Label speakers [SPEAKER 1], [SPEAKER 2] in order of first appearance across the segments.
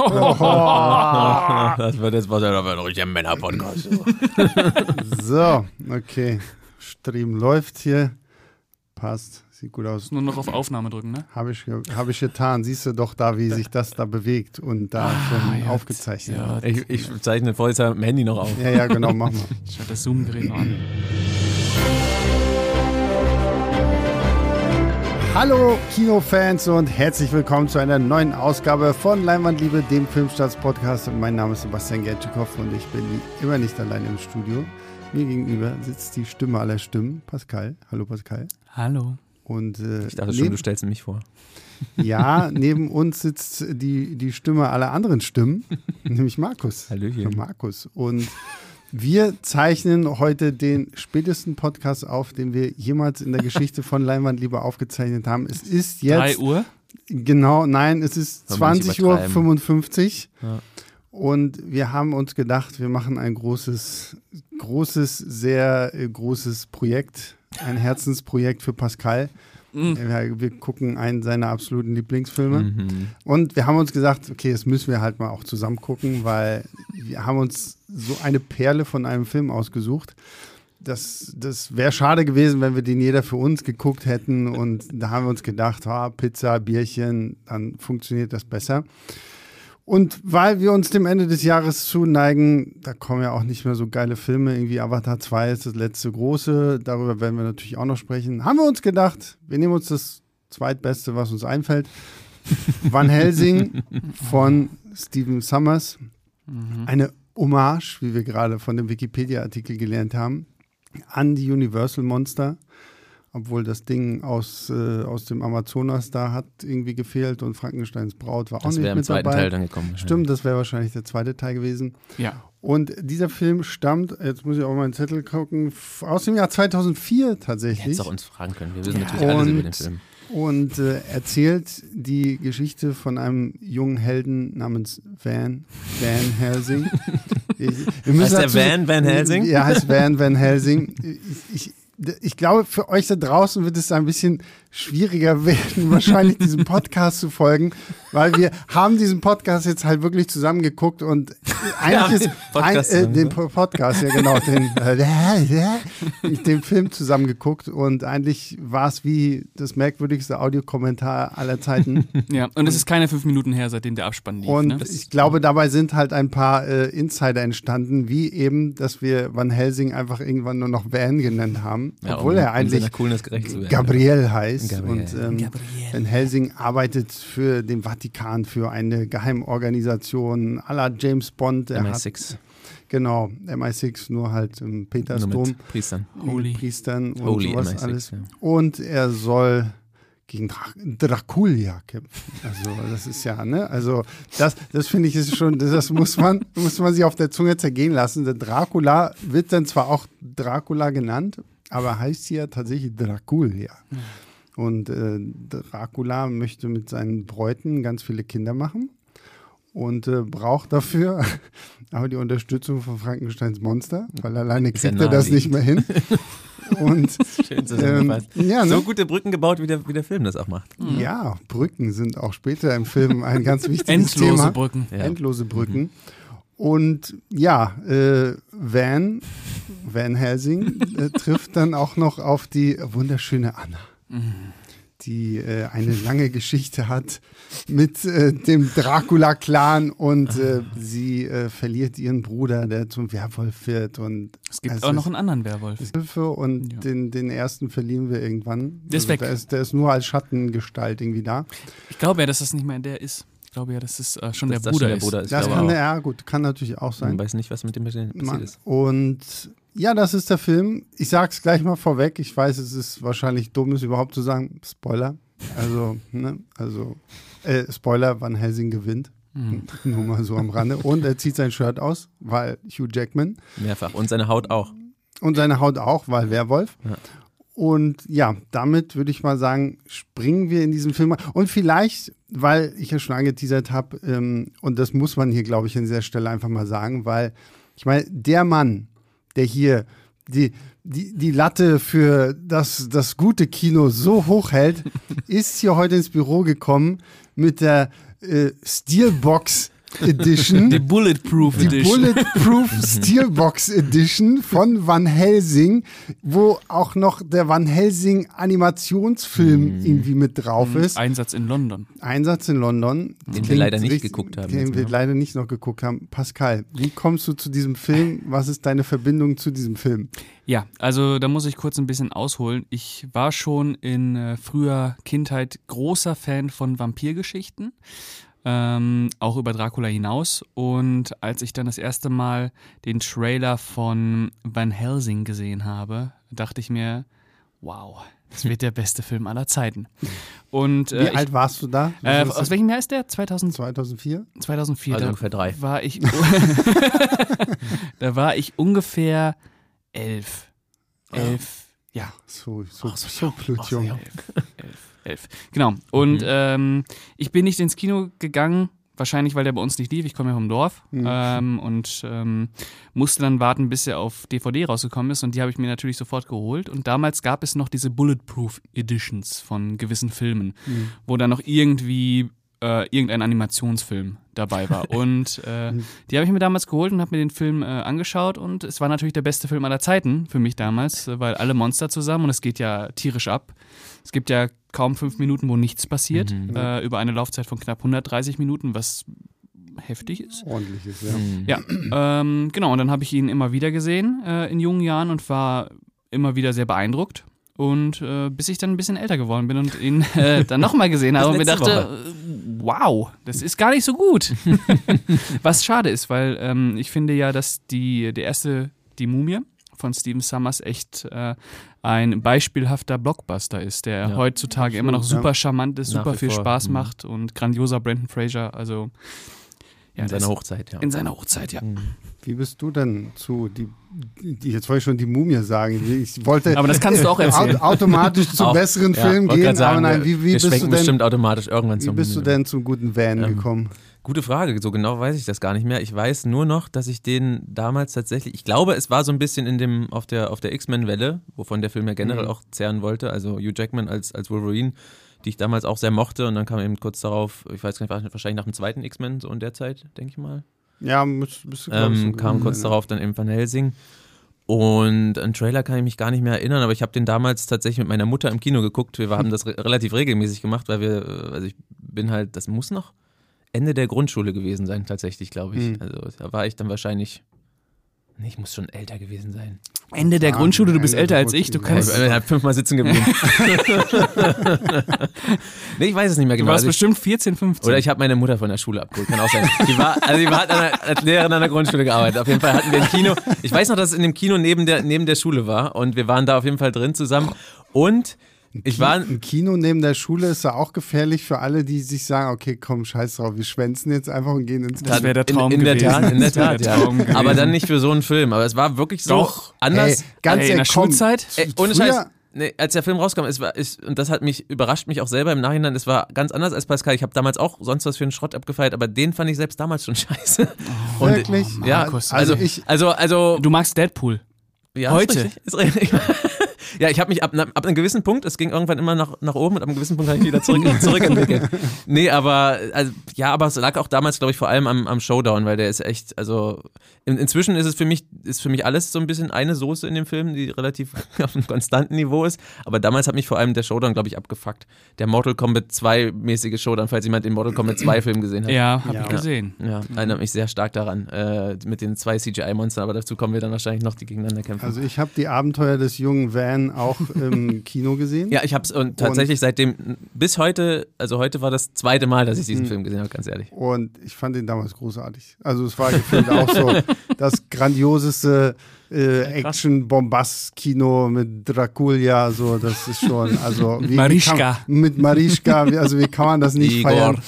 [SPEAKER 1] Ah.
[SPEAKER 2] Das wird jetzt was ein richtiger Männer-Podcast.
[SPEAKER 1] So, okay. Stream läuft hier. Passt. Sieht gut aus.
[SPEAKER 3] Nur noch auf Aufnahme drücken, ne?
[SPEAKER 1] Habe ich, ge- hab ich getan. Siehst du doch da, wie sich das da bewegt und da schon aufgezeichnet. Ja.
[SPEAKER 2] Ich, ich zeichne vorher jetzt mit dem Handy noch auf.
[SPEAKER 1] ja, ja, genau, mach mal.
[SPEAKER 3] Schaut das Zoom-Gerät noch an.
[SPEAKER 1] Hallo Kinofans und herzlich willkommen zu einer neuen Ausgabe von Leinwandliebe, dem Filmstarts-Podcast. Und Mein Name ist Sebastian Gertschikow und ich bin wie immer nicht allein im Studio. Mir gegenüber sitzt die Stimme aller Stimmen, Pascal. Hallo Pascal.
[SPEAKER 3] Hallo.
[SPEAKER 1] Und äh,
[SPEAKER 2] Ich dachte schon,
[SPEAKER 1] neben,
[SPEAKER 2] du stellst mich vor.
[SPEAKER 1] ja, neben uns sitzt die, die Stimme aller anderen Stimmen, nämlich Markus.
[SPEAKER 2] Hallöchen.
[SPEAKER 1] Markus. Und wir zeichnen heute den spätesten Podcast auf, den wir jemals in der Geschichte von Leinwandliebe aufgezeichnet haben. Es ist jetzt
[SPEAKER 3] 3 Uhr.
[SPEAKER 1] Genau, nein, es ist
[SPEAKER 2] Soll man nicht
[SPEAKER 1] 20.55 Uhr
[SPEAKER 2] übertreiben.
[SPEAKER 1] 55
[SPEAKER 2] Ja.
[SPEAKER 1] und wir haben uns gedacht, wir machen ein großes, großes, sehr äh, großes Projekt, ein Herzensprojekt für Pascal. Wir, wir gucken einen seiner absoluten Lieblingsfilme
[SPEAKER 2] Mhm.
[SPEAKER 1] und wir haben uns gesagt, okay, das müssen wir halt mal auch zusammen gucken, weil wir haben uns so eine Perle von einem Film ausgesucht das, das wäre schade gewesen, wenn wir den jeder für uns geguckt hätten. Und da haben wir uns gedacht, ha, Pizza, Bierchen, dann funktioniert das besser. Und weil wir uns dem Ende des Jahres zuneigen, da kommen ja auch nicht mehr so geile Filme. Irgendwie Avatar 2 ist das letzte große. Darüber werden wir natürlich auch noch sprechen. Haben wir uns gedacht, wir nehmen uns das zweitbeste, was uns einfällt. Van Helsing von Stephen Summers.
[SPEAKER 2] Mhm.
[SPEAKER 1] Eine Hommage, wie wir gerade von dem Wikipedia-Artikel gelernt haben an die Universal Monster, obwohl das Ding aus, äh, aus dem Amazonas da hat irgendwie gefehlt und Frankensteins Braut war auch
[SPEAKER 2] Das
[SPEAKER 1] nicht
[SPEAKER 2] wäre im
[SPEAKER 1] mit
[SPEAKER 2] zweiten
[SPEAKER 1] dabei.
[SPEAKER 2] Teil dann gekommen.
[SPEAKER 1] Stimmt, das wäre wahrscheinlich der zweite Teil gewesen.
[SPEAKER 3] Ja.
[SPEAKER 1] Und dieser Film stammt, jetzt muss ich auch mal einen Zettel gucken, f- aus dem Jahr 2004 tatsächlich
[SPEAKER 2] Hättest auch uns fragen können. Wir wissen natürlich alles
[SPEAKER 1] Und-
[SPEAKER 2] über den Film.
[SPEAKER 1] und äh, erzählt die Geschichte von einem jungen Helden namens Van, Van Helsing. Ich, wir müssen
[SPEAKER 2] Heißt der
[SPEAKER 1] dazu-
[SPEAKER 2] Van Van Helsing?
[SPEAKER 1] Ja, heißt Van Van Helsing. Ich, ich, ich glaube, für euch da draußen wird es ein bisschen schwieriger werden, wahrscheinlich diesem Podcast zu folgen, weil wir haben diesen Podcast jetzt halt wirklich zusammengeguckt und eigentlich
[SPEAKER 2] den
[SPEAKER 1] ist
[SPEAKER 2] Podcast
[SPEAKER 1] ein, äh,
[SPEAKER 2] zusammen,
[SPEAKER 1] den
[SPEAKER 2] ne?
[SPEAKER 1] Po- Podcast, ja genau, den, äh, den Film zusammengeguckt und eigentlich war es wie das merkwürdigste Audiokommentar aller Zeiten.
[SPEAKER 3] Ja. Und es ist keine fünf Minuten her, seitdem der Abspann lief.
[SPEAKER 1] Und
[SPEAKER 3] ne?
[SPEAKER 1] ich glaube, dabei sind halt ein paar äh, Insider entstanden, wie eben, dass wir Van Helsing einfach irgendwann nur noch Van genannt haben, obwohl
[SPEAKER 2] um-
[SPEAKER 1] er
[SPEAKER 2] Um
[SPEAKER 1] eigentlich
[SPEAKER 2] seiner Coolness gerecht zu werden.
[SPEAKER 1] Gabriel heißt.
[SPEAKER 2] Gabriel.
[SPEAKER 1] Und ähm, Van Helsing arbeitet für den Vatikan, für eine Geheimorganisation aller James Bond. Er hat,
[SPEAKER 2] MI6.
[SPEAKER 1] genau, MI6, nur halt im
[SPEAKER 2] Nur
[SPEAKER 1] Petersdom.
[SPEAKER 2] mit Priestern.
[SPEAKER 3] Holy.
[SPEAKER 1] Holy. Priestern und
[SPEAKER 2] Holy
[SPEAKER 1] sowas
[SPEAKER 2] MI6,
[SPEAKER 1] alles.
[SPEAKER 2] ja.
[SPEAKER 1] Und er soll gegen Dra Dracula kämpfen. Also das ist ja, ne? Also das, das finde ich ist schon, das, das muss man, muss man sich auf der Zunge zergehen lassen. Der Dracula wird dann zwar auch Dracula genannt, aber heißt ja tatsächlich Dracula. Und äh, Dracula möchte mit seinen Bräuten ganz viele Kinder machen und äh, braucht dafür aber die Unterstützung von Frankensteins Monster, weil alleine
[SPEAKER 2] ja
[SPEAKER 1] kriegt er das nicht mehr hin. Und
[SPEAKER 2] Schön
[SPEAKER 1] ähm,
[SPEAKER 2] zusammengefasst.
[SPEAKER 1] ja, ne?
[SPEAKER 2] So gute Brücken gebaut, wie der, wie der Film das auch macht.
[SPEAKER 1] ja, Brücken sind auch später im Film ein ganz wichtiges
[SPEAKER 3] Endlose
[SPEAKER 1] Thema.
[SPEAKER 3] Brücken.
[SPEAKER 2] Ja.
[SPEAKER 1] Endlose Brücken. Und ja, äh, Van, Van Helsing äh, trifft dann auch noch auf die wunderschöne Anna, die äh, eine lange Geschichte hat mit äh, dem Dracula-Clan und äh, sie äh, verliert ihren Bruder, der zum Werwolf wird und
[SPEAKER 3] Es gibt
[SPEAKER 1] Es
[SPEAKER 3] auch
[SPEAKER 1] ist-
[SPEAKER 3] noch einen anderen Werwolf.
[SPEAKER 1] Hilfe und
[SPEAKER 3] Ja.
[SPEAKER 1] den, den ersten verlieren wir irgendwann. Also
[SPEAKER 3] Der ist weg.
[SPEAKER 1] Der ist, der ist nur als Schattengestalt irgendwie da.
[SPEAKER 3] Ich glaube ja, dass das nicht mehr der ist. Ich glaube ja, dass es äh, schon, der,
[SPEAKER 2] Dass das
[SPEAKER 3] Bruder
[SPEAKER 2] schon
[SPEAKER 3] ist.
[SPEAKER 2] Bruder ist.
[SPEAKER 1] Das
[SPEAKER 2] glaube
[SPEAKER 1] kann
[SPEAKER 2] auch.
[SPEAKER 1] der, ja gut, kann natürlich auch sein.
[SPEAKER 2] Man weiß nicht, was mit dem passiert
[SPEAKER 1] Ma-
[SPEAKER 2] ist.
[SPEAKER 1] Und ja, das ist der Film. Ich sag's gleich mal vorweg. Ich weiß, es ist wahrscheinlich dumm, es überhaupt zu sagen. Spoiler. Also, ne, also, äh, Spoiler, Van Helsing gewinnt.
[SPEAKER 3] Hm. Mhm.
[SPEAKER 1] Nur mal so am Rande. Und er zieht sein Shirt aus, weil Hugh Jackman.
[SPEAKER 2] Mehrfach. Und seine Haut auch.
[SPEAKER 1] Und seine Haut auch, weil Werwolf. Und ja, damit würde ich mal sagen, springen wir in diesen Film. rein. Und vielleicht, weil ich ja schon angeteasert habe, ähm, und das muss man hier, glaube ich, an dieser Stelle einfach mal sagen, weil ich meine, der Mann, der hier die, die, die Latte für das, das gute Kino so hoch hält, ist hier heute ins Büro gekommen mit der äh, Steelbox Edition.
[SPEAKER 3] Die Bulletproof
[SPEAKER 1] die
[SPEAKER 3] Edition.
[SPEAKER 1] Bulletproof Steelbox Edition von Van Helsing, wo auch noch der Van Helsing Animationsfilm irgendwie mit drauf ist.
[SPEAKER 3] Einsatz in London.
[SPEAKER 1] Einsatz in London. Den
[SPEAKER 4] leider nicht geguckt haben
[SPEAKER 1] Den
[SPEAKER 4] jetzt,
[SPEAKER 1] wir
[SPEAKER 4] ne?
[SPEAKER 1] leider nicht noch geguckt haben. Pascal, wie kommst du zu diesem Film? Was ist deine Verbindung zu diesem Film?
[SPEAKER 3] Ja, also da muss ich kurz ein bisschen ausholen. Ich war schon in äh, früher Kindheit großer Fan von Vampirgeschichten, ähm, auch über Dracula hinaus. Und als ich dann das erste Mal den Trailer von Van Helsing gesehen habe, dachte ich mir, wow, das wird der beste Film aller Zeiten. Und
[SPEAKER 1] Wie
[SPEAKER 3] äh, ich,
[SPEAKER 1] alt warst du da?
[SPEAKER 3] äh, aus welchem Jahr ist der? 2000,
[SPEAKER 1] 2004?
[SPEAKER 3] 2004.
[SPEAKER 4] Also
[SPEAKER 3] da
[SPEAKER 4] ungefähr drei.
[SPEAKER 3] War ich, da war ich ungefähr elf. Elf, ja,
[SPEAKER 1] So, so, so blöd, Junge.
[SPEAKER 3] elf. Genau. Und ähm, ich bin nicht ins Kino gegangen, wahrscheinlich weil der bei uns nicht lief. Ich komme ja vom Dorf ähm, und ähm, musste dann warten, bis er auf DVD rausgekommen ist. Und die habe ich mir natürlich sofort geholt. Und damals gab es noch diese Bulletproof Editions von gewissen Filmen, wo dann noch irgendwie äh, irgendein Animationsfilm dabei war. Und äh, die habe ich mir damals geholt und habe mir den Film äh, angeschaut und es war natürlich der beste Film aller Zeiten für mich damals, äh, weil alle Monster zusammen und es geht ja tierisch ab. Es gibt ja kaum fünf Minuten, wo nichts passiert, äh, über eine Laufzeit von knapp 130 Minuten, was heftig ist.
[SPEAKER 1] Ordentlich ist, ja.
[SPEAKER 2] Mhm.
[SPEAKER 3] Ja, ähm, genau. Und dann habe ich ihn immer wieder gesehen äh, in jungen Jahren und war immer wieder sehr beeindruckt. Und äh, bis ich dann ein bisschen älter geworden bin und ihn äh, dann nochmal gesehen habe und mir
[SPEAKER 4] letzte
[SPEAKER 3] dachte, äh, wow, das ist gar nicht so gut. Was schade ist, weil ähm, ich finde ja, dass die, der erste, die Mumie von Steven Summers echt äh, ein beispielhafter Blockbuster ist, der
[SPEAKER 4] Ja.
[SPEAKER 3] heutzutage immer noch
[SPEAKER 1] Absolut, ja.
[SPEAKER 3] super charmant ist,
[SPEAKER 4] Nach
[SPEAKER 3] super
[SPEAKER 4] wie
[SPEAKER 3] viel
[SPEAKER 4] vor,
[SPEAKER 3] Spaß
[SPEAKER 4] mhm.
[SPEAKER 3] macht und grandioser Brandon Fraser, also ja,
[SPEAKER 4] in
[SPEAKER 3] das-
[SPEAKER 4] seiner Hochzeit, ja.
[SPEAKER 3] in seiner Hochzeit, ja.
[SPEAKER 1] Mhm. Wie bist du denn zu die, die jetzt wollte ich schon die Mumie sagen. Ich wollte
[SPEAKER 3] Aber das kannst du auch erzählen.
[SPEAKER 1] au- automatisch zum
[SPEAKER 4] Auch-
[SPEAKER 1] besseren
[SPEAKER 4] ja,
[SPEAKER 1] Film
[SPEAKER 4] wollte
[SPEAKER 1] gehen,
[SPEAKER 4] grad sagen,
[SPEAKER 1] aber nein, wie,
[SPEAKER 4] wir-
[SPEAKER 1] wie
[SPEAKER 4] wir
[SPEAKER 1] bist
[SPEAKER 4] schwenken
[SPEAKER 1] du denn
[SPEAKER 4] bestimmt automatisch irgendwann
[SPEAKER 1] wie
[SPEAKER 4] zum
[SPEAKER 1] bist du denn zum guten Van
[SPEAKER 4] Ähm,
[SPEAKER 1] gekommen?
[SPEAKER 4] Gute Frage, so genau weiß ich das gar nicht mehr. Ich weiß nur noch, dass ich den damals tatsächlich, ich glaube, es war so ein bisschen in dem, auf der, auf der X-Men-Welle, wovon der Film ja generell
[SPEAKER 1] Mhm.
[SPEAKER 4] auch zehren wollte, also Hugh Jackman als, als Wolverine, die ich damals auch sehr mochte und dann kam eben kurz darauf, ich weiß gar nicht, wahrscheinlich nach dem zweiten X-Men, so in der Zeit, denke ich mal,
[SPEAKER 1] Ja, bist, bist du glaub ich, so
[SPEAKER 4] ähm, kam
[SPEAKER 1] gewesen,
[SPEAKER 4] kurz
[SPEAKER 1] ja.
[SPEAKER 4] darauf dann eben Van Helsing. Und an Trailer kann ich mich gar nicht mehr erinnern, aber ich habe den damals tatsächlich mit meiner Mutter im Kino geguckt. Wir haben das re relativ regelmäßig gemacht, weil wir, äh, also ich bin halt, das muss noch Ende der Grundschule gewesen sein, tatsächlich, glaube ich.
[SPEAKER 1] Mhm.
[SPEAKER 4] Also da war ich dann wahrscheinlich, nee, ich muss schon älter gewesen sein.
[SPEAKER 3] Ende der
[SPEAKER 1] Ah,
[SPEAKER 3] Grundschule, du bist
[SPEAKER 1] Ende
[SPEAKER 3] älter
[SPEAKER 1] der
[SPEAKER 3] als ich, du
[SPEAKER 1] Grundschule.
[SPEAKER 4] Ich
[SPEAKER 3] kannst.
[SPEAKER 4] bin halt fünfmal sitzen geblieben. nee, ich weiß es nicht mehr
[SPEAKER 3] Du
[SPEAKER 4] genau.
[SPEAKER 3] warst
[SPEAKER 4] Also ich,
[SPEAKER 3] bestimmt 14, 15.
[SPEAKER 4] oder ich habe meine Mutter von der Schule abgeholt, kann auch sein. Die war, also die war, hat an der, als Lehrerin an der Grundschule gearbeitet. Auf jeden Fall hatten wir ein Kino. Ich weiß noch, dass es in dem Kino neben der, neben der Schule war und wir waren da auf jeden Fall drin zusammen. Und ich war,
[SPEAKER 1] Ein Kino neben der Schule ist ja auch gefährlich für alle, die sich sagen, okay, komm, scheiß drauf, wir schwänzen jetzt einfach und gehen ins
[SPEAKER 3] Das wär der Traum
[SPEAKER 4] in, in der
[SPEAKER 3] gewesen.
[SPEAKER 4] Tat, in der
[SPEAKER 3] Das wär
[SPEAKER 4] Tat,
[SPEAKER 3] der
[SPEAKER 4] ja.
[SPEAKER 3] Traum gewesen.
[SPEAKER 4] Aber dann nicht für so einen Film. Aber es war wirklich so
[SPEAKER 3] Doch.
[SPEAKER 4] anders.
[SPEAKER 1] Ey, ganz
[SPEAKER 3] Ey, in der
[SPEAKER 1] ehrlich, komm,
[SPEAKER 3] Schulzeit?
[SPEAKER 1] f-
[SPEAKER 4] Ey, ohne
[SPEAKER 1] früher-
[SPEAKER 4] Scheiß. Nee, als der Film rauskam, es war, ich, und das hat mich überrascht mich auch selber im Nachhinein, es war ganz anders als Pascal. Ich habe damals auch sonst was für einen Schrott abgefeiert, aber den fand ich selbst damals schon scheiße.
[SPEAKER 3] Oh.
[SPEAKER 4] Und-
[SPEAKER 1] Wirklich?
[SPEAKER 4] ja,
[SPEAKER 3] Markus,
[SPEAKER 4] also,
[SPEAKER 1] also ich-
[SPEAKER 4] also, also,
[SPEAKER 3] du magst Deadpool.
[SPEAKER 4] ja,
[SPEAKER 3] Heute.
[SPEAKER 4] Ist richtig, ist richtig. Ja, ich habe mich ab, ab einem gewissen Punkt, es ging irgendwann immer nach, nach oben und ab einem gewissen Punkt habe ich mich wieder zurück, zurückentwickelt. Nee, aber also, ja, aber es lag auch damals, glaube ich, vor allem am, am Showdown, weil der ist echt, also in, inzwischen ist es für mich, ist für mich alles so ein bisschen eine Soße in dem Film, die relativ auf einem konstanten Niveau ist. Aber damals hat mich vor allem der Showdown, glaube ich, abgefuckt. Der Mortal Kombat 2 mäßige Showdown, falls jemand den Mortal Kombat 2 Film gesehen hat.
[SPEAKER 3] Ja, habe
[SPEAKER 1] Ja.
[SPEAKER 3] ich gesehen.
[SPEAKER 4] Ja, erinnert mich sehr stark daran, äh, mit den zwei CGI-Monstern, aber dazu kommen wir dann wahrscheinlich noch, die gegeneinander kämpfen.
[SPEAKER 1] Also ich habe die Abenteuer des jungen Van auch im Kino gesehen.
[SPEAKER 4] Ja, ich hab's und tatsächlich seitdem bis heute, also heute war das zweite Mal, dass ich diesen
[SPEAKER 1] Hm.
[SPEAKER 4] Film gesehen habe, ganz ehrlich.
[SPEAKER 1] Und ich fand ihn damals großartig. Also es war gefühlt auch so das grandioseste äh, Action-Bombast-Kino mit Dracula, so das ist schon, also wie,
[SPEAKER 3] Marischka.
[SPEAKER 1] Wie kann, mit Marischka, wie, also wie kann man das nicht
[SPEAKER 4] Igor.
[SPEAKER 1] feiern?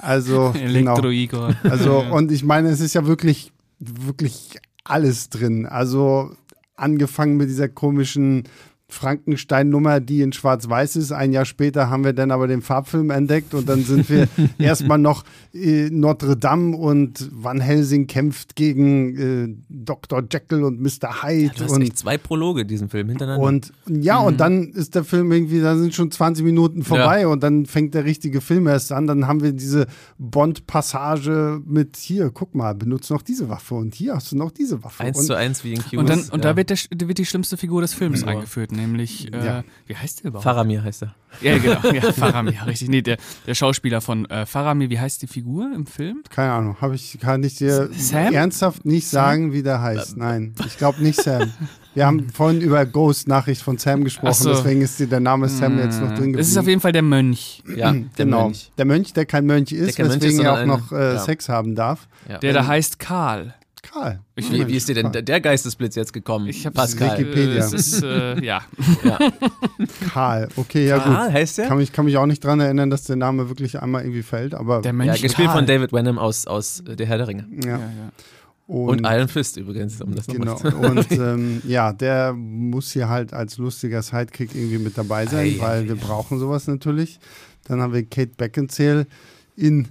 [SPEAKER 1] Also genau.
[SPEAKER 3] Elektro-Igor.
[SPEAKER 1] Also, und ich meine, es ist ja wirklich, wirklich alles drin. Also, angefangen mit dieser komischen Frankenstein-Nummer, die in Schwarz-Weiß ist. Ein Jahr später haben wir dann aber den Farbfilm entdeckt und dann sind wir erstmal noch äh, Notre Dame und Van Helsing kämpft gegen äh, Dr. Jekyll und Mr. Hyde.
[SPEAKER 4] Du hast
[SPEAKER 1] und,
[SPEAKER 4] echt zwei Prologe diesen Film hintereinander.
[SPEAKER 1] und ja,
[SPEAKER 4] Mhm.
[SPEAKER 1] und dann ist der Film irgendwie, da sind schon 20 Minuten vorbei und dann fängt der richtige Film erst an. Dann haben wir diese Bond-Passage mit hier, guck mal, benutzt noch diese Waffe und hier hast du noch diese Waffe.
[SPEAKER 4] eins
[SPEAKER 1] und,
[SPEAKER 4] zu eins wie in Q.
[SPEAKER 3] Und, dann, und da wird, der, sch- wird die schlimmste Figur des Films eingeführt, nämlich, äh,
[SPEAKER 1] Ja.
[SPEAKER 3] wie heißt der überhaupt?
[SPEAKER 4] Faramir heißt er.
[SPEAKER 3] ja, genau, ja, Faramir, richtig. Nee, der, der Schauspieler von äh, Faramir, wie heißt die Figur im Film?
[SPEAKER 1] keine Ahnung, habe ich kann ich dir
[SPEAKER 3] Sam?
[SPEAKER 1] ernsthaft nicht sagen, wie der heißt.
[SPEAKER 4] Äh,
[SPEAKER 1] Nein, ich glaube nicht Sam. Wir haben vorhin über Ghost Nachricht von Sam gesprochen,
[SPEAKER 3] Ach so.
[SPEAKER 1] deswegen ist dir der Name Sam jetzt
[SPEAKER 4] Mm.
[SPEAKER 1] noch drin geblieben.
[SPEAKER 3] Es ist auf jeden Fall der Mönch,
[SPEAKER 4] Ja, der
[SPEAKER 1] genau.
[SPEAKER 4] Mönch.
[SPEAKER 1] Der Mönch, der kein Mönch ist,
[SPEAKER 4] kein Mönch ist,
[SPEAKER 1] weswegen er auch
[SPEAKER 4] sondern ein-
[SPEAKER 1] noch äh,
[SPEAKER 4] ja.
[SPEAKER 1] Sex haben darf.
[SPEAKER 4] Ja.
[SPEAKER 3] der da heißt Karl.
[SPEAKER 1] Karl.
[SPEAKER 4] wie, wie ist dir denn der- der Geistesblitz jetzt gekommen?
[SPEAKER 3] Ich hab's-
[SPEAKER 4] Pascal.
[SPEAKER 1] Wiki- Wikipedia.
[SPEAKER 3] Äh, es ist, äh, ja.
[SPEAKER 1] Karl. Okay, ja
[SPEAKER 4] Ah,
[SPEAKER 1] gut.
[SPEAKER 4] heißt der?
[SPEAKER 1] Kann mich, kann mich auch nicht dran erinnern, dass der Name wirklich einmal irgendwie fällt, aber
[SPEAKER 3] Der
[SPEAKER 4] Ja,
[SPEAKER 3] Mönch
[SPEAKER 4] gespielt
[SPEAKER 3] Karl.
[SPEAKER 4] von David Wenham aus, aus äh, Der Herr der Ringe.
[SPEAKER 1] ja.
[SPEAKER 3] Ja, ja.
[SPEAKER 4] Und Iron Fist übrigens, um das
[SPEAKER 1] Genau.
[SPEAKER 4] nochmal
[SPEAKER 1] Und ähm, ja, der muss hier halt als lustiger Sidekick irgendwie mit dabei sein,
[SPEAKER 4] Ei,
[SPEAKER 1] weil wir brauchen sowas natürlich. Dann haben wir Kate Beckinsale in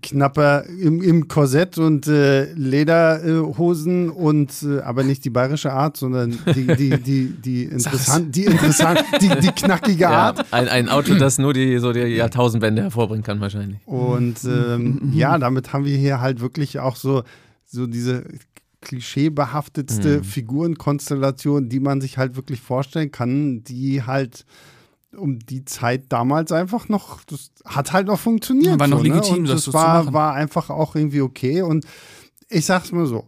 [SPEAKER 1] knapper im, im Korsett und äh, Lederhosen äh, Hosen und äh, aber nicht die bayerische Art, sondern die die die die interessant die interessant die, die knackige Art.
[SPEAKER 4] Ja, ein, ein Auto, das nur die, so die Jahrtausendwende hervorbringen kann, wahrscheinlich.
[SPEAKER 1] Und
[SPEAKER 3] Mhm.
[SPEAKER 1] ähm, ja, damit haben wir hier halt wirklich auch so, so diese klischeebehaftetste
[SPEAKER 3] Mhm.
[SPEAKER 1] Figurenkonstellation, die man sich halt wirklich vorstellen kann, die halt um die Zeit damals einfach noch, das hat halt noch funktioniert.
[SPEAKER 3] War noch
[SPEAKER 1] so,
[SPEAKER 3] legitim,
[SPEAKER 1] ne? Und
[SPEAKER 3] das
[SPEAKER 1] das
[SPEAKER 3] so zu
[SPEAKER 1] war,
[SPEAKER 3] machen.
[SPEAKER 1] war einfach auch irgendwie okay. Und ich sag's mal so,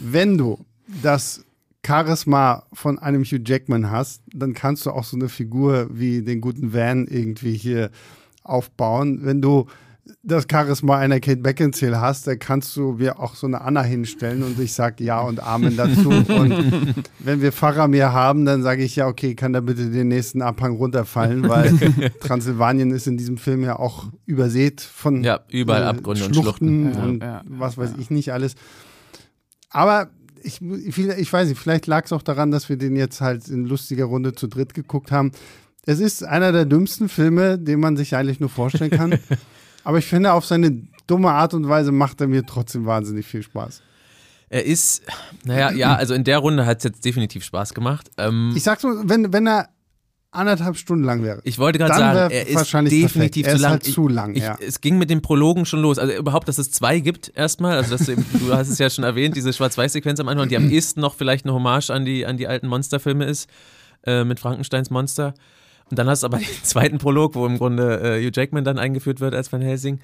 [SPEAKER 1] wenn du das Charisma von einem Hugh Jackman hast, dann kannst du auch so eine Figur wie den guten Van irgendwie hier aufbauen. Wenn du das Charisma einer Kate Beckinsale hast, dann kannst du mir auch so eine Anna hinstellen und ich sag Ja und Amen dazu. und wenn wir Faramir haben, dann sage ich ja, okay, kann da bitte den nächsten Abhang runterfallen, weil Transsilvanien ist in diesem Film ja auch übersät von
[SPEAKER 4] Ja, überall
[SPEAKER 1] äh,
[SPEAKER 4] Abgründe und
[SPEAKER 1] Schluchten
[SPEAKER 4] Schluchten.
[SPEAKER 1] und
[SPEAKER 3] Ja, ja,
[SPEAKER 1] was weiß ich nicht alles. Aber ich, mu- viel- ich weiß nicht, vielleicht lag es auch daran, dass wir den jetzt halt in lustiger Runde zu dritt geguckt haben. Es ist einer der dümmsten Filme, den man sich eigentlich nur vorstellen kann. Aber ich finde, auf seine dumme Art und Weise macht er mir trotzdem wahnsinnig viel Spaß.
[SPEAKER 4] Er ist, naja, ja, also in der Runde hat es jetzt definitiv Spaß gemacht. Ähm,
[SPEAKER 1] Ich sag's mal, wenn, wenn er anderthalb Stunden lang wäre,
[SPEAKER 4] Ich wollte gerade
[SPEAKER 1] Dann
[SPEAKER 4] sagen,
[SPEAKER 1] wär
[SPEAKER 4] er ist
[SPEAKER 1] wahrscheinlich
[SPEAKER 4] definitiv
[SPEAKER 1] perfekt.
[SPEAKER 4] zu
[SPEAKER 1] Er ist
[SPEAKER 4] lang.
[SPEAKER 1] halt
[SPEAKER 4] Ich-
[SPEAKER 1] zu lang,
[SPEAKER 4] ich,
[SPEAKER 1] ja.
[SPEAKER 4] Es ging mit den Prologen schon los. Also überhaupt, dass es zwei gibt erstmal. Also dass du, eben, du hast es ja schon erwähnt, diese Schwarz-Weiß-Sequenz am Anfang, die am ehesten noch vielleicht eine Hommage an die, an die alten Monsterfilme ist, äh, mit Frankensteins Monster. Und dann hast du aber den zweiten Prolog, wo im Grunde äh, Hugh Jackman dann eingeführt wird als Van Helsing.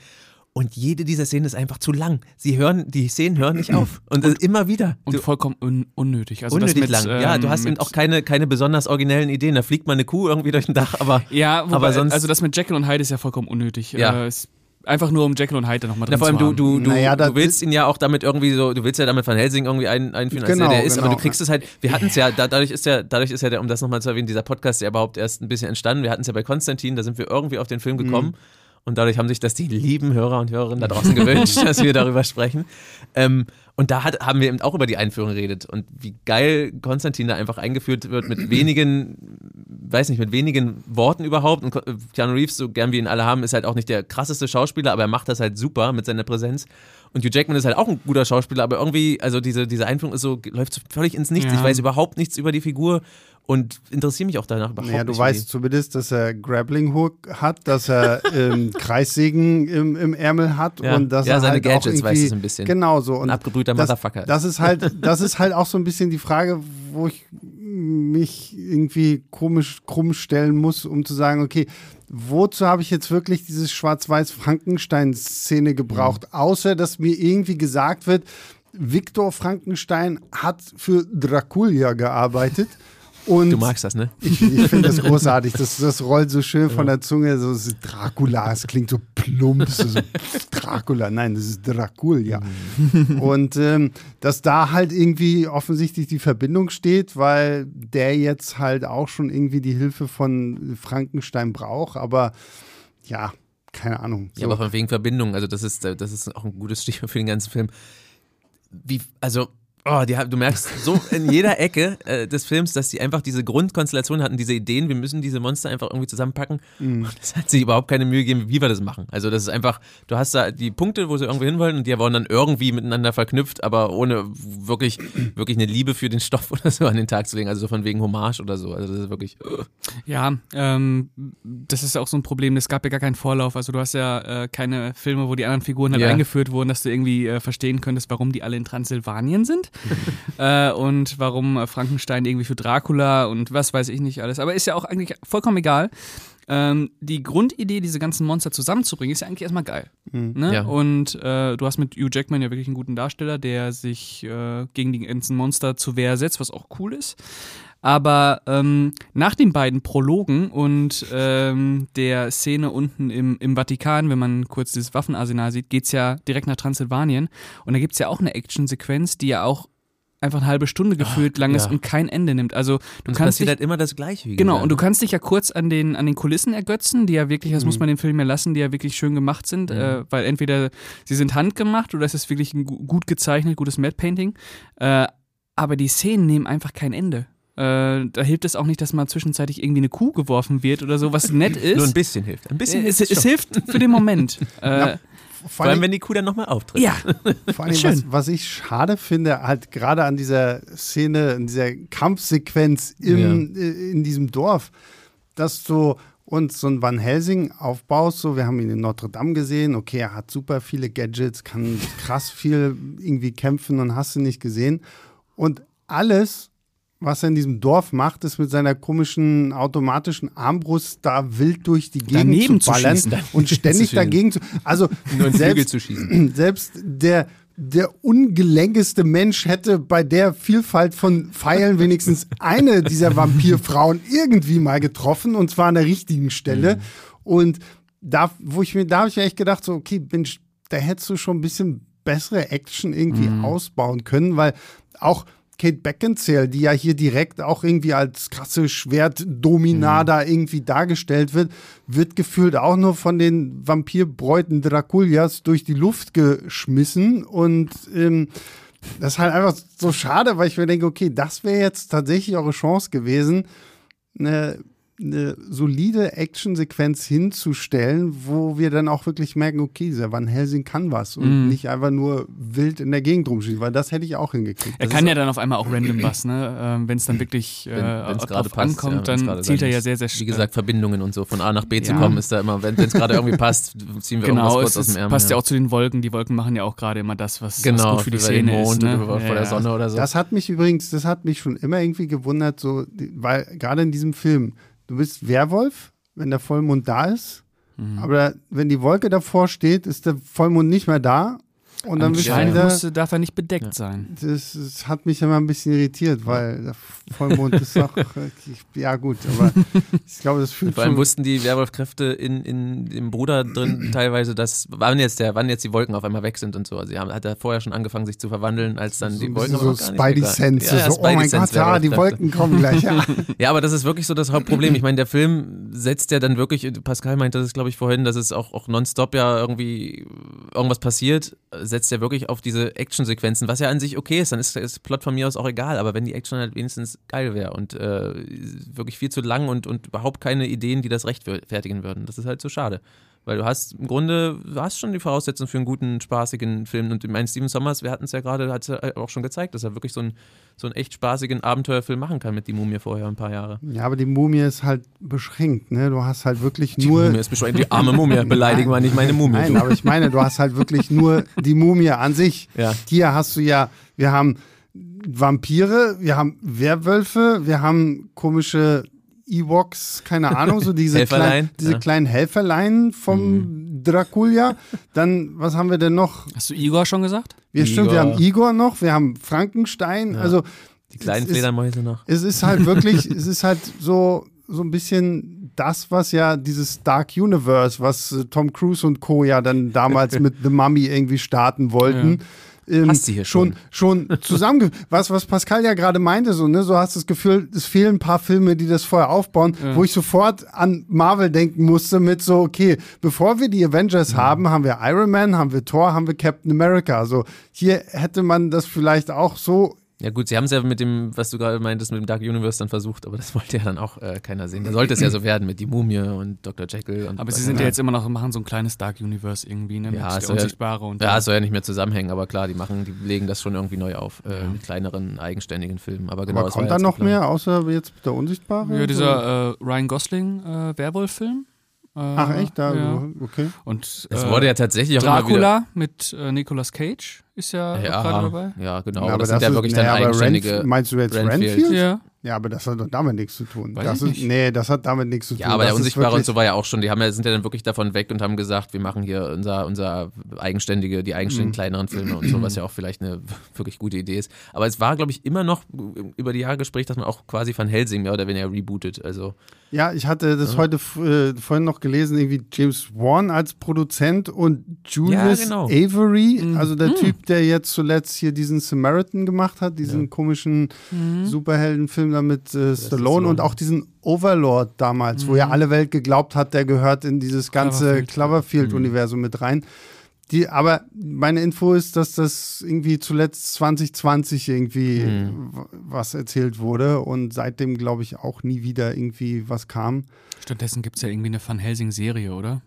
[SPEAKER 4] Und jede dieser Szenen ist einfach zu lang. Sie hören, die Szenen hören nicht auf. Und, äh, immer wieder.
[SPEAKER 3] Und
[SPEAKER 4] Du-
[SPEAKER 3] vollkommen un unnötig. Also
[SPEAKER 4] unnötig
[SPEAKER 3] das mit,
[SPEAKER 4] lang. ja, du
[SPEAKER 3] ähm,
[SPEAKER 4] hast eben
[SPEAKER 3] mit-
[SPEAKER 4] auch keine, keine besonders originellen Ideen. Da fliegt mal eine Kuh irgendwie durch den Dach, aber.
[SPEAKER 3] Ja, wobei,
[SPEAKER 4] Aber sonst-
[SPEAKER 3] also das mit Jekyll und Hyde ist ja vollkommen unnötig.
[SPEAKER 4] Ja.
[SPEAKER 3] Äh, ist einfach nur um Jekyll und Hyde da nochmal drin
[SPEAKER 4] Ja, vor allem
[SPEAKER 3] zu
[SPEAKER 4] du,
[SPEAKER 3] haben.
[SPEAKER 4] du, du,
[SPEAKER 1] Naja, da-
[SPEAKER 4] du willst ihn ja auch damit irgendwie so, du willst ja damit Van Helsing irgendwie ein, einführen, als
[SPEAKER 1] Genau,
[SPEAKER 4] der, der ist, aber
[SPEAKER 1] genau.
[SPEAKER 4] du kriegst es halt, wir hatten es ja, da, dadurch ist ja, dadurch ist ja, der, um das nochmal zu erwähnen, dieser Podcast ja überhaupt erst ein bisschen entstanden. Wir hatten es ja bei Konstantin, da sind wir irgendwie auf den Film gekommen
[SPEAKER 1] Mhm.
[SPEAKER 4] und dadurch haben sich das die lieben Hörer und Hörerinnen da draußen gewünscht, dass wir darüber sprechen. Ähm, und da hat, haben wir eben auch über die Einführung geredet und wie geil Konstantin da einfach eingeführt wird mit wenigen weiß nicht, mit wenigen Worten überhaupt. Und Ko- äh, Keanu Reeves, so gern wir ihn alle haben, ist halt auch nicht der krasseste Schauspieler, aber er macht das halt super mit seiner Präsenz. Und Hugh Jackman ist halt auch ein guter Schauspieler, aber irgendwie, also diese, diese Einführung ist so, ge- läuft so völlig ins Nichts.
[SPEAKER 3] Ja.
[SPEAKER 4] Ich weiß überhaupt nichts über die Figur und interessiere mich auch danach überhaupt
[SPEAKER 1] Naja, du
[SPEAKER 4] nicht.
[SPEAKER 1] weißt zumindest, dass er Grappling Hook hat, dass er ähm, Kreissägen im, im Ärmel hat
[SPEAKER 4] Ja.
[SPEAKER 1] und dass
[SPEAKER 4] Ja,
[SPEAKER 1] er
[SPEAKER 4] seine
[SPEAKER 1] halt auch
[SPEAKER 4] Gadgets
[SPEAKER 1] irgendwie,
[SPEAKER 4] weißt du so ein bisschen.
[SPEAKER 1] Genau so. Und
[SPEAKER 4] Ein abgebrühter
[SPEAKER 1] das,
[SPEAKER 4] Motherfucker.
[SPEAKER 1] Das ist halt, das ist halt auch so ein bisschen die Frage, wo ich mich irgendwie komisch krumm stellen muss, um zu sagen, okay, wozu habe ich jetzt wirklich diese Schwarz-Weiß-Frankenstein-Szene gebraucht?
[SPEAKER 4] Mhm.
[SPEAKER 1] Außer, dass mir irgendwie gesagt wird, Viktor Frankenstein hat für Dracula gearbeitet. Und
[SPEAKER 4] du magst das, ne?
[SPEAKER 1] ich, ich finde das großartig. Das, das rollt so schön von der Zunge. So, es ist Dracula, es klingt so plump. So, so Dracula, nein, das ist Dracula. Und ähm, dass da halt irgendwie offensichtlich die Verbindung steht, weil der jetzt halt auch schon irgendwie die Hilfe von Frankenstein braucht. Aber ja, keine Ahnung.
[SPEAKER 4] Ja, aber von wegen Verbindung, also das ist, äh, das ist auch ein gutes Stichwort für den ganzen Film. Wie, also Oh, die, haben- du merkst so in jeder Ecke äh, des Films, dass sie einfach diese Grundkonstellation hatten, diese Ideen, wir müssen diese Monster einfach irgendwie zusammenpacken.
[SPEAKER 3] Mhm.
[SPEAKER 4] Und es hat sich überhaupt keine Mühe gegeben, wie wir das machen. Also das ist einfach, du hast da die Punkte, wo sie irgendwo hinwollen und die wurden dann irgendwie miteinander verknüpft, aber ohne wirklich, wirklich eine Liebe für den Stoff oder so an den Tag zu legen. Also so von wegen Hommage oder so. Also das ist wirklich.
[SPEAKER 3] Ja, ähm, das ist ja auch so ein Problem. Es gab ja gar keinen Vorlauf. Also du hast ja äh, keine Filme, wo die anderen Figuren halt
[SPEAKER 4] Ja.
[SPEAKER 3] eingeführt wurden, dass du irgendwie äh, verstehen könntest, warum die alle in Transsilvanien sind äh, und warum äh, Frankenstein irgendwie für Dracula und was weiß ich nicht alles. Aber ist ja auch eigentlich vollkommen egal. Ähm, die Grundidee, diese ganzen Monster zusammenzubringen, ist ja eigentlich erstmal geil. Ne?
[SPEAKER 4] Ja.
[SPEAKER 3] Und äh, du hast mit Hugh Jackman ja wirklich einen guten Darsteller, der sich äh, gegen die ganzen Monster zur Wehr setzt, was auch cool ist. Aber ähm, nach den beiden Prologen und ähm, der Szene unten im, im Vatikan, wenn man kurz dieses Waffenarsenal sieht, geht's ja direkt nach Transsilvanien. Und da gibt's ja auch eine Actionsequenz, die ja auch einfach eine halbe Stunde gefühlt lang ist
[SPEAKER 4] ja.
[SPEAKER 3] und kein Ende nimmt. Also du
[SPEAKER 4] Und es
[SPEAKER 3] kannst
[SPEAKER 4] passiert
[SPEAKER 3] dich
[SPEAKER 4] halt immer das Gleiche. wie
[SPEAKER 3] Genau,
[SPEAKER 4] gesagt.
[SPEAKER 3] und du kannst dich ja kurz an den, an den Kulissen ergötzen, die ja wirklich, das
[SPEAKER 4] Mhm.
[SPEAKER 3] muss man dem Film ja lassen, die ja wirklich schön gemacht sind, äh, weil entweder sie sind handgemacht oder es ist wirklich ein gu- gut gezeichnet, gutes Matte-Painting, äh, aber die Szenen nehmen einfach kein Ende. Äh, da hilft es auch nicht, dass mal zwischenzeitlich irgendwie eine Kuh geworfen wird oder so, was nett
[SPEAKER 4] Nur
[SPEAKER 3] ist.
[SPEAKER 4] ein bisschen hilft. Ein bisschen
[SPEAKER 3] Äh, es,
[SPEAKER 4] hilft
[SPEAKER 3] es
[SPEAKER 4] schon.
[SPEAKER 3] hilft für den Moment. Äh,
[SPEAKER 1] Vor
[SPEAKER 4] Vor allem,
[SPEAKER 1] allem,
[SPEAKER 4] wenn die Kuh dann nochmal auftritt.
[SPEAKER 3] ja.
[SPEAKER 1] vor allem
[SPEAKER 3] Schön.
[SPEAKER 1] was, was ich schade finde, halt gerade an dieser Szene, in dieser Kampfsequenz im, äh, in diesem Dorf, dass du uns so ein Van Helsing aufbaust, so wir haben ihn in Notre Dame gesehen, okay, er hat super viele Gadgets, kann krass viel irgendwie kämpfen und hast du nicht gesehen. Und alles, was er in diesem Dorf macht, ist mit seiner komischen automatischen Armbrust da wild durch die Gegend
[SPEAKER 3] Daneben
[SPEAKER 1] zu
[SPEAKER 3] zu
[SPEAKER 1] ballern
[SPEAKER 3] schießen, daneben
[SPEAKER 1] und ständig
[SPEAKER 4] schießen.
[SPEAKER 1] dagegen zu. Also
[SPEAKER 4] Nur einen Flügel
[SPEAKER 1] selbst,
[SPEAKER 4] zu schießen.
[SPEAKER 1] selbst der, der ungelenkeste Mensch hätte bei der Vielfalt von Pfeilen wenigstens eine dieser Vampirfrauen irgendwie mal getroffen und zwar an der richtigen
[SPEAKER 4] Mhm.
[SPEAKER 1] Stelle. Und da, wo ich mir, da habe ich mir echt gedacht, so, okay, Mensch, da hättest du schon ein bisschen bessere Action irgendwie
[SPEAKER 4] Mhm.
[SPEAKER 1] ausbauen können, weil auch Kate Beckinsale, die ja hier direkt auch irgendwie als krasse
[SPEAKER 3] Mhm.
[SPEAKER 1] Schwertdominada irgendwie dargestellt wird, wird gefühlt auch nur von den Vampirbräuten Draculias durch die Luft geschmissen. Und ähm, das ist halt einfach so schade, weil ich mir denke, okay, das wäre jetzt tatsächlich eure Chance gewesen, eine, eine solide Actionsequenz hinzustellen, wo wir dann auch wirklich merken, okay, dieser Van Helsing kann was
[SPEAKER 3] Mhm.
[SPEAKER 1] und nicht einfach nur wild in der Gegend rumschießen, weil das hätte ich auch hingekriegt.
[SPEAKER 3] Er kann ja dann auf einmal auch random was, ne? Ähm, wenn es dann wirklich äh,
[SPEAKER 4] wenn es gerade passt.
[SPEAKER 3] drauf
[SPEAKER 4] ja,
[SPEAKER 3] ankommt,
[SPEAKER 4] wenn's
[SPEAKER 3] dann
[SPEAKER 4] gerade
[SPEAKER 3] zielt
[SPEAKER 4] sein
[SPEAKER 3] er ja
[SPEAKER 4] muss.
[SPEAKER 3] sehr, sehr sch-
[SPEAKER 4] Wie gesagt, Verbindungen und so. Von A nach B zu
[SPEAKER 3] Ja.
[SPEAKER 4] kommen ist da immer, wenn es gerade irgendwie passt, ziehen wir
[SPEAKER 3] Genau,
[SPEAKER 4] irgendwas
[SPEAKER 3] es
[SPEAKER 4] kurz aus
[SPEAKER 3] ist,
[SPEAKER 4] dem Ärmel.
[SPEAKER 3] passt ja auch zu den Wolken. Die Wolken machen ja auch gerade immer das, was, was
[SPEAKER 4] genau,
[SPEAKER 3] gut für die
[SPEAKER 4] über den
[SPEAKER 3] Szene
[SPEAKER 4] Mond
[SPEAKER 3] ist. Ne?
[SPEAKER 4] und über,
[SPEAKER 3] ja,
[SPEAKER 4] vor der
[SPEAKER 3] ja.
[SPEAKER 4] Sonne oder so.
[SPEAKER 1] Das hat mich übrigens, das hat mich schon immer irgendwie gewundert, so, die- weil gerade in diesem Film, du bist Werwolf, wenn der Vollmond da ist,
[SPEAKER 4] Mhm.
[SPEAKER 1] aber wenn die Wolke davor steht, ist der Vollmond nicht mehr da. Und dann bist du
[SPEAKER 3] Anscheinend
[SPEAKER 1] wieder,
[SPEAKER 3] musste, darf er nicht bedeckt sein.
[SPEAKER 1] das, das hat mich immer ein bisschen irritiert, weil der Vollmond ist doch, ja gut, aber ich glaube, das fühlt
[SPEAKER 4] vor allem
[SPEAKER 1] schon
[SPEAKER 4] wussten die Werwolfkräfte in, in dem Bruder drin teilweise, dass wann jetzt der, wann jetzt die Wolken auf einmal weg sind und so. Also, sie haben, hat er vorher schon angefangen, sich zu verwandeln, als dann
[SPEAKER 1] so,
[SPEAKER 4] die
[SPEAKER 1] ein
[SPEAKER 4] Wolken
[SPEAKER 1] bisschen so
[SPEAKER 4] aber noch gar nicht
[SPEAKER 1] Spidey
[SPEAKER 4] weg waren.
[SPEAKER 1] Sense,
[SPEAKER 4] Ja, ja,
[SPEAKER 1] so, oh mein
[SPEAKER 4] Spidey-Sense
[SPEAKER 1] Gott, ja, die
[SPEAKER 4] Werwolfkräfte.
[SPEAKER 1] Wolken kommen gleich, ja.
[SPEAKER 4] Ja, aber das ist wirklich so das Hauptproblem. Ich meine, der Film setzt ja dann wirklich, Pascal meinte das, glaube ich, vorhin, dass es auch, auch nonstop ja irgendwie irgendwas passiert, setzt ja wirklich auf diese Actionsequenzen, was ja an sich okay ist, dann ist das Plot von mir aus auch egal, aber wenn die Action halt wenigstens geil wäre und äh, wirklich viel zu lang und, und überhaupt keine Ideen, die das rechtfertigen würden, das ist halt so schade. Weil du hast im Grunde, du hast schon die Voraussetzungen für einen guten, spaßigen Film. Und ich meine, Steven Sommers, wir hatten es ja gerade, hat es ja auch schon gezeigt, dass er wirklich so einen, so einen echt spaßigen Abenteuerfilm machen kann mit Die Mumie vorher ein paar Jahre.
[SPEAKER 1] Ja, aber die Mumie ist halt beschränkt, ne? Du hast halt wirklich
[SPEAKER 4] Die
[SPEAKER 1] nur
[SPEAKER 4] Mumie ist beschwingt. Die arme Mumie. Beleidigen wir nicht meine Mumie.
[SPEAKER 1] Nein,
[SPEAKER 4] du.
[SPEAKER 1] aber ich meine, du hast halt wirklich nur die Mumie an sich.
[SPEAKER 4] Ja.
[SPEAKER 1] Hier hast du ja, wir haben Vampire, wir haben Werwölfe, wir haben komische Ewoks, keine Ahnung, so diese, kleinen,
[SPEAKER 4] Helferlein,
[SPEAKER 1] diese
[SPEAKER 4] ja. Mhm.
[SPEAKER 1] kleinen Helferlein vom Draculia. Dann, was haben wir denn noch?
[SPEAKER 3] Hast du Igor schon gesagt?
[SPEAKER 1] Wir, stimmt, wir
[SPEAKER 4] Igor.
[SPEAKER 1] haben Igor noch, wir haben Frankenstein. Also,
[SPEAKER 4] die kleinen
[SPEAKER 1] es ist-
[SPEAKER 4] Fledermäuse noch.
[SPEAKER 1] es ist halt wirklich, es ist halt so, so ein bisschen das, was ja dieses Dark Universe, was äh, Tom Cruise und Co. ja dann damals mit The Mummy irgendwie starten wollten. ähm,
[SPEAKER 4] Hast sie hier
[SPEAKER 1] schon, schon zusammenge... was, was Pascal ja gerade meinte, so, ne, so hast du das Gefühl, es fehlen ein paar Filme, die das vorher aufbauen, wo ich sofort an Marvel denken musste mit so, okay, bevor wir die Avengers haben, haben wir Iron Man, haben wir Thor, haben wir Captain America. Also hier hätte man das vielleicht auch so
[SPEAKER 4] Ja gut, sie haben es ja mit dem, was du gerade meintest, mit dem Dark Universe dann versucht, aber das wollte ja dann auch äh, keiner sehen. Da sollte es ja so werden mit die Mumie und Dr. Jekyll und
[SPEAKER 3] Aber sie sind ja jetzt immer noch, machen so ein kleines Dark Universe irgendwie, ne?
[SPEAKER 4] Äh, Ja,
[SPEAKER 3] mit
[SPEAKER 4] es
[SPEAKER 3] der
[SPEAKER 4] soll ja-
[SPEAKER 3] Unsichtbare und
[SPEAKER 4] Ja, es soll ja nicht mehr zusammenhängen, aber klar, die machen, die legen das schon irgendwie neu auf, äh, mit kleineren, eigenständigen Filmen. Aber genau,
[SPEAKER 1] Aber
[SPEAKER 4] das war ja
[SPEAKER 1] kommt da
[SPEAKER 4] jetzt
[SPEAKER 1] noch
[SPEAKER 4] geplant.
[SPEAKER 1] mehr, außer jetzt der Unsichtbare?
[SPEAKER 3] Ja, dieser äh, Ryan Gosling äh, Werwolf-Film. Äh,
[SPEAKER 1] Ach echt? Da,
[SPEAKER 3] ja.
[SPEAKER 1] Okay.
[SPEAKER 3] Und
[SPEAKER 4] Es
[SPEAKER 3] äh,
[SPEAKER 4] wurde ja tatsächlich auch immer wieder.
[SPEAKER 3] Dracula mit äh, Nicolas Cage ist ja, auch gerade dabei.
[SPEAKER 4] ja, genau.
[SPEAKER 1] Na,
[SPEAKER 4] das sind ja wirklich dann
[SPEAKER 1] nee, aber
[SPEAKER 4] eigenständige.
[SPEAKER 1] Renf- meinst du jetzt
[SPEAKER 4] Renfield.
[SPEAKER 1] Renfield?
[SPEAKER 3] Ja.
[SPEAKER 1] Ja, aber das hat doch damit nichts zu tun.
[SPEAKER 3] Weiß
[SPEAKER 1] das
[SPEAKER 3] ich
[SPEAKER 1] ist,
[SPEAKER 3] nicht.
[SPEAKER 1] Nee, das hat damit nichts zu tun.
[SPEAKER 4] ja, aber der
[SPEAKER 1] das ist
[SPEAKER 4] Unsichtbare und
[SPEAKER 1] wirklich-
[SPEAKER 4] so war ja auch schon. Die haben ja, sind ja dann wirklich davon weg und haben gesagt, wir machen hier unser, unser eigenständige, die eigenständigen
[SPEAKER 1] Mhm.
[SPEAKER 4] kleineren Filme und so, was ja auch vielleicht eine wirklich gute Idee ist. Aber es war, glaube ich, immer noch über die Jahre Gespräch, dass man auch quasi Van Helsing mehr oder weniger rebootet. Also
[SPEAKER 1] Ja, ich hatte das heute f- äh, vorhin noch gelesen, irgendwie James Wan als Produzent und Julius
[SPEAKER 4] Ja, genau. Mhm.
[SPEAKER 1] Avery, also der Typ, der jetzt zuletzt hier diesen Samaritan gemacht hat, diesen komischen
[SPEAKER 4] Mhm.
[SPEAKER 1] Superheldenfilm da mit äh, Stallone
[SPEAKER 4] Stallone.
[SPEAKER 1] und auch diesen Overlord damals,
[SPEAKER 4] Mhm.
[SPEAKER 1] wo ja alle Welt geglaubt hat, der gehört in dieses ganze
[SPEAKER 3] Cloverfield.
[SPEAKER 1] Cloverfield-Universum mit rein. Die, aber meine Info ist, dass das irgendwie zuletzt 2020 irgendwie
[SPEAKER 4] Mhm.
[SPEAKER 1] w- was erzählt wurde und seitdem glaube ich auch nie wieder irgendwie was kam.
[SPEAKER 3] Stattdessen gibt es ja irgendwie eine Van Helsing-Serie, oder?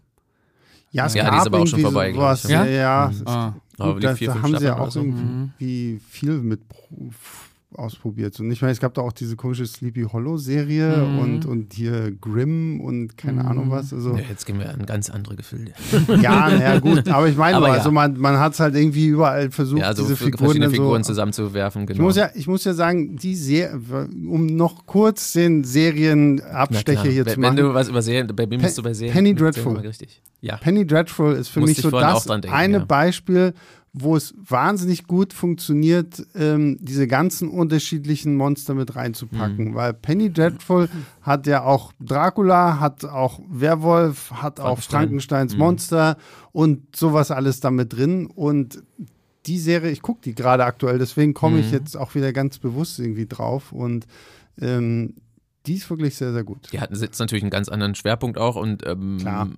[SPEAKER 1] Ja, es
[SPEAKER 4] Ja, die
[SPEAKER 1] gab
[SPEAKER 4] ist aber auch schon
[SPEAKER 1] irgendwie
[SPEAKER 4] vorbei, glaub ich. ne? Mhm.
[SPEAKER 1] sowas. Ja, ja.
[SPEAKER 3] Ah.
[SPEAKER 4] Aber
[SPEAKER 1] Gut,
[SPEAKER 4] die
[SPEAKER 1] da,
[SPEAKER 4] vier,
[SPEAKER 1] da
[SPEAKER 4] fünf
[SPEAKER 1] haben sie ja
[SPEAKER 4] Staffeln
[SPEAKER 1] auch
[SPEAKER 4] oder so. Mhm.
[SPEAKER 1] irgendwie viel mit pro- f- ausprobiert. Und ich meine, es gab da auch diese komische Sleepy Hollow-Serie
[SPEAKER 4] Mhm.
[SPEAKER 1] und, und hier Grimm und keine Ahnung was. Also,
[SPEAKER 4] ja, jetzt gehen wir an ganz andere Gefilde.
[SPEAKER 1] ja, naja, gut. Aber ich meine,
[SPEAKER 4] Aber
[SPEAKER 1] nur,
[SPEAKER 4] ja.
[SPEAKER 1] also man, man hat es halt irgendwie überall versucht,
[SPEAKER 4] Ja, so
[SPEAKER 1] diese
[SPEAKER 4] f-
[SPEAKER 1] Figuren,
[SPEAKER 4] verschiedene
[SPEAKER 1] dann
[SPEAKER 4] Figuren
[SPEAKER 1] so
[SPEAKER 4] zusammenzuwerfen. Genau.
[SPEAKER 1] Ich muss, ja, ich muss ja sagen, die Serie, um noch kurz den
[SPEAKER 4] Na
[SPEAKER 1] Serienabstecher
[SPEAKER 4] klar.
[SPEAKER 1] hier
[SPEAKER 4] wenn,
[SPEAKER 1] zu
[SPEAKER 4] Wenn
[SPEAKER 1] machen.
[SPEAKER 4] du was übersehen, bei wem bist du bei Serien?
[SPEAKER 1] Penny
[SPEAKER 4] mit Serien
[SPEAKER 1] Dreadful.
[SPEAKER 4] immer Richtig. Ja.
[SPEAKER 1] Penny Dreadful ist für
[SPEAKER 4] Musste
[SPEAKER 1] mich
[SPEAKER 4] ich
[SPEAKER 1] so
[SPEAKER 4] vorhin
[SPEAKER 1] das
[SPEAKER 4] auch dran denken,
[SPEAKER 1] eine
[SPEAKER 4] ja.
[SPEAKER 1] Beispiel, wo es wahnsinnig gut funktioniert, ähm, diese ganzen unterschiedlichen Monster mit
[SPEAKER 4] Mhm.
[SPEAKER 1] reinzupacken. Weil Penny Dreadful hat ja auch Dracula, hat auch Werwolf, hat auch
[SPEAKER 4] Frankenstein. Mhm.
[SPEAKER 1] Frankensteins Monster und sowas alles damit drin. Und die Serie, ich gucke die gerade aktuell, deswegen komme
[SPEAKER 4] Mhm.
[SPEAKER 1] ich jetzt auch wieder ganz bewusst irgendwie drauf. Und ähm, die ist wirklich sehr, sehr gut.
[SPEAKER 4] Die hatten jetzt natürlich einen ganz anderen Schwerpunkt auch und, ähm,
[SPEAKER 1] Klar.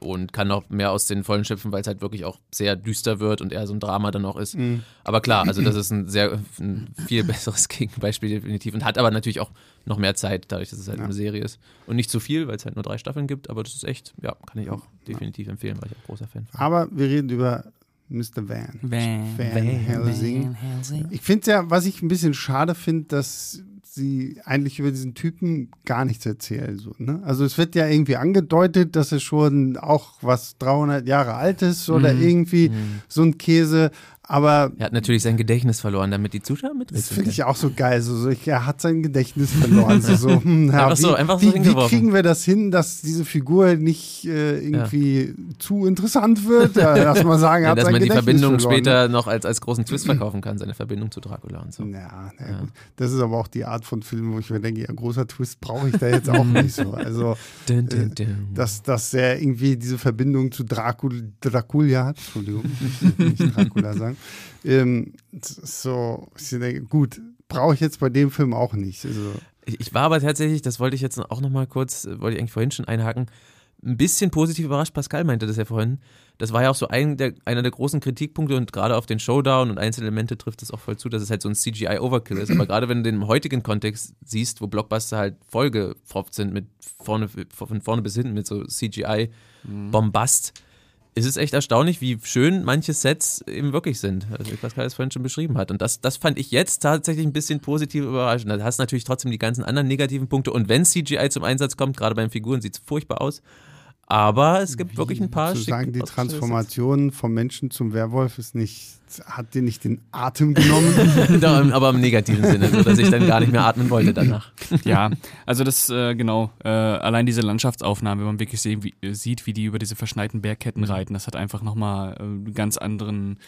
[SPEAKER 4] und kann noch mehr aus den Vollen schöpfen, weil es halt wirklich auch sehr düster wird und eher so ein Drama dann auch ist.
[SPEAKER 1] Mhm.
[SPEAKER 4] Aber klar, also das ist ein sehr ein viel besseres Gegenbeispiel definitiv und hat aber natürlich auch noch mehr Zeit, dadurch, dass es halt eine Serie ist. Und nicht zu viel, weil es halt nur drei Staffeln gibt, aber das ist echt, ja, kann ich auch definitiv empfehlen, weil ich auch großer Fan bin.
[SPEAKER 1] Aber wir reden über Mr. Van.
[SPEAKER 3] Van.
[SPEAKER 1] Van Helsing. Ich finde ja, was ich ein bisschen schade finde, dass sie eigentlich über diesen Typen gar nichts erzählen. So, ne? Also es wird ja irgendwie angedeutet, dass er schon auch was 300 Jahre alt ist oder
[SPEAKER 4] Mhm.
[SPEAKER 1] irgendwie so ein Käse. Aber
[SPEAKER 4] Er hat natürlich sein Gedächtnis verloren, damit die Zuschauer
[SPEAKER 1] das
[SPEAKER 4] mitwissen.
[SPEAKER 1] finde ich auch so geil. So, so, ich, er hat sein Gedächtnis verloren. So, so, hm, ja,
[SPEAKER 4] Einfach so, einfach so
[SPEAKER 1] wie, wie
[SPEAKER 4] hingeworfen.
[SPEAKER 1] kriegen wir das hin, dass diese Figur nicht äh, irgendwie zu interessant wird? Ja, dass man sagen, er
[SPEAKER 4] Ja,
[SPEAKER 1] hat
[SPEAKER 4] dass
[SPEAKER 1] sein
[SPEAKER 4] man die
[SPEAKER 1] Gedächtnis
[SPEAKER 4] Verbindung
[SPEAKER 1] verloren, ne?
[SPEAKER 4] später noch als, als großen Twist verkaufen kann, seine Verbindung zu Dracula und so.
[SPEAKER 1] Ja, na gut. Das ist aber auch die Art von Film, wo ich mir denke, ja, großer Twist brauche ich da jetzt auch
[SPEAKER 4] Mhm.
[SPEAKER 1] nicht so. Also,
[SPEAKER 4] Dun, dun, dun.
[SPEAKER 1] dass, dass er irgendwie diese Verbindung zu Dracul Dracula hat, Entschuldigung, ich will nicht Dracula sagen. Ähm, das ist so, ich denke, gut, brauche ich jetzt bei dem Film auch nicht. Also,
[SPEAKER 4] Ich ich war aber tatsächlich, das wollte ich jetzt auch nochmal kurz, äh, wollte ich eigentlich vorhin schon einhaken, ein bisschen positiv überrascht. Pascal meinte das ja vorhin. Das war ja auch so ein der, einer der großen Kritikpunkte und gerade auf den Showdown und Einzelelemente trifft es auch voll zu, dass es halt so ein CGI-Overkill ist. Aber gerade wenn du den im heutigen Kontext siehst, wo Blockbuster halt vollgepfropft sind mit vorne, von vorne bis hinten mit so
[SPEAKER 3] Mhm.
[SPEAKER 4] CGI-Bombast, ist es echt erstaunlich, wie schön manche Sets eben wirklich sind, also wie Pascal es vorhin schon beschrieben hat. Und das, das fand ich jetzt tatsächlich ein bisschen positiv überraschend. Da hast du natürlich trotzdem die ganzen anderen negativen Punkte. Und wenn CGI zum Einsatz kommt, gerade bei den Figuren, sieht es furchtbar aus. Aber es gibt wirklich ein paar
[SPEAKER 1] zu sagen,
[SPEAKER 4] schick
[SPEAKER 1] die
[SPEAKER 4] ausgestellte
[SPEAKER 1] Transformation vom Menschen zum Werwolf ist nicht, hat dir nicht den Atem genommen.
[SPEAKER 4] Sets. Ja, aber im negativen Sinne, so dass ich dann gar nicht mehr atmen wollte danach.
[SPEAKER 3] Ja, also das, äh, genau, äh, allein diese Landschaftsaufnahme, wenn man wirklich sehen, wie, äh, sieht, wie die über diese verschneiten
[SPEAKER 4] Mhm.
[SPEAKER 3] Bergketten reiten, das hat einfach nochmal äh, einen ganz anderen,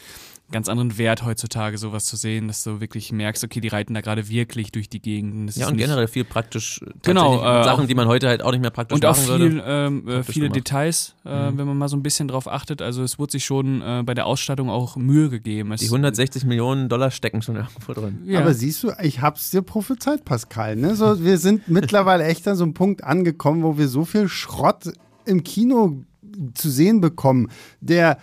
[SPEAKER 3] ganz anderen Wert heutzutage, sowas zu sehen, dass du wirklich merkst, okay, die reiten da gerade wirklich durch die Gegend. Das
[SPEAKER 4] Ja,
[SPEAKER 3] ist
[SPEAKER 4] und
[SPEAKER 3] nicht-
[SPEAKER 4] generell viel praktisch äh,
[SPEAKER 3] Genau,
[SPEAKER 4] tatsächlich
[SPEAKER 3] äh,
[SPEAKER 4] Sachen,
[SPEAKER 3] auch-
[SPEAKER 4] die man heute halt auch nicht mehr praktisch
[SPEAKER 3] Und auch
[SPEAKER 4] machen würde.
[SPEAKER 3] viel, ähm, äh, viele
[SPEAKER 4] gemacht.
[SPEAKER 3] Details, äh,
[SPEAKER 4] Mhm.
[SPEAKER 3] wenn man mal so ein bisschen drauf achtet. Also es wurde sich schon äh, bei der Ausstattung auch Mühe gegeben. Es,
[SPEAKER 4] Die 160 Millionen Dollar stecken schon irgendwo drin.
[SPEAKER 3] ja.
[SPEAKER 1] Aber siehst du, ich hab's dir prophezeit, Pascal. Ne? So, wir sind mittlerweile echt an so einem Punkt angekommen, wo wir so viel Schrott im Kino zu sehen bekommen, der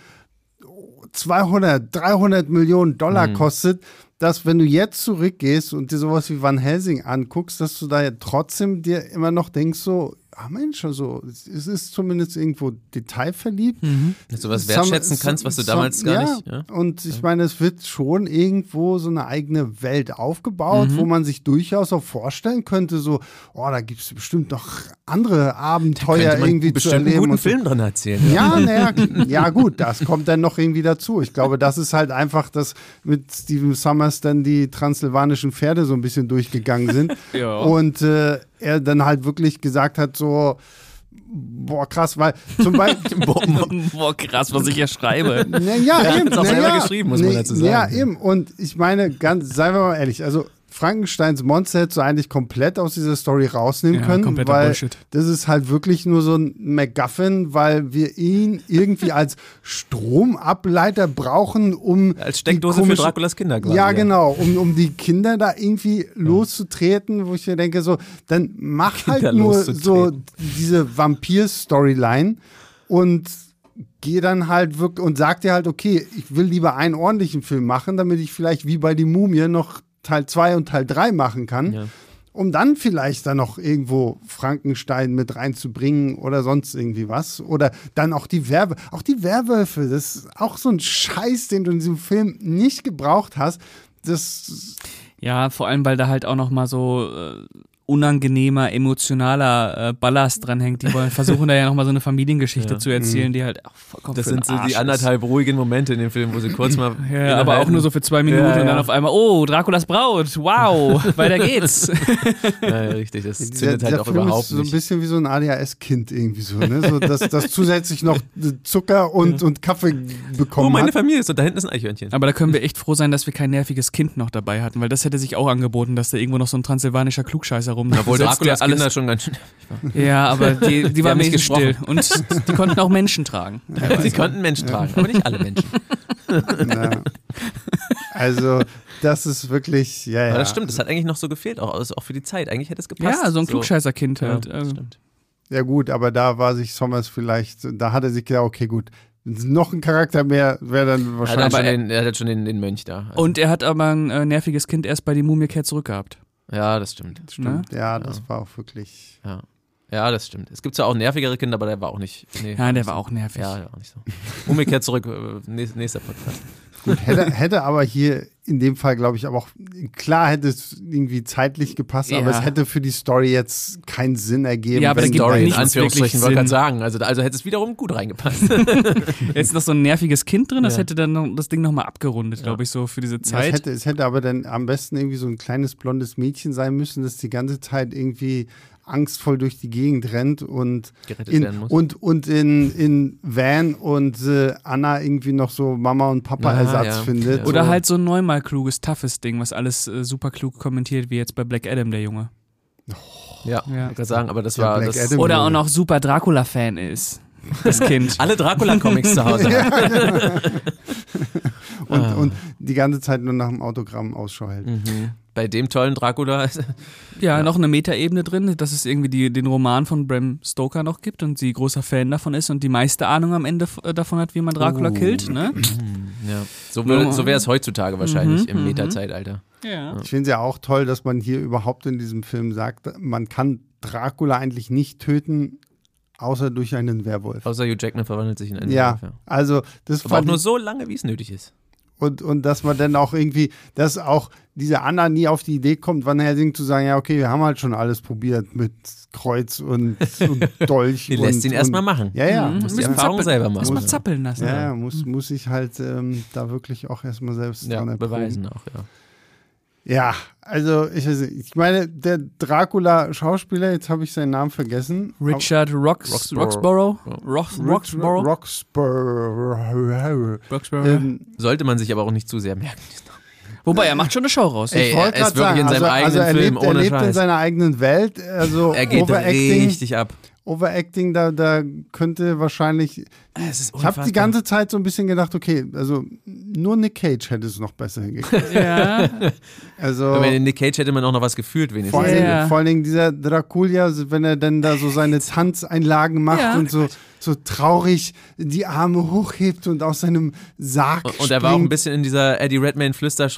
[SPEAKER 1] 200, 300 Millionen Dollar kostet, dass wenn du jetzt zurückgehst und dir sowas wie Van Helsing anguckst, dass du da ja trotzdem dir immer noch denkst, so, ah Mensch, also, es ist zumindest irgendwo detailverliebt.
[SPEAKER 4] Dass du was
[SPEAKER 1] Sam-
[SPEAKER 4] wertschätzen
[SPEAKER 1] Sam-
[SPEAKER 4] kannst, was du
[SPEAKER 1] Sam-
[SPEAKER 4] damals gar
[SPEAKER 1] ja.
[SPEAKER 4] nicht. Ja?
[SPEAKER 1] Und ich meine, es wird schon irgendwo so eine eigene Welt
[SPEAKER 4] Mhm.
[SPEAKER 1] aufgebaut, wo man sich durchaus auch vorstellen könnte, so, oh, da gibt es bestimmt noch andere Abenteuer
[SPEAKER 4] Könnte man
[SPEAKER 1] irgendwie zu
[SPEAKER 4] bestimmt
[SPEAKER 1] erleben.
[SPEAKER 4] einen guten
[SPEAKER 1] und so.
[SPEAKER 4] Film drin erzählen.
[SPEAKER 1] Ja, naja, ja gut, das kommt dann noch irgendwie dazu. Ich glaube, das ist halt einfach, dass mit Steven Summers dann die transsilvanischen Pferde so ein bisschen durchgegangen sind.
[SPEAKER 3] Ja.
[SPEAKER 1] Und äh, er dann halt wirklich gesagt hat, so, boah, krass, weil zum Beispiel.
[SPEAKER 3] Boah, krass, was ich hier schreibe.
[SPEAKER 1] Na ja,
[SPEAKER 4] Er hat
[SPEAKER 1] eben.
[SPEAKER 4] es auch
[SPEAKER 1] na
[SPEAKER 4] selber
[SPEAKER 1] ja.
[SPEAKER 4] geschrieben, muss man dazu
[SPEAKER 1] Ja,
[SPEAKER 4] sagen.
[SPEAKER 1] eben. Und ich meine, ganz, seien wir mal ehrlich, also Frankensteins Monster hätte so eigentlich komplett aus dieser Story rausnehmen
[SPEAKER 3] Ja,
[SPEAKER 1] können,
[SPEAKER 3] kompletter
[SPEAKER 1] weil
[SPEAKER 3] Bullshit.
[SPEAKER 1] das ist halt wirklich nur so ein MacGuffin, weil wir ihn irgendwie als Stromableiter brauchen, um
[SPEAKER 4] Als
[SPEAKER 1] die
[SPEAKER 4] Steckdose für
[SPEAKER 1] komische-
[SPEAKER 4] Draculas Kinder quasi.
[SPEAKER 1] ja, genau, um, um die Kinder da irgendwie loszutreten, wo ich mir denke, so, dann mach halt nur so
[SPEAKER 4] loszutreten.
[SPEAKER 1] diese Vampir-Storyline und geh dann halt wirklich und sag dir halt, okay, ich will lieber einen ordentlichen Film machen, damit ich vielleicht wie bei die Mumie noch Teil 2 und Teil 3 machen kann.
[SPEAKER 4] Ja.
[SPEAKER 1] Um dann vielleicht dann noch irgendwo Frankenstein mit reinzubringen oder sonst irgendwie was. Oder dann auch die Werbe. Auch die Werwölfe, das ist auch so ein Scheiß, den du in diesem Film nicht gebraucht hast. Das
[SPEAKER 3] Ja, vor allem, weil da halt auch nochmal so äh, unangenehmer, emotionaler äh, Ballast dranhängt. Die wollen versuchen da ja nochmal so eine Familiengeschichte zu erzählen, die halt ach, vollkommen
[SPEAKER 4] Das
[SPEAKER 3] für den
[SPEAKER 4] sind so
[SPEAKER 3] Arsch
[SPEAKER 4] die
[SPEAKER 3] ist.
[SPEAKER 4] anderthalb ruhigen Momente in dem Film, wo sie kurz mal.
[SPEAKER 3] Ja, aber auch nur so für zwei Minuten
[SPEAKER 4] Ja,
[SPEAKER 3] und dann
[SPEAKER 4] ja.
[SPEAKER 3] auf einmal, oh, Draculas Braut, wow, weiter geht's.
[SPEAKER 4] Ja, ja, richtig, das
[SPEAKER 1] dieser,
[SPEAKER 4] zündet
[SPEAKER 1] dieser
[SPEAKER 4] halt auch
[SPEAKER 1] Film
[SPEAKER 4] überhaupt
[SPEAKER 1] ist so ein
[SPEAKER 4] nicht.
[SPEAKER 1] bisschen wie so ein ADHS-Kind irgendwie so, ne? So, dass das zusätzlich noch Zucker und, und Kaffee bekommen
[SPEAKER 4] Oh, meine
[SPEAKER 1] hat.
[SPEAKER 4] Familie ist und da hinten ist ein Eichhörnchen.
[SPEAKER 3] Aber da können wir echt froh sein, dass wir kein nerviges Kind noch dabei hatten, weil das hätte sich auch angeboten, dass da irgendwo noch so ein transsilvanischer Klugscheißer rum
[SPEAKER 4] Obwohl
[SPEAKER 3] sitzt,
[SPEAKER 4] Draculas
[SPEAKER 3] der alles-
[SPEAKER 4] Kinder schon ganz schön.
[SPEAKER 3] Ja, aber die, die waren
[SPEAKER 4] haben nicht
[SPEAKER 3] wenigstens still. Und die konnten auch Menschen tragen.
[SPEAKER 4] Sie konnten Menschen tragen, aber nicht alle Menschen.
[SPEAKER 1] Ja. Also, das ist wirklich, ja, ja.
[SPEAKER 4] Aber das stimmt, das hat eigentlich noch so gefehlt, auch, also auch für die Zeit. Eigentlich hätte es gepasst.
[SPEAKER 3] Ja, so ein Klugscheißerkind
[SPEAKER 4] Ja,
[SPEAKER 3] halt.
[SPEAKER 4] das
[SPEAKER 3] Ähm,
[SPEAKER 4] stimmt.
[SPEAKER 1] Ja, gut, aber da war sich Sommers vielleicht, da hat er sich gedacht, okay, gut, noch ein Charakter mehr wäre dann
[SPEAKER 4] Er hat,
[SPEAKER 1] wahrscheinlich.
[SPEAKER 4] aber
[SPEAKER 3] Aber-
[SPEAKER 4] schon den, er hat schon den, den Mönch da. Also,
[SPEAKER 3] Und er hat aber ein äh, nerviges Kind erst bei die Mumie Cat zurückgehabt.
[SPEAKER 4] ja, das stimmt.
[SPEAKER 3] Ne?
[SPEAKER 1] ja, das war auch wirklich.
[SPEAKER 4] Ja. ja, das stimmt. Es gibt zwar auch nervigere Kinder, aber der war auch nicht. Nee,
[SPEAKER 3] Ja, der
[SPEAKER 4] nicht
[SPEAKER 3] war
[SPEAKER 4] so.
[SPEAKER 3] auch nervig.
[SPEAKER 4] Ja, der war auch nicht so. Umgekehrt zurück, äh, nächst- nächster Podcast.
[SPEAKER 1] Gut, hätte, hätte aber hier in dem Fall, glaube ich, aber auch, klar hätte es irgendwie zeitlich gepasst,
[SPEAKER 3] Ja.
[SPEAKER 1] aber es hätte für die Story jetzt keinen Sinn ergeben.
[SPEAKER 3] Ja, aber da
[SPEAKER 1] wenn
[SPEAKER 3] gibt
[SPEAKER 1] dann-
[SPEAKER 3] Story.
[SPEAKER 4] in
[SPEAKER 3] nichts
[SPEAKER 4] Anführungsstrichen,
[SPEAKER 3] wirklich
[SPEAKER 4] wollte
[SPEAKER 3] Sinn.
[SPEAKER 4] gerade sagen. Also, da- also hätte es wiederum gut reingepasst.
[SPEAKER 3] Jetzt noch so ein nerviges Kind drin, das
[SPEAKER 4] Ja.
[SPEAKER 3] hätte dann noch, das Ding nochmal abgerundet, glaube ich, so für diese
[SPEAKER 1] Ja, Es
[SPEAKER 3] Zeit.
[SPEAKER 1] hätte, es hätte aber dann am besten irgendwie so ein kleines blondes Mädchen sein müssen, das die ganze Zeit irgendwie angstvoll durch die Gegend rennt und
[SPEAKER 4] Gerettet
[SPEAKER 1] in,
[SPEAKER 4] werden muss.
[SPEAKER 1] und, und in, in Van und äh, Anna irgendwie noch so Mama und Papa Ersatz
[SPEAKER 4] Ah, ja.
[SPEAKER 1] findet.
[SPEAKER 4] Ja.
[SPEAKER 3] Oder
[SPEAKER 1] so.
[SPEAKER 3] halt so ein neunmal kluges, toughes Ding, was alles äh, super klug kommentiert, wie jetzt bei Black Adam der Junge.
[SPEAKER 4] ja,
[SPEAKER 3] Ja.
[SPEAKER 4] wollte gerade sagen, aber das
[SPEAKER 1] Ja,
[SPEAKER 4] war.
[SPEAKER 1] Black
[SPEAKER 4] Das,
[SPEAKER 1] Adam.
[SPEAKER 3] Oder auch noch super Dracula-Fan ist. Das Kind.
[SPEAKER 4] alle Dracula-Comics zu Hause. haben.
[SPEAKER 1] und, und die ganze Zeit nur nach dem Autogramm Ausschau hält.
[SPEAKER 4] Ah. Mhm. Bei dem tollen Dracula.
[SPEAKER 3] Ja, noch eine Metaebene drin, dass es irgendwie die, den Roman von Bram Stoker noch gibt und sie großer Fan davon ist und die meiste Ahnung am Ende f- äh, davon hat, wie man Dracula
[SPEAKER 4] Oh.
[SPEAKER 3] killt, ne?
[SPEAKER 4] ja. So, würde- so wäre es heutzutage wahrscheinlich im Meta-Zeitalter.
[SPEAKER 3] Ja.
[SPEAKER 1] Ich finde es ja auch toll, dass man hier überhaupt in diesem Film sagt, man kann Dracula eigentlich nicht töten, außer durch einen Werwolf.
[SPEAKER 4] Außer Hugh Jackman verwandelt sich in einen
[SPEAKER 1] Ja,
[SPEAKER 4] Wolf,
[SPEAKER 1] also das
[SPEAKER 4] Aber auch
[SPEAKER 1] fand
[SPEAKER 4] nur
[SPEAKER 1] ich
[SPEAKER 4] so lange, wie es nötig ist.
[SPEAKER 1] Und, und dass man dann auch irgendwie, dass auch diese Anna nie auf die Idee kommt, Van Helsing zu sagen, ja, okay, wir haben halt schon alles probiert mit Kreuz und, und Dolch.
[SPEAKER 4] Die
[SPEAKER 1] und,
[SPEAKER 4] lässt ihn erstmal
[SPEAKER 1] und-
[SPEAKER 4] machen.
[SPEAKER 1] Ja, ja.
[SPEAKER 3] Mhm.
[SPEAKER 1] Muss,
[SPEAKER 4] Muss die
[SPEAKER 3] Müssen
[SPEAKER 4] Erfahrung
[SPEAKER 3] zappeln.
[SPEAKER 4] selber
[SPEAKER 3] Muss man
[SPEAKER 4] machen.
[SPEAKER 3] zappeln lassen.
[SPEAKER 1] ja, ja, muss, muss ich halt ähm, da wirklich auch erstmal selbst
[SPEAKER 4] Ja,
[SPEAKER 1] dran erproben.
[SPEAKER 4] beweisen auch, ja.
[SPEAKER 1] Ja, also ich weiß nicht, ich meine, der Dracula-Schauspieler, jetzt habe ich seinen Namen vergessen.
[SPEAKER 3] Richard Rocks, Roxborough. Rox,
[SPEAKER 1] Ro-
[SPEAKER 3] Roxborough.
[SPEAKER 1] Roxborough.
[SPEAKER 3] Roxborough.
[SPEAKER 1] Ähm,
[SPEAKER 4] Sollte man sich aber auch nicht zu sehr merken.
[SPEAKER 3] Wobei, er macht schon eine Show raus.
[SPEAKER 4] Ey,
[SPEAKER 1] Ich
[SPEAKER 4] er
[SPEAKER 1] wollte
[SPEAKER 4] ist
[SPEAKER 1] gerade
[SPEAKER 4] wirklich in seinem
[SPEAKER 1] sagen, also, also
[SPEAKER 4] eigenen
[SPEAKER 1] er
[SPEAKER 4] Film,
[SPEAKER 1] lebt, er
[SPEAKER 4] ohne
[SPEAKER 1] lebt in
[SPEAKER 4] Scheiß.
[SPEAKER 1] seiner eigenen Welt, also
[SPEAKER 4] Er geht
[SPEAKER 1] Overacting.
[SPEAKER 4] richtig ab.
[SPEAKER 1] Overacting, da, da könnte wahrscheinlich.
[SPEAKER 4] Es ist
[SPEAKER 1] Ich habe die
[SPEAKER 4] unfassbar.
[SPEAKER 1] ganze Zeit so ein bisschen gedacht, okay, also nur Nick Cage hätte es noch besser hingekriegt.
[SPEAKER 3] Ja,
[SPEAKER 1] Also.
[SPEAKER 4] Aber in Nick Cage hätte man auch noch was gefühlt,
[SPEAKER 1] Vor
[SPEAKER 4] wenigstens.
[SPEAKER 1] allen,
[SPEAKER 3] Ja.
[SPEAKER 1] Dingen, vor allen Dingen dieser Draculia, wenn er dann da so seine Tanzeinlagen macht
[SPEAKER 3] Ja.
[SPEAKER 1] und so, so traurig die Arme hochhebt und aus seinem Sarg
[SPEAKER 4] Und, und er war auch ein
[SPEAKER 1] springt.
[SPEAKER 4] bisschen in dieser Eddie Redmayne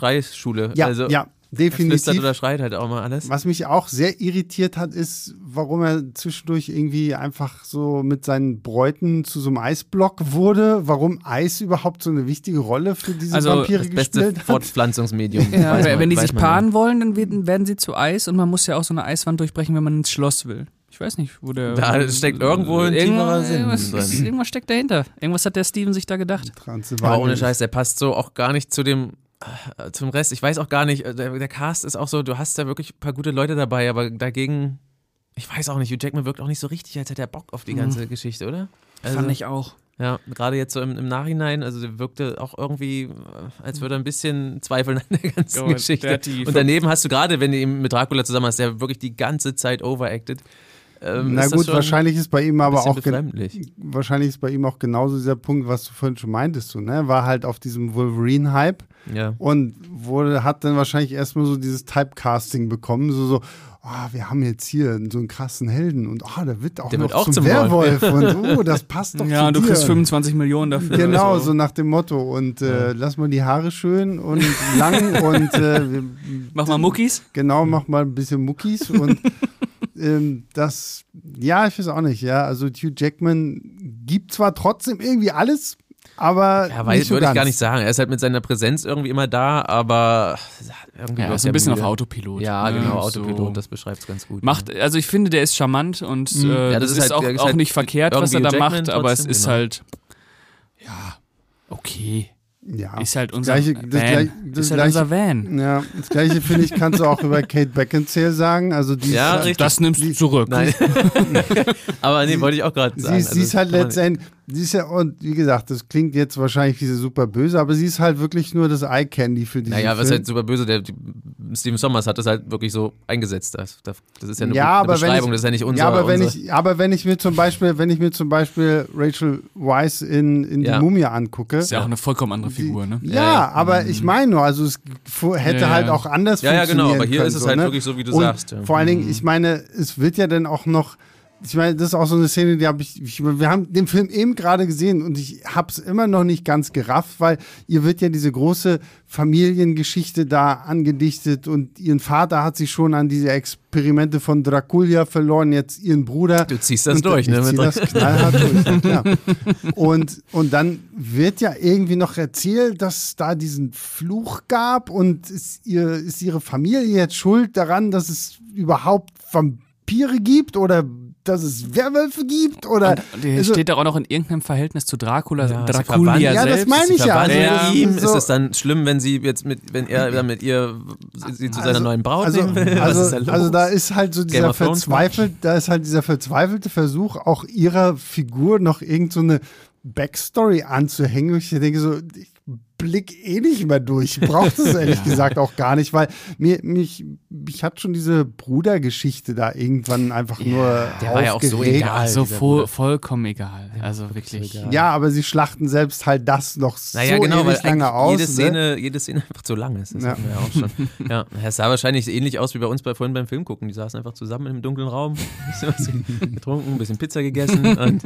[SPEAKER 4] Flüsterschrei-Schule.
[SPEAKER 1] ja,
[SPEAKER 4] also,
[SPEAKER 1] ja,
[SPEAKER 4] er flüstert oder
[SPEAKER 1] definitiv.
[SPEAKER 4] schreit halt auch mal alles.
[SPEAKER 1] Was mich auch sehr irritiert hat, ist, warum er zwischendurch irgendwie einfach so mit seinen Bräuten zu so einem Eisblock wurde, warum Eis überhaupt so eine wichtige Rolle für diese
[SPEAKER 3] Also,
[SPEAKER 1] Vampire
[SPEAKER 4] Das beste
[SPEAKER 1] gespielt hat.
[SPEAKER 4] Fortpflanzungsmedium.
[SPEAKER 3] ja.
[SPEAKER 4] Weiß
[SPEAKER 3] wenn
[SPEAKER 4] man-
[SPEAKER 3] die
[SPEAKER 4] weiß
[SPEAKER 3] sich
[SPEAKER 4] man ja.
[SPEAKER 3] paaren wollen, dann werden, werden sie zu Eis und man muss ja auch so eine Eiswand durchbrechen, wenn man ins Schloss will. Ich weiß nicht, wo der.
[SPEAKER 4] Da steckt irgendwo ein tieferer
[SPEAKER 3] irgendwas,
[SPEAKER 4] Sinn
[SPEAKER 3] irgendwas, ist,
[SPEAKER 4] drin.
[SPEAKER 3] irgendwas steckt dahinter. Irgendwas hat der Steven sich da gedacht.
[SPEAKER 1] Transylvanien.
[SPEAKER 4] Aber ohne Scheiß, der passt so auch gar nicht zu dem äh, zum Rest. Ich weiß auch gar nicht, äh, der, der Cast ist auch so, du hast da wirklich ein paar gute Leute dabei, aber dagegen, ich weiß auch nicht, Hugh Jackman wirkt auch nicht so richtig, als hätte er Bock
[SPEAKER 1] Mhm.
[SPEAKER 4] auf die ganze Geschichte, oder? Also,
[SPEAKER 3] Fand ich auch.
[SPEAKER 4] Ja, gerade jetzt so im, im Nachhinein, also der wirkte auch irgendwie, äh, als würde er ein bisschen zweifeln an der ganzen
[SPEAKER 3] Ja, der
[SPEAKER 4] Geschichte.
[SPEAKER 3] hat die-
[SPEAKER 4] Und daneben hast du gerade, wenn du ihn mit Dracula zusammen hast, der wirklich die ganze Zeit overacted. ähm,
[SPEAKER 1] Na
[SPEAKER 4] ist das
[SPEAKER 1] gut,
[SPEAKER 4] schon
[SPEAKER 1] wahrscheinlich ist bei ihm
[SPEAKER 4] ein
[SPEAKER 1] aber
[SPEAKER 4] bisschen
[SPEAKER 1] auch gen-
[SPEAKER 4] befremdlich.
[SPEAKER 1] wahrscheinlich ist bei ihm auch genauso dieser Punkt, was du vorhin schon meintest, so, ne? War halt auf diesem Wolverine-Hype
[SPEAKER 4] Ja.
[SPEAKER 1] und wurde, hat dann wahrscheinlich erstmal so dieses Typecasting bekommen, so so, ah, wir haben jetzt hier so einen krassen Helden und ah, der wird auch
[SPEAKER 4] Der
[SPEAKER 1] noch
[SPEAKER 4] wird auch
[SPEAKER 1] zum,
[SPEAKER 4] zum
[SPEAKER 1] Werwolf und oh, das passt doch
[SPEAKER 3] Ja,
[SPEAKER 1] zu
[SPEAKER 3] und du
[SPEAKER 1] dir.
[SPEAKER 3] kriegst 25 Millionen dafür.
[SPEAKER 1] Genau,
[SPEAKER 3] Also,
[SPEAKER 1] so nach dem Motto. Und äh, lass mal die Haare schön und lang und äh, wir-
[SPEAKER 3] Mach mal Muckis.
[SPEAKER 1] genau, mach mal ein bisschen Muckis und ähm, das, ja, ich weiß auch nicht, ja, also Hugh Jackman gibt zwar trotzdem irgendwie alles, aber
[SPEAKER 4] Ja,
[SPEAKER 1] Äh, nicht
[SPEAKER 4] weiß,
[SPEAKER 1] so
[SPEAKER 4] würde ich
[SPEAKER 1] ganz.
[SPEAKER 4] gar nicht sagen. Er ist halt mit seiner Präsenz irgendwie immer da, aber irgendwie
[SPEAKER 3] Ja,
[SPEAKER 4] wirkt
[SPEAKER 3] so ein
[SPEAKER 4] er
[SPEAKER 3] bisschen auf
[SPEAKER 4] müde.
[SPEAKER 3] Autopilot.
[SPEAKER 4] Ja,
[SPEAKER 3] Ne?
[SPEAKER 4] genau,
[SPEAKER 3] So.
[SPEAKER 4] Autopilot, das beschreibt es ganz gut.
[SPEAKER 3] Macht, also ich finde, der ist charmant und äh,
[SPEAKER 4] Ja,
[SPEAKER 3] das,
[SPEAKER 4] das
[SPEAKER 3] ist,
[SPEAKER 4] ist halt-
[SPEAKER 3] auch,
[SPEAKER 4] ist
[SPEAKER 3] auch
[SPEAKER 4] halt
[SPEAKER 3] nicht verkehrt, was er da
[SPEAKER 4] irgendwie
[SPEAKER 3] macht,
[SPEAKER 4] Jackman
[SPEAKER 3] aber es
[SPEAKER 4] trotzdem,
[SPEAKER 3] ist
[SPEAKER 4] genau.
[SPEAKER 3] halt, ja, okay.
[SPEAKER 1] Ja.
[SPEAKER 3] Ist halt
[SPEAKER 1] Das
[SPEAKER 3] unser
[SPEAKER 1] gleiche-
[SPEAKER 3] Van.
[SPEAKER 1] das gleich- das
[SPEAKER 3] ist halt
[SPEAKER 1] gleiche-
[SPEAKER 3] unser Van.
[SPEAKER 1] ja, das gleiche finde ich, kannst du auch über Kate Beckinsale sagen. Also die
[SPEAKER 4] Ja,
[SPEAKER 1] ist,
[SPEAKER 4] richtig.
[SPEAKER 3] Das nimmst du
[SPEAKER 1] Die-
[SPEAKER 3] zurück.
[SPEAKER 4] Nein. aber nee, wollte ich auch gerade
[SPEAKER 1] sie,
[SPEAKER 4] sagen.
[SPEAKER 1] ist, sie
[SPEAKER 4] Also,
[SPEAKER 1] ist halt
[SPEAKER 4] kann man-
[SPEAKER 1] letztendlich, sie ist ja, und wie gesagt, das klingt jetzt wahrscheinlich wie sie super böse, aber sie ist halt wirklich nur das Eye Candy für diesen
[SPEAKER 4] Naja, was
[SPEAKER 1] Film.
[SPEAKER 4] halt super böse, der die- Steven Sommers hat das halt wirklich so eingesetzt. Das, das ist ja eine,
[SPEAKER 1] ja,
[SPEAKER 4] eine
[SPEAKER 1] aber wenn
[SPEAKER 4] Beschreibung,
[SPEAKER 1] ich,
[SPEAKER 4] das ist ja nicht unser.
[SPEAKER 1] ja, aber wenn
[SPEAKER 4] unser,
[SPEAKER 1] ich, aber wenn ich mir zum Beispiel, wenn ich mir zum Beispiel Rachel Weisz in, in
[SPEAKER 4] Ja.
[SPEAKER 1] die Mumie angucke,
[SPEAKER 3] Ist ja auch eine vollkommen andere Figur, ne?
[SPEAKER 1] Ja,
[SPEAKER 4] Ja, ja.
[SPEAKER 1] aber ich meine nur, also es fu- hätte
[SPEAKER 3] Ja, ja.
[SPEAKER 1] halt auch anders
[SPEAKER 4] ja, ja,
[SPEAKER 1] funktionieren
[SPEAKER 4] genau, aber hier
[SPEAKER 1] können,
[SPEAKER 4] ist es
[SPEAKER 1] so,
[SPEAKER 4] halt
[SPEAKER 1] ne?
[SPEAKER 4] wirklich so, wie du
[SPEAKER 1] Und
[SPEAKER 4] sagst. ja. Mhm.
[SPEAKER 1] Vor allen Dingen, ich meine, es wird ja dann auch noch, ich meine, das ist auch so eine Szene, die habe ich, ich, wir haben den Film eben gerade gesehen und ich habe es immer noch nicht ganz gerafft, weil ihr wird ja diese große Familiengeschichte da angedichtet und ihren Vater hat sie schon an diese Experimente von Draculia verloren, jetzt ihren Bruder.
[SPEAKER 4] Du ziehst das
[SPEAKER 1] Und
[SPEAKER 4] durch,
[SPEAKER 1] ich
[SPEAKER 4] ne?
[SPEAKER 1] zieh
[SPEAKER 4] mit-
[SPEAKER 1] das knallhart durch, na klar. Und, und dann wird ja irgendwie noch erzählt, dass es da diesen Fluch gab und ist, ihr, ist ihre Familie jetzt schuld daran, dass es überhaupt Vampire gibt oder dass es Werwölfe gibt oder
[SPEAKER 3] Und der
[SPEAKER 1] also,
[SPEAKER 3] steht doch auch noch in irgendeinem Verhältnis zu Dracula,
[SPEAKER 4] Ja, sie
[SPEAKER 3] Draculia
[SPEAKER 4] verwandeln-
[SPEAKER 1] Ja, das
[SPEAKER 3] selbst.
[SPEAKER 1] meine
[SPEAKER 4] sie
[SPEAKER 1] ich ja.
[SPEAKER 4] verwandeln
[SPEAKER 3] Also, das ist
[SPEAKER 4] ihn.
[SPEAKER 1] so-
[SPEAKER 4] Ist es dann schlimm, wenn sie jetzt mit, wenn er dann mit ihr sie zu seiner
[SPEAKER 1] Also-
[SPEAKER 4] neuen Braut
[SPEAKER 1] also,
[SPEAKER 4] nehmen will? Was ist da
[SPEAKER 1] also,
[SPEAKER 4] los?
[SPEAKER 1] also da ist halt so dieser
[SPEAKER 4] of Thrones
[SPEAKER 1] verzweifelt, da ist halt dieser verzweifelte Versuch, auch ihrer Figur noch irgend so eine Backstory anzuhängen. Ich denke so, ich blick eh nicht mehr durch. Ich brauche das ehrlich gesagt auch gar nicht, weil mir, mich, mich hat schon diese Brudergeschichte da irgendwann einfach nur.
[SPEAKER 4] der war ja auch so
[SPEAKER 1] aufgeregt.
[SPEAKER 4] egal.
[SPEAKER 3] Ja, so
[SPEAKER 4] dieser
[SPEAKER 3] voll,
[SPEAKER 4] Bruder.
[SPEAKER 3] also vollkommen egal. Also wirklich.
[SPEAKER 4] egal.
[SPEAKER 1] Ja, aber sie schlachten selbst halt das noch
[SPEAKER 4] Naja,
[SPEAKER 1] so
[SPEAKER 4] genau, weil
[SPEAKER 1] ewig lange
[SPEAKER 4] eigentlich
[SPEAKER 1] aus.
[SPEAKER 4] jede,
[SPEAKER 1] ne?
[SPEAKER 4] Szene, jede Szene einfach zu lang ist. Das
[SPEAKER 1] Ja.
[SPEAKER 4] hatten wir ja auch schon. Ja, es sah wahrscheinlich ähnlich aus wie bei uns bei vorhin beim Film gucken. Die saßen einfach zusammen im dunklen Raum, bisschen was getrunken, ein bisschen Pizza gegessen. Und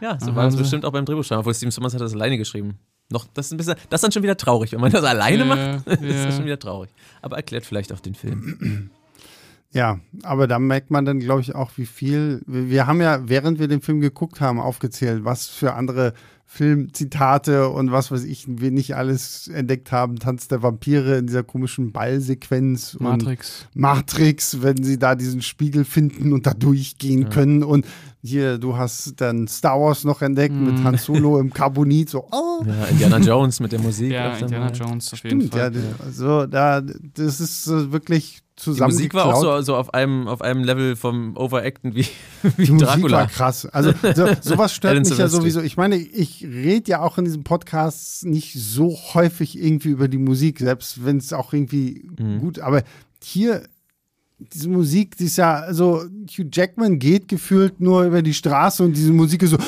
[SPEAKER 4] ja, so war das bestimmt auch beim Drehbuchschreiben, obwohl Steven Sommers hat das alleine geschrieben. Noch, das, ist ein bisschen, das ist dann schon wieder traurig, wenn man das alleine
[SPEAKER 3] Ja,
[SPEAKER 4] macht. Das ist
[SPEAKER 3] ja.
[SPEAKER 4] das schon wieder traurig. Aber erklärt vielleicht auch den Film.
[SPEAKER 1] Ja, aber da merkt man dann, glaube ich, auch, wie viel. Wir, wir haben ja, während wir den Film geguckt haben, aufgezählt, was für andere Filmzitate und was weiß ich, wir nicht alles entdeckt haben. Tanz der Vampire in dieser komischen Ballsequenz. Und
[SPEAKER 3] Matrix.
[SPEAKER 1] Matrix, wenn sie da diesen Spiegel finden und da durchgehen können. Und hier, du hast dann Star Wars noch entdeckt
[SPEAKER 4] Mhm.
[SPEAKER 1] mit Han Solo im Carbonit, so, oh.
[SPEAKER 4] Ja, Indiana Jones mit der Musik.
[SPEAKER 3] Ja,
[SPEAKER 4] öfter mal.
[SPEAKER 3] Indiana Jones auf jeden
[SPEAKER 1] Stimmt, ja,
[SPEAKER 3] Fall.
[SPEAKER 1] also da, das ist so wirklich
[SPEAKER 4] Die
[SPEAKER 1] zusammen.
[SPEAKER 4] Musik war auch so, so auf, einem, auf einem Level vom Overacten wie, wie
[SPEAKER 1] Die Musik
[SPEAKER 4] Dracula.
[SPEAKER 1] war krass. Also so, sowas stört
[SPEAKER 4] Alan
[SPEAKER 1] mich ja
[SPEAKER 4] Silvestri.
[SPEAKER 1] sowieso. Ich meine, ich rede ja auch in diesem Podcast nicht so
[SPEAKER 4] Mhm.
[SPEAKER 1] häufig irgendwie über die Musik, selbst wenn es auch irgendwie gut, aber hier diese Musik, die ist ja, also Hugh Jackman geht gefühlt nur über die Straße und diese Musik ist so.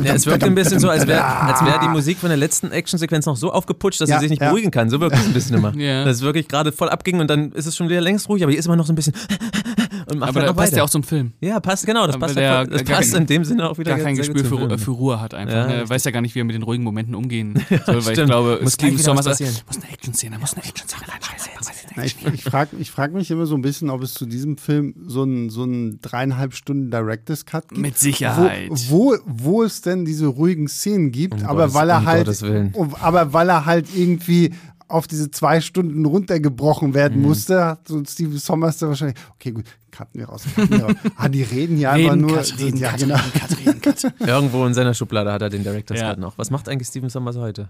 [SPEAKER 4] Ja, es wirkt ein bisschen so, als wäre als wär die Musik von der letzten Actionsequenz noch so aufgeputscht, dass
[SPEAKER 1] Ja,
[SPEAKER 4] sie sich nicht
[SPEAKER 1] ja.
[SPEAKER 4] beruhigen kann. So wirkt es ein bisschen immer.
[SPEAKER 3] Ja.
[SPEAKER 4] Dass es wirklich gerade voll abging und dann ist es schon wieder längst ruhig, aber hier ist immer noch so ein bisschen und macht
[SPEAKER 3] Aber
[SPEAKER 4] halt
[SPEAKER 3] da
[SPEAKER 4] noch
[SPEAKER 3] passt
[SPEAKER 4] weiter.
[SPEAKER 3] ja auch zum Film.
[SPEAKER 4] ja, passt, genau, das
[SPEAKER 3] Aber
[SPEAKER 4] passt,
[SPEAKER 3] der-
[SPEAKER 4] halt, voll- das
[SPEAKER 3] gar
[SPEAKER 4] passt
[SPEAKER 3] kein-
[SPEAKER 4] in dem Sinne auch wieder.
[SPEAKER 3] Gar kein
[SPEAKER 4] sehr gut
[SPEAKER 3] Gespür
[SPEAKER 4] zum
[SPEAKER 3] für,
[SPEAKER 4] Film.
[SPEAKER 3] für Ruhe hat einfach.
[SPEAKER 4] Ja,
[SPEAKER 3] ne?
[SPEAKER 4] richtig.
[SPEAKER 3] Weiß ja gar nicht, wie er mit den ruhigen Momenten umgehen soll, weil ich
[SPEAKER 4] stimmt.
[SPEAKER 3] glaube,
[SPEAKER 4] Muss
[SPEAKER 3] es klingt
[SPEAKER 4] gleich
[SPEAKER 3] so,
[SPEAKER 4] wieder
[SPEAKER 3] was
[SPEAKER 4] was
[SPEAKER 3] passieren.
[SPEAKER 4] passieren.
[SPEAKER 3] Muss eine Action-Szene, muss eine Action-Szene, nein, scheiße, jetzt passiert eine
[SPEAKER 1] Na, Ich, ich frage ich frag mich immer so ein bisschen, ob es zu diesem Film so einen so einen dreieinhalb Stunden Director's Cut gibt.
[SPEAKER 3] Mit Sicherheit.
[SPEAKER 1] Wo, wo, wo es denn diese ruhigen Szenen gibt, aber
[SPEAKER 4] Gottes-
[SPEAKER 1] weil er
[SPEAKER 4] um
[SPEAKER 1] halt,
[SPEAKER 4] Gottes Willen.
[SPEAKER 1] um- aber weil er halt irgendwie auf diese zwei Stunden runtergebrochen werden
[SPEAKER 4] Mhm.
[SPEAKER 1] musste, hat so ein Steven Sommers da wahrscheinlich, okay, gut, cutten wir raus. Cutten wir raus. ah, die reden ja einfach
[SPEAKER 3] Reden,
[SPEAKER 1] nur.
[SPEAKER 3] Cut, reden,
[SPEAKER 1] ja,
[SPEAKER 3] Cut,
[SPEAKER 1] genau.
[SPEAKER 4] Irgendwo in seiner Schublade hat er den Director's
[SPEAKER 3] Ja.
[SPEAKER 4] Cut noch. Was macht eigentlich Steven Sommers heute?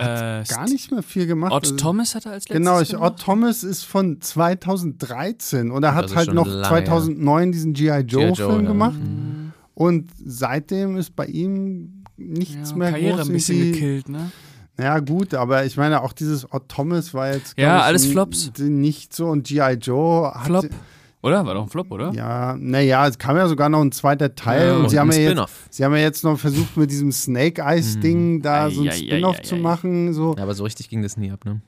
[SPEAKER 3] Äh,
[SPEAKER 1] Gar nicht mehr viel gemacht.
[SPEAKER 3] Ott
[SPEAKER 1] Also-
[SPEAKER 3] Thomas hat er als letztes
[SPEAKER 1] Genau, ich,
[SPEAKER 3] gemacht.
[SPEAKER 1] Odd Thomas ist von 2013 und er
[SPEAKER 4] Das
[SPEAKER 1] hat
[SPEAKER 4] ist
[SPEAKER 1] halt
[SPEAKER 4] schon
[SPEAKER 1] noch
[SPEAKER 4] lange,
[SPEAKER 1] 2009 diesen G.I. Joe-Film
[SPEAKER 4] Joe, ja. Mhm.
[SPEAKER 1] gemacht. Und seitdem ist bei ihm nichts
[SPEAKER 3] Ja,
[SPEAKER 1] mehr
[SPEAKER 3] Karriere
[SPEAKER 1] groß.
[SPEAKER 3] ein bisschen
[SPEAKER 1] irgendwie-
[SPEAKER 3] gekillt, ne?
[SPEAKER 1] Ja, gut, aber ich meine, auch dieses Odd Thomas war jetzt. glaub
[SPEAKER 3] Ja,
[SPEAKER 1] ich,
[SPEAKER 3] alles
[SPEAKER 1] n-
[SPEAKER 3] Flops.
[SPEAKER 1] Nicht so. Und G.I. Joe hat.
[SPEAKER 3] Flop. Oder? War doch ein Flop, oder?
[SPEAKER 1] Ja, naja, es kam ja sogar noch ein zweiter Teil.
[SPEAKER 3] Ja,
[SPEAKER 1] und sie
[SPEAKER 4] und
[SPEAKER 1] haben,
[SPEAKER 4] Oh, ein
[SPEAKER 1] ja jetzt,
[SPEAKER 4] Spin-off. Mhm.
[SPEAKER 1] sie haben ja jetzt noch versucht, mit diesem Snake Eyes-Ding da so ein
[SPEAKER 3] Ei, ei, ei,
[SPEAKER 1] Spin-off
[SPEAKER 3] ei,
[SPEAKER 1] zu
[SPEAKER 3] ei.
[SPEAKER 1] machen. So.
[SPEAKER 4] Ja, aber so richtig ging das nie ab, ne?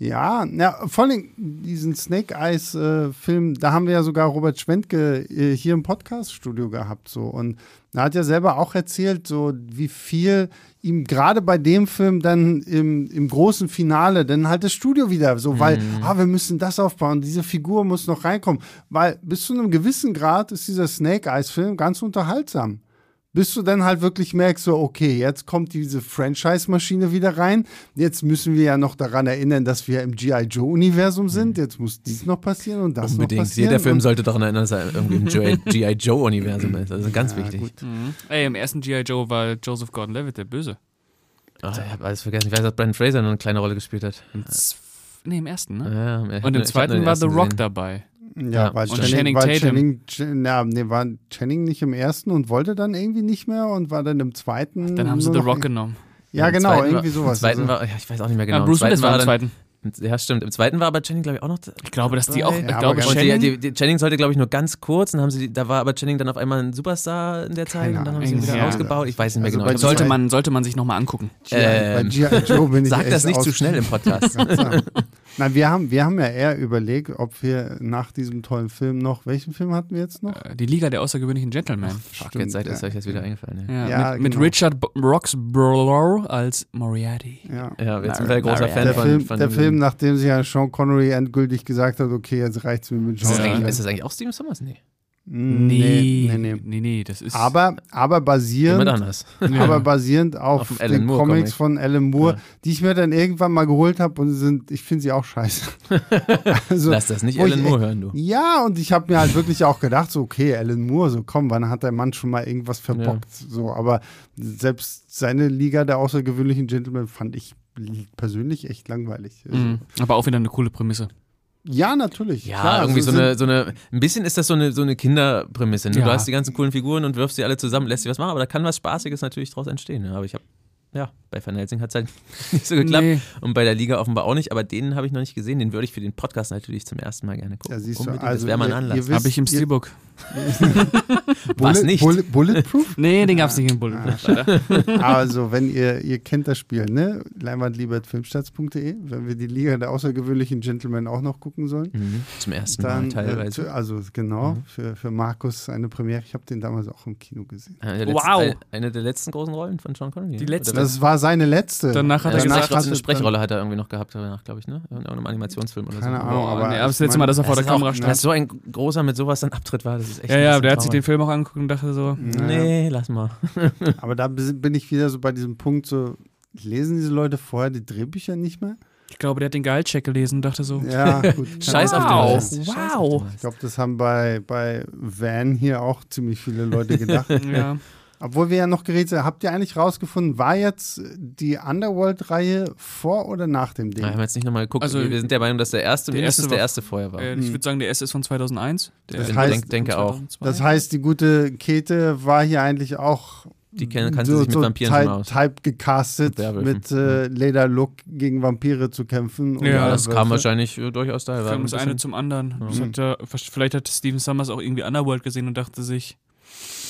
[SPEAKER 1] Ja, na, vor allem diesen Snake Eyes äh, Film, da haben wir ja sogar Robert Schwentke äh, hier im Podcast Studio gehabt so und er hat ja selber auch erzählt, so wie viel ihm gerade bei dem Film dann im, im großen Finale dann halt das Studio wieder so, weil ah, wir müssen das aufbauen, diese Figur muss noch reinkommen, weil bis zu einem gewissen Grad ist dieser Snake Eyes Film ganz unterhaltsam bis du dann halt wirklich merkst, so, okay, jetzt kommt diese Franchise-Maschine wieder rein. Jetzt müssen wir ja noch daran erinnern, dass wir im G.I. Joe-Universum sind. Jetzt muss dies noch passieren und das noch
[SPEAKER 4] Mhm. Unbedingt.
[SPEAKER 1] passieren.
[SPEAKER 4] Jeder Film
[SPEAKER 1] und,
[SPEAKER 4] sollte daran erinnern, dass er irgendwie im G.I. Joe-Universum ist. Also ganz wichtig.
[SPEAKER 1] gut.
[SPEAKER 3] Mhm. Ey, im ersten G.I. Joe war Joseph Gordon-Levitt der Böse.
[SPEAKER 4] Ah, ich habe alles vergessen. Ich weiß, dass Brandon Fraser noch eine kleine Rolle gespielt hat.
[SPEAKER 3] Im zw- nee, im ersten, ne?
[SPEAKER 4] Ja, Äh, ich hab
[SPEAKER 3] Und
[SPEAKER 4] nur-
[SPEAKER 3] im
[SPEAKER 4] ich hab nur
[SPEAKER 3] zweiten
[SPEAKER 4] den
[SPEAKER 3] war The
[SPEAKER 4] ersten
[SPEAKER 3] Rock
[SPEAKER 4] gesehen.
[SPEAKER 3] dabei.
[SPEAKER 1] Ja, war
[SPEAKER 3] Und
[SPEAKER 1] Channing,
[SPEAKER 3] Channing
[SPEAKER 1] war
[SPEAKER 3] Tatum.
[SPEAKER 1] Channing, Ch- na, nee, war Channing nicht im ersten und wollte dann irgendwie nicht mehr und war dann im zweiten.
[SPEAKER 3] Dann haben sie
[SPEAKER 1] nur
[SPEAKER 3] The
[SPEAKER 1] noch
[SPEAKER 3] Rock
[SPEAKER 1] ein-
[SPEAKER 3] genommen.
[SPEAKER 1] Ja,
[SPEAKER 4] Im
[SPEAKER 1] genau,
[SPEAKER 4] zweiten war-
[SPEAKER 1] irgendwie sowas.
[SPEAKER 4] Im zweiten
[SPEAKER 1] Also,
[SPEAKER 4] war, ja, ich weiß auch nicht mehr genau.
[SPEAKER 3] ja, Bruce
[SPEAKER 4] Im zweiten
[SPEAKER 3] Willis war im
[SPEAKER 4] dann-
[SPEAKER 3] zweiten.
[SPEAKER 4] Ja, stimmt. Im zweiten war aber Channing, glaube ich, auch noch.
[SPEAKER 3] Ich glaube, dass die auch.
[SPEAKER 4] Ja,
[SPEAKER 3] Ich
[SPEAKER 1] aber
[SPEAKER 3] glaube,
[SPEAKER 1] ganz-
[SPEAKER 4] Und die,
[SPEAKER 3] Shannon,
[SPEAKER 4] die, die Channing sollte, glaube ich, nur ganz kurz. Dann haben sie, die- da war aber Channing dann auf einmal ein Superstar in der Zeit.
[SPEAKER 1] Keine
[SPEAKER 4] Und dann haben sie ihn
[SPEAKER 3] Ahnung.
[SPEAKER 4] wieder
[SPEAKER 3] Ja.
[SPEAKER 4] ausgebaut. Ich weiß nicht mehr
[SPEAKER 1] Also
[SPEAKER 4] genau.
[SPEAKER 1] bei
[SPEAKER 4] Ich
[SPEAKER 3] sollte,
[SPEAKER 1] zwei-
[SPEAKER 3] man, halt sollte man sich nochmal angucken.
[SPEAKER 1] G.I. bei
[SPEAKER 4] Ähm,
[SPEAKER 1] G.I. Joe bin ich
[SPEAKER 4] sag das
[SPEAKER 1] echt
[SPEAKER 4] nicht zu
[SPEAKER 1] aus-
[SPEAKER 4] schnell im Podcast.
[SPEAKER 1] Na, wir haben, wir haben ja eher überlegt, ob wir nach diesem tollen Film noch, welchen Film hatten wir jetzt noch?
[SPEAKER 3] Äh, Die Liga der außergewöhnlichen Gentlemen.
[SPEAKER 4] Fuck, jetzt seid, ist euch das wieder eingefallen.
[SPEAKER 3] Ja,
[SPEAKER 1] Ja,
[SPEAKER 3] mit,
[SPEAKER 1] genau.
[SPEAKER 3] mit Richard B- Roxborough als Moriarty.
[SPEAKER 1] ja.
[SPEAKER 4] Ja, ja jetzt sind wir ein großer
[SPEAKER 3] Der
[SPEAKER 4] Fan
[SPEAKER 1] Der
[SPEAKER 4] von.
[SPEAKER 1] Film,
[SPEAKER 4] von
[SPEAKER 1] der Film, nachdem sich ja Sean Connery endgültig gesagt hat, okay, jetzt reicht's mir mit
[SPEAKER 4] Ist
[SPEAKER 1] Sean Mm,
[SPEAKER 4] das,
[SPEAKER 3] Ja.
[SPEAKER 4] eigentlich, ist das eigentlich auch Steven Sommers? Nee.
[SPEAKER 1] nee, nee, nee.
[SPEAKER 3] nee, nee, das ist.
[SPEAKER 1] Aber, aber
[SPEAKER 4] Jemand
[SPEAKER 1] basierend,
[SPEAKER 4] anders.
[SPEAKER 3] Ja.
[SPEAKER 1] aber basierend auf,
[SPEAKER 4] Auf dem Alan
[SPEAKER 1] den
[SPEAKER 4] Moore
[SPEAKER 1] Comics
[SPEAKER 4] Comic.
[SPEAKER 1] von Alan Moore, die ich mir dann irgendwann mal geholt habe und sind, ich finde sie auch scheiße. also,
[SPEAKER 4] Lass das nicht
[SPEAKER 1] Wo ich
[SPEAKER 4] Alan Moore hören, du.
[SPEAKER 1] ja, und ich habe mir halt wirklich auch gedacht, so, okay, Alan Moore, so komm, wann hat der Mann schon mal irgendwas verbockt? So, aber selbst seine Liga der außergewöhnlichen Gentlemen fand ich persönlich echt langweilig. Also,
[SPEAKER 3] Mhm. aber auch wieder eine coole Prämisse.
[SPEAKER 1] Ja, natürlich.
[SPEAKER 4] Ja,
[SPEAKER 3] also
[SPEAKER 1] klar, also
[SPEAKER 4] irgendwie so,
[SPEAKER 1] sind-
[SPEAKER 4] eine, so eine, ein bisschen ist das so eine, so eine Kinderprämisse. Ne?
[SPEAKER 3] Ja.
[SPEAKER 4] Du hast die ganzen coolen Figuren und wirfst sie alle zusammen, lässt sie was machen, aber da kann was Spaßiges natürlich draus entstehen. Ne? Aber ich habe, ja, bei Van Helsing hat es halt nicht so geklappt
[SPEAKER 3] Nee.
[SPEAKER 4] und bei der Liga offenbar auch nicht, aber den habe ich noch nicht gesehen. Den würde ich für den Podcast natürlich zum ersten Mal gerne gucken.
[SPEAKER 1] Ja, siehst du,
[SPEAKER 4] Unbedingt, das
[SPEAKER 1] also
[SPEAKER 4] wäre mal ein
[SPEAKER 1] ihr-
[SPEAKER 4] Anlass.
[SPEAKER 1] ihr wisst-
[SPEAKER 3] Habe ich im
[SPEAKER 1] Ihr-
[SPEAKER 3] Steelbook.
[SPEAKER 4] Was
[SPEAKER 1] Bullet-
[SPEAKER 4] nicht?
[SPEAKER 1] Bullet- Bulletproof?
[SPEAKER 3] Nee, den gab's nicht im Bullet.
[SPEAKER 1] also, wenn ihr, ihr kennt das Spiel, ne? Leinwandliebertfilmstarts.de, wenn wir die Liga der außergewöhnlichen Gentlemen auch noch gucken sollen.
[SPEAKER 4] mhm. Zum ersten Mal
[SPEAKER 1] Dann, äh,
[SPEAKER 4] teilweise. Mhm.
[SPEAKER 1] für, also genau, für, für Markus eine Premiere. Ich habe den damals auch im Kino gesehen.
[SPEAKER 4] Eine der
[SPEAKER 3] Wow.
[SPEAKER 4] letzten- ein- Eine der letzten großen Rollen von Sean Connery.
[SPEAKER 3] Die
[SPEAKER 4] ne?
[SPEAKER 3] letzte.
[SPEAKER 4] Oder was?
[SPEAKER 1] Das war seine letzte.
[SPEAKER 3] Danach hat
[SPEAKER 4] Ja, eine,
[SPEAKER 3] er gesagt,
[SPEAKER 4] Sprechrolle- eine
[SPEAKER 1] hat-
[SPEAKER 4] Sprechrolle hat er irgendwie noch gehabt danach, glaube ich, ne? In irgendeinem Animationsfilm oder
[SPEAKER 1] Keine
[SPEAKER 4] so.
[SPEAKER 1] Ahnung,
[SPEAKER 3] Boah,
[SPEAKER 1] aber.
[SPEAKER 3] nee, aber das
[SPEAKER 1] ich meine-
[SPEAKER 3] letzte Mal, dass er vor der
[SPEAKER 4] Das ist
[SPEAKER 3] Kamera
[SPEAKER 4] auch,
[SPEAKER 3] stand.
[SPEAKER 4] dass so ein großer mit sowas ein Abtritt war, das ist echt
[SPEAKER 3] Ja,
[SPEAKER 4] ein
[SPEAKER 3] ja,
[SPEAKER 4] bisschen
[SPEAKER 3] der hat sich
[SPEAKER 4] traurig.
[SPEAKER 3] den Film auch angeguckt und dachte so,
[SPEAKER 4] Nee, lass mal.
[SPEAKER 1] Aber da bin ich wieder so bei diesem Punkt, so lesen diese Leute vorher die Drehbücher nicht mehr?
[SPEAKER 3] ich glaube, der hat den Gehaltscheck gelesen und dachte so,
[SPEAKER 1] Ja, gut. keine
[SPEAKER 4] Scheiß auf den
[SPEAKER 3] Wow.
[SPEAKER 4] Rest. Scheiß auf den
[SPEAKER 3] Wow.
[SPEAKER 1] Ich
[SPEAKER 4] Rest.
[SPEAKER 1] glaube, das haben bei, bei Van hier auch ziemlich viele Leute gedacht.
[SPEAKER 3] ja.
[SPEAKER 1] Obwohl wir ja noch geredet haben, habt ihr eigentlich rausgefunden, war jetzt die Underworld-Reihe vor oder nach dem Ding?
[SPEAKER 4] Wir haben jetzt nicht nochmal geguckt.
[SPEAKER 3] Also,
[SPEAKER 4] Also, wir sind der Meinung, dass der erste,
[SPEAKER 3] der
[SPEAKER 4] mindestens
[SPEAKER 3] erste
[SPEAKER 4] der
[SPEAKER 3] war-
[SPEAKER 4] erste vorher war.
[SPEAKER 3] Äh, Ich würde sagen, der erste ist von 2001. Der
[SPEAKER 4] Ich
[SPEAKER 1] heißt-
[SPEAKER 4] denk, denke auch.
[SPEAKER 1] Das heißt, die gute Käthe war hier eigentlich auch
[SPEAKER 4] die kennen, kannte sich mit Vampiren schon
[SPEAKER 1] type,
[SPEAKER 4] aus.
[SPEAKER 1] type gecastet,
[SPEAKER 4] Mit Werwölfen.
[SPEAKER 1] mit äh, Lederlook gegen Vampire zu kämpfen. und
[SPEAKER 3] Ja,
[SPEAKER 4] Das kam
[SPEAKER 1] Werwölfe.
[SPEAKER 4] wahrscheinlich äh, durchaus daher. war
[SPEAKER 3] Film
[SPEAKER 4] ein
[SPEAKER 3] das eine
[SPEAKER 4] bisschen-
[SPEAKER 3] zum anderen. Das hat ja, vielleicht hat Steven Summers auch irgendwie Underworld gesehen und dachte sich,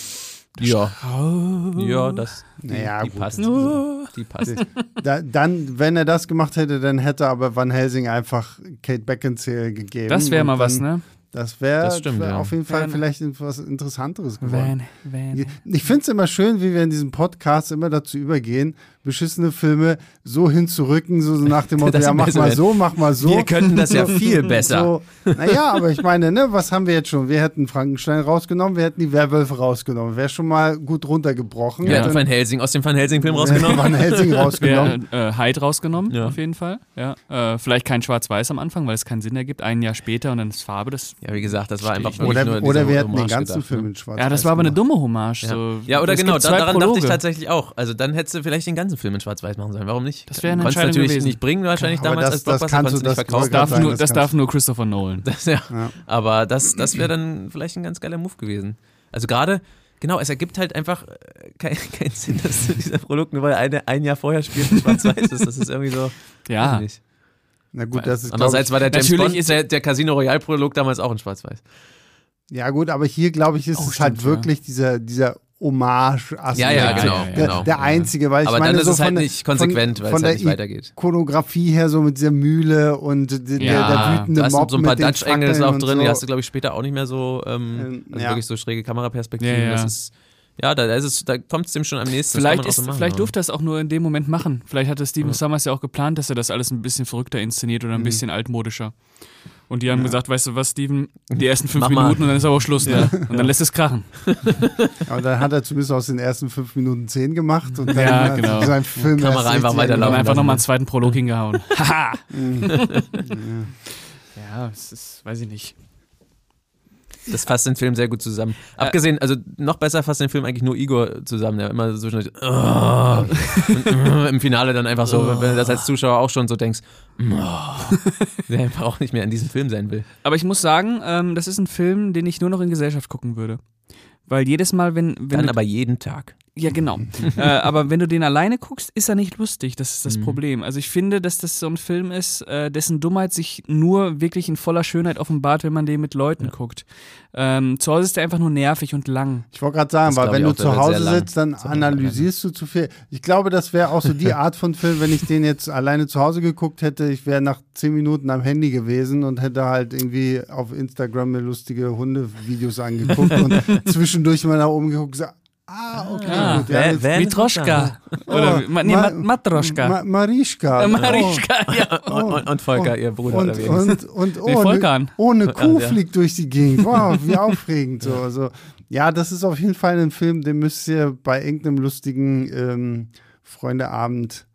[SPEAKER 4] ja,
[SPEAKER 3] oh,
[SPEAKER 4] ja, das,
[SPEAKER 1] Naja,
[SPEAKER 4] die
[SPEAKER 1] gut.
[SPEAKER 4] passt.
[SPEAKER 3] oh.
[SPEAKER 4] Die passt.
[SPEAKER 1] Da, dann, wenn er das gemacht hätte, dann hätte aber Van Helsing einfach Kate Beckinsale gegeben.
[SPEAKER 3] das wäre
[SPEAKER 1] und
[SPEAKER 3] mal was,
[SPEAKER 1] dann-
[SPEAKER 3] ne?
[SPEAKER 1] Das wäre
[SPEAKER 4] Das stimmt,
[SPEAKER 1] wär
[SPEAKER 4] ja.
[SPEAKER 1] auf jeden Fall
[SPEAKER 3] Van-
[SPEAKER 1] vielleicht etwas Interessanteres geworden.
[SPEAKER 3] Van, Van.
[SPEAKER 4] Genau.
[SPEAKER 1] Ich finde es immer schön, wie wir in diesem Podcast immer dazu übergehen, beschissene Filme so hinzurücken, so so nach dem Motto,
[SPEAKER 4] Dass sie
[SPEAKER 1] ja, mach
[SPEAKER 4] besser
[SPEAKER 1] mal
[SPEAKER 4] werden.
[SPEAKER 1] so, mach mal so. Mhm,
[SPEAKER 4] Wir können das ja viel besser.
[SPEAKER 1] So, naja, aber ich meine, ne, was haben wir jetzt schon? Wir hätten Frankenstein rausgenommen, wir hätten die Werwölfe rausgenommen. Wäre schon mal gut runtergebrochen.
[SPEAKER 4] Wir hatten
[SPEAKER 1] Dann
[SPEAKER 4] Van Helsing aus dem Van Helsing-Film
[SPEAKER 1] hätten
[SPEAKER 4] rausgenommen.
[SPEAKER 1] Van Helsing rausgenommen.
[SPEAKER 3] Wäre äh, Hyde rausgenommen,
[SPEAKER 4] Ja.
[SPEAKER 3] auf jeden Fall. Ja. Äh, vielleicht kein Schwarz-Weiß am Anfang, weil es keinen Sinn ergibt. Ein Jahr später und dann ist Farbe. Das,
[SPEAKER 4] Ja, wie gesagt, das war einfach wirklich nur
[SPEAKER 1] Oder,
[SPEAKER 4] diese
[SPEAKER 1] oder wir hätten den
[SPEAKER 4] Hommage
[SPEAKER 1] ganzen
[SPEAKER 4] gedacht,
[SPEAKER 1] Film
[SPEAKER 4] ne?
[SPEAKER 1] in schwarz
[SPEAKER 3] ja, das war aber eine dumme Hommage. So.
[SPEAKER 4] Ja, oder
[SPEAKER 3] Es
[SPEAKER 4] genau,
[SPEAKER 3] gibt
[SPEAKER 4] da,
[SPEAKER 3] zwei
[SPEAKER 4] daran dachte ich
[SPEAKER 3] Prologe.
[SPEAKER 4] tatsächlich auch. Also dann hättest du vielleicht den ganzen Film in Schwarz-Weiß machen sollen. Warum nicht?
[SPEAKER 3] Das wäre eine
[SPEAKER 4] Konntest
[SPEAKER 3] Entscheidung
[SPEAKER 4] natürlich
[SPEAKER 3] gewesen.
[SPEAKER 4] nicht bringen, wahrscheinlich
[SPEAKER 1] Aber
[SPEAKER 4] damals
[SPEAKER 1] das-
[SPEAKER 4] als
[SPEAKER 1] das
[SPEAKER 4] Blockbuster
[SPEAKER 1] kannst
[SPEAKER 4] konntest nicht
[SPEAKER 1] du- das
[SPEAKER 4] verkaufen.
[SPEAKER 1] wollte ich
[SPEAKER 3] Darf
[SPEAKER 1] Sein,
[SPEAKER 3] nur,
[SPEAKER 1] das
[SPEAKER 3] das
[SPEAKER 1] kannst
[SPEAKER 3] darf nur Christopher Nolan.
[SPEAKER 4] Das, ja.
[SPEAKER 1] Ja.
[SPEAKER 4] Aber das, das wäre dann vielleicht ein ganz geiler Move gewesen. Also gerade, genau, es ergibt halt einfach äh, kein- keinen Sinn, dass du dieser Prolog nur weil eine, ein Jahr vorher spielt in Schwarz-Weiß ist. Das ist irgendwie so. weiß
[SPEAKER 3] Ja,
[SPEAKER 4] ich nicht.
[SPEAKER 1] Na gut, das ist, glaub ich,
[SPEAKER 4] Andererseits war der James
[SPEAKER 3] Ah. Natürlich
[SPEAKER 4] Bond,
[SPEAKER 3] ist-
[SPEAKER 4] der, der Casino Royale Prolog damals auch in Schwarz-Weiß.
[SPEAKER 1] Ja, gut, aber hier, glaube ich, ist
[SPEAKER 3] Oh,
[SPEAKER 1] es halt
[SPEAKER 3] stimmt,
[SPEAKER 1] wirklich dieser, dieser Hommage-Aspekt.
[SPEAKER 4] Ja, ja, genau.
[SPEAKER 1] Der,
[SPEAKER 4] genau.
[SPEAKER 1] der einzige, weil ich
[SPEAKER 4] Aber
[SPEAKER 1] meine,
[SPEAKER 4] dann ist
[SPEAKER 1] so
[SPEAKER 4] es
[SPEAKER 1] von
[SPEAKER 4] halt
[SPEAKER 1] der-
[SPEAKER 4] nicht konsequent, weil
[SPEAKER 1] von
[SPEAKER 4] es halt
[SPEAKER 1] der
[SPEAKER 4] nicht weitergeht.
[SPEAKER 1] Choreografie her, so mit dieser Mühle und de- der,
[SPEAKER 3] Ja,
[SPEAKER 1] der wütende
[SPEAKER 4] Da hast
[SPEAKER 1] Mob
[SPEAKER 4] du so ein paar
[SPEAKER 1] mit den
[SPEAKER 4] Dutch-Engel sind
[SPEAKER 1] Fackeln
[SPEAKER 4] auch
[SPEAKER 1] und
[SPEAKER 4] drin,
[SPEAKER 1] so.
[SPEAKER 4] die hast du, glaube ich, später auch nicht mehr so, ähm,
[SPEAKER 1] Ähm,
[SPEAKER 4] also
[SPEAKER 1] ja.
[SPEAKER 4] wirklich so schräge Kameraperspektiven.
[SPEAKER 3] Ja, ja.
[SPEAKER 4] Das ist, ja, da, da ist es, da kommt es dem schon am nächsten. Das kann
[SPEAKER 3] Vielleicht,
[SPEAKER 4] man auch
[SPEAKER 3] ist,
[SPEAKER 4] so machen,
[SPEAKER 3] vielleicht
[SPEAKER 4] ja.
[SPEAKER 3] durfte er es auch nur in dem Moment machen. Vielleicht hatte Steven Summers ja auch geplant, dass er das alles ein bisschen verrückter inszeniert oder ein bisschen altmodischer. Und die haben gesagt, weißt du was, Steven, die ersten fünf
[SPEAKER 4] Mach mal.
[SPEAKER 3] Minuten und dann ist aber auch Schluss, ne? Und dann lässt es krachen.
[SPEAKER 1] Aber dann hat er zumindest aus den ersten fünf Minuten zehn gemacht und dann
[SPEAKER 3] Ja,
[SPEAKER 1] hat
[SPEAKER 3] genau.
[SPEAKER 1] sein Film
[SPEAKER 4] Kamera
[SPEAKER 1] erst
[SPEAKER 4] einfach
[SPEAKER 1] richtig
[SPEAKER 3] Und dann
[SPEAKER 4] weiterlaufen. Laufen
[SPEAKER 3] einfach
[SPEAKER 4] lassen,
[SPEAKER 3] nochmal
[SPEAKER 4] ne?
[SPEAKER 3] einen zweiten Prolog hingehauen. Haha! ja, es ist, weiß ich nicht.
[SPEAKER 4] Das fasst den Film sehr gut zusammen.
[SPEAKER 1] Äh.
[SPEAKER 4] Abgesehen, also noch besser fasst den Film eigentlich nur Igor zusammen, der immer so schnell "Ah", und "Ah", im Finale dann einfach so, wenn du das als Zuschauer auch schon so denkst, "Ah", der einfach auch nicht mehr in diesem Film sein will.
[SPEAKER 3] Aber ich muss sagen, ähm, das ist ein Film, den ich nur noch in Gesellschaft gucken würde. Weil jedes Mal, wenn, wenn
[SPEAKER 4] Dann
[SPEAKER 3] du
[SPEAKER 4] aber jeden Tag.
[SPEAKER 3] Ja, genau. äh, aber wenn du den alleine guckst, ist er nicht lustig. Das ist das Problem. Also ich finde, dass das so ein Film ist, äh, dessen Dummheit sich nur wirklich in voller Schönheit offenbart, wenn man den mit Leuten guckt. Ähm, zu Hause ist der einfach nur nervig und lang.
[SPEAKER 1] Ich wollte gerade
[SPEAKER 4] Das
[SPEAKER 1] sagen, weil
[SPEAKER 4] glaub
[SPEAKER 1] wenn
[SPEAKER 4] ich auch,
[SPEAKER 1] du
[SPEAKER 4] der
[SPEAKER 1] zu
[SPEAKER 4] wird
[SPEAKER 1] Hause
[SPEAKER 4] sehr lang.
[SPEAKER 1] sitzt, dann
[SPEAKER 4] Das wird sehr lang.
[SPEAKER 1] analysierst du zu viel. Ich glaube, das wäre auch so die Art von Film, wenn ich den jetzt alleine zu Hause geguckt hätte, ich wäre nach zehn Minuten am Handy gewesen und hätte halt irgendwie auf Instagram mir lustige Hundevideos angeguckt und zwischendurch mal nach oben geguckt und gesagt, ah, okay,
[SPEAKER 3] Ah,
[SPEAKER 1] gut. wir haben jetzt-
[SPEAKER 3] Mitroschka. Oder
[SPEAKER 1] Oh,
[SPEAKER 3] ma, nee,
[SPEAKER 1] Ma-
[SPEAKER 3] ma, Matroschka.
[SPEAKER 1] Ma Oh. Marischka.
[SPEAKER 3] Äh, Marischka, ja.
[SPEAKER 4] Und, und, und Volker, ihr Bruder
[SPEAKER 1] und,
[SPEAKER 4] oder wenigstens.
[SPEAKER 1] und, und
[SPEAKER 3] Nee,
[SPEAKER 1] oh,
[SPEAKER 3] Volkan.
[SPEAKER 1] ne- oh, eine Kuh
[SPEAKER 4] ja.
[SPEAKER 1] fliegt durch die Gegend. Wow, wie aufregend. So. Also, ja, das ist auf jeden Fall ein Film, den müsst ihr bei irgendeinem lustigen ähm, Freundeabend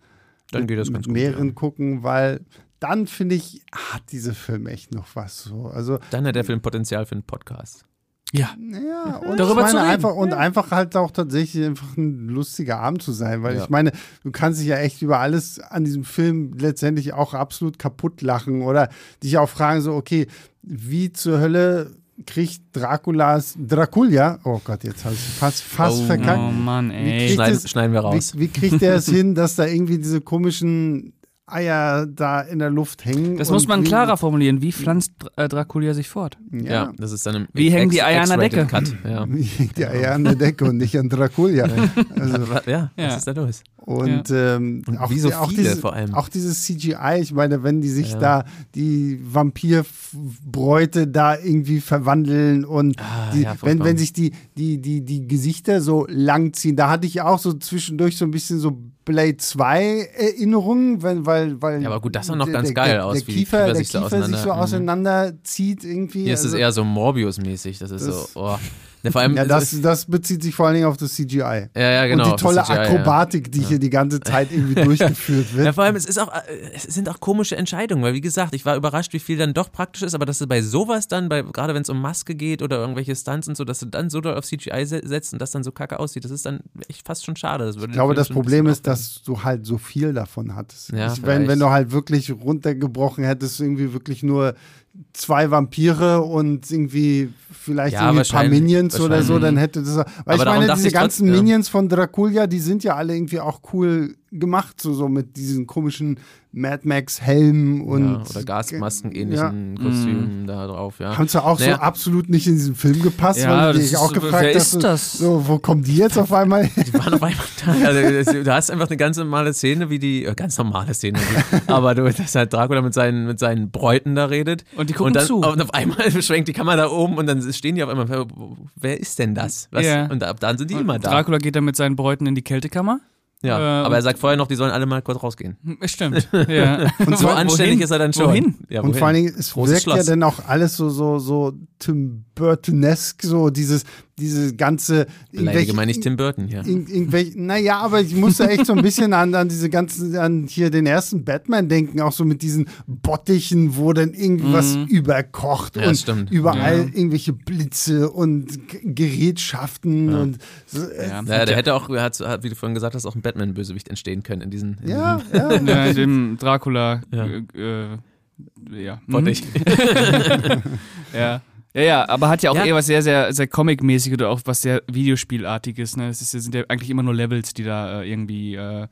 [SPEAKER 4] Dann
[SPEAKER 1] mit,
[SPEAKER 4] geht das ganz
[SPEAKER 1] mit
[SPEAKER 4] gut.
[SPEAKER 1] mehreren
[SPEAKER 4] Ja.
[SPEAKER 1] gucken, weil dann finde ich, hat dieser Film echt noch was so. Also,
[SPEAKER 4] Dann hat der Film Potenzial für einen Podcast.
[SPEAKER 3] ja.
[SPEAKER 1] ja, und
[SPEAKER 3] Darüber
[SPEAKER 1] ich
[SPEAKER 3] zu
[SPEAKER 1] meine
[SPEAKER 3] reden.
[SPEAKER 1] einfach und einfach halt auch tatsächlich einfach ein lustiger Abend zu sein, weil
[SPEAKER 4] Ja.
[SPEAKER 1] ich meine, du kannst dich ja echt über alles an diesem Film letztendlich auch absolut kaputt lachen oder dich auch fragen so, okay, wie zur Hölle kriegt Draculas Dracula? Oh Gott, jetzt habe ich fast fast
[SPEAKER 4] Oh,
[SPEAKER 1] verkackt.
[SPEAKER 3] Oh Mann,
[SPEAKER 1] Wie
[SPEAKER 3] ey.
[SPEAKER 1] kriegt
[SPEAKER 4] Schneiden,
[SPEAKER 1] es-
[SPEAKER 4] schneiden wir raus.
[SPEAKER 1] Wie, wie kriegt der es hin, dass da irgendwie diese komischen Eier da in der Luft hängen?
[SPEAKER 3] Das
[SPEAKER 1] und
[SPEAKER 3] muss man
[SPEAKER 1] wie-
[SPEAKER 3] klarer formulieren. Wie pflanzt Dr- äh, Dracula sich fort?
[SPEAKER 4] Ja.
[SPEAKER 1] Ja.
[SPEAKER 4] das ist dann im
[SPEAKER 3] Wie hängen die Eier an der
[SPEAKER 4] X-rated
[SPEAKER 3] Decke?
[SPEAKER 4] Cut. Ja.
[SPEAKER 1] Die Eier an der Decke und nicht an Dracula. Also,
[SPEAKER 4] Ja, was
[SPEAKER 3] Ja.
[SPEAKER 4] ist da los?
[SPEAKER 1] Und, ähm,
[SPEAKER 4] Und
[SPEAKER 1] auch,
[SPEAKER 4] wie so
[SPEAKER 1] die- auch
[SPEAKER 4] viele
[SPEAKER 1] diese,
[SPEAKER 4] vor allem.
[SPEAKER 1] Auch dieses CGI, ich meine, wenn die sich
[SPEAKER 4] Ja.
[SPEAKER 1] da, die Vampirbräute da irgendwie verwandeln und
[SPEAKER 4] Ah,
[SPEAKER 1] die,
[SPEAKER 4] ja, furchtbar.
[SPEAKER 1] wenn, wenn sich die, die, die, die Gesichter so langziehen, da hatte ich auch so zwischendurch so ein bisschen so Blade 2 Erinnerungen, wenn, weil, weil.
[SPEAKER 4] Ja, aber gut, das sah noch
[SPEAKER 1] der-
[SPEAKER 4] ganz
[SPEAKER 1] der,
[SPEAKER 4] geil
[SPEAKER 1] der,
[SPEAKER 4] aus,
[SPEAKER 1] der
[SPEAKER 4] wie
[SPEAKER 1] Kiefer,
[SPEAKER 4] Kiefer
[SPEAKER 1] der
[SPEAKER 4] sich so
[SPEAKER 1] Kiefer sich so
[SPEAKER 4] auseinander- mhm.
[SPEAKER 1] auseinanderzieht irgendwie.
[SPEAKER 4] Hier ist es
[SPEAKER 1] also-
[SPEAKER 4] eher so Morbius-mäßig. Das ist
[SPEAKER 1] Das-
[SPEAKER 4] so, oh. Ne, vor allem,
[SPEAKER 1] ja,
[SPEAKER 4] es
[SPEAKER 1] das,
[SPEAKER 4] ist-
[SPEAKER 1] das bezieht sich vor allen Dingen auf das CGI.
[SPEAKER 4] ja, ja, genau.
[SPEAKER 1] und die tolle
[SPEAKER 4] das ist ja, ja.
[SPEAKER 1] Akrobatik, die hier die ganze Zeit irgendwie durchgeführt wird.
[SPEAKER 4] Ja, vor allem, es, ist auch, äh, es sind auch komische Entscheidungen, weil wie gesagt, ich war überrascht, wie viel dann doch praktisch ist, aber dass du bei sowas dann, bei, gerade wenn es um Maske geht oder irgendwelche Stunts und so, dass du dann so doll auf CGI se setzt und das dann so kacke aussieht, das ist dann echt fast schon schade. Das würde
[SPEAKER 1] Ich glaube, das Problem ist,
[SPEAKER 4] dass
[SPEAKER 1] dass du halt so viel davon hattest.
[SPEAKER 4] Ja,
[SPEAKER 1] ich, wenn, wenn
[SPEAKER 4] vielleicht.
[SPEAKER 1] du halt wirklich runtergebrochen hättest, irgendwie wirklich nur zwei Vampire und irgendwie vielleicht
[SPEAKER 4] Ja,
[SPEAKER 1] irgendwie ein paar
[SPEAKER 4] wahrscheinlich.
[SPEAKER 1] Minions Minions oder so, dann hätte das. Weil ich
[SPEAKER 4] darum
[SPEAKER 1] meine,
[SPEAKER 4] dachte
[SPEAKER 1] diese
[SPEAKER 4] ich
[SPEAKER 1] ganzen
[SPEAKER 4] trotzdem-
[SPEAKER 1] Minions von Dracula, die sind ja alle irgendwie auch cool gemacht, so, so mit diesen komischen Mad Max-Helmen und.
[SPEAKER 4] ja, oder Gasmasken ähnlichen Kostümen da drauf, ja.
[SPEAKER 1] Haben zwar auch
[SPEAKER 4] Naja.
[SPEAKER 1] so absolut nicht in diesen Film gepasst,
[SPEAKER 3] Ja,
[SPEAKER 1] weil die
[SPEAKER 3] das
[SPEAKER 1] ich
[SPEAKER 3] ist-
[SPEAKER 1] auch gefragt
[SPEAKER 3] wer ist
[SPEAKER 1] hast, so-
[SPEAKER 3] das?
[SPEAKER 1] So, wo kommen die jetzt auf einmal? her?
[SPEAKER 4] Die waren auf einmal da. Also, das- du hast einfach eine ganz normale Szene, wie die, äh, ganz normale Szene, wie, aber du, dass halt Dracula mit seinen, mit seinen Bräuten da redet.
[SPEAKER 3] Und die gucken
[SPEAKER 4] dann,
[SPEAKER 3] zu.
[SPEAKER 4] Und auf einmal schwenkt die Kamera da oben und dann stehen die auf einmal, wer ist denn das? Was?
[SPEAKER 3] Ja.
[SPEAKER 4] Und ab dann sind die immer da.
[SPEAKER 3] Dracula geht dann mit seinen Bräuten in die Kältekammer.
[SPEAKER 4] ja.
[SPEAKER 3] äh,
[SPEAKER 4] aber er sagt vorher noch, die sollen alle mal kurz rausgehen.
[SPEAKER 3] Hm, Stimmt. Ja. Und
[SPEAKER 4] So anständig ist er dann schon.
[SPEAKER 3] Wohin?
[SPEAKER 4] Ja,
[SPEAKER 1] Und
[SPEAKER 4] wohin?
[SPEAKER 1] vor allen Dingen, es
[SPEAKER 4] Großes
[SPEAKER 1] wirkt ja
[SPEAKER 4] Schloss.
[SPEAKER 1] dann auch alles so, so, so Tim Burtonesk, so dieses, dieses ganze.
[SPEAKER 4] Beleidige
[SPEAKER 1] irgendwelche-
[SPEAKER 4] meine ich Tim Burton, ja.
[SPEAKER 1] In, irgendwelche, naja, aber ich musste echt so ein bisschen an, an diese ganzen, an hier den ersten Batman denken, auch so mit diesen Bottichen, wo dann irgendwas überkocht
[SPEAKER 4] Mhm. Ja,
[SPEAKER 1] und
[SPEAKER 4] stimmt.
[SPEAKER 1] überall
[SPEAKER 3] Ja.
[SPEAKER 1] irgendwelche Blitze und G- Gerätschaften und so, äh,
[SPEAKER 3] Ja.
[SPEAKER 4] Ja, der hätte auch, er hat, hat, wie du vorhin gesagt hast, auch ein Batman-Bösewicht entstehen können in diesen. in
[SPEAKER 1] ja, ja.
[SPEAKER 4] Mhm.
[SPEAKER 3] Ja, in dem Dracula.
[SPEAKER 4] Ja.
[SPEAKER 3] Äh, äh, ja. Mhm.
[SPEAKER 4] diesen Bottich.
[SPEAKER 3] Ja. Ja, ja, aber hat ja auch
[SPEAKER 4] Ja.
[SPEAKER 3] eher was sehr, sehr, sehr Comic-mäßiges oder auch was sehr Videospielartiges. Ne? Es ist, ja- sind ja eigentlich immer nur Levels, die da äh, irgendwie äh,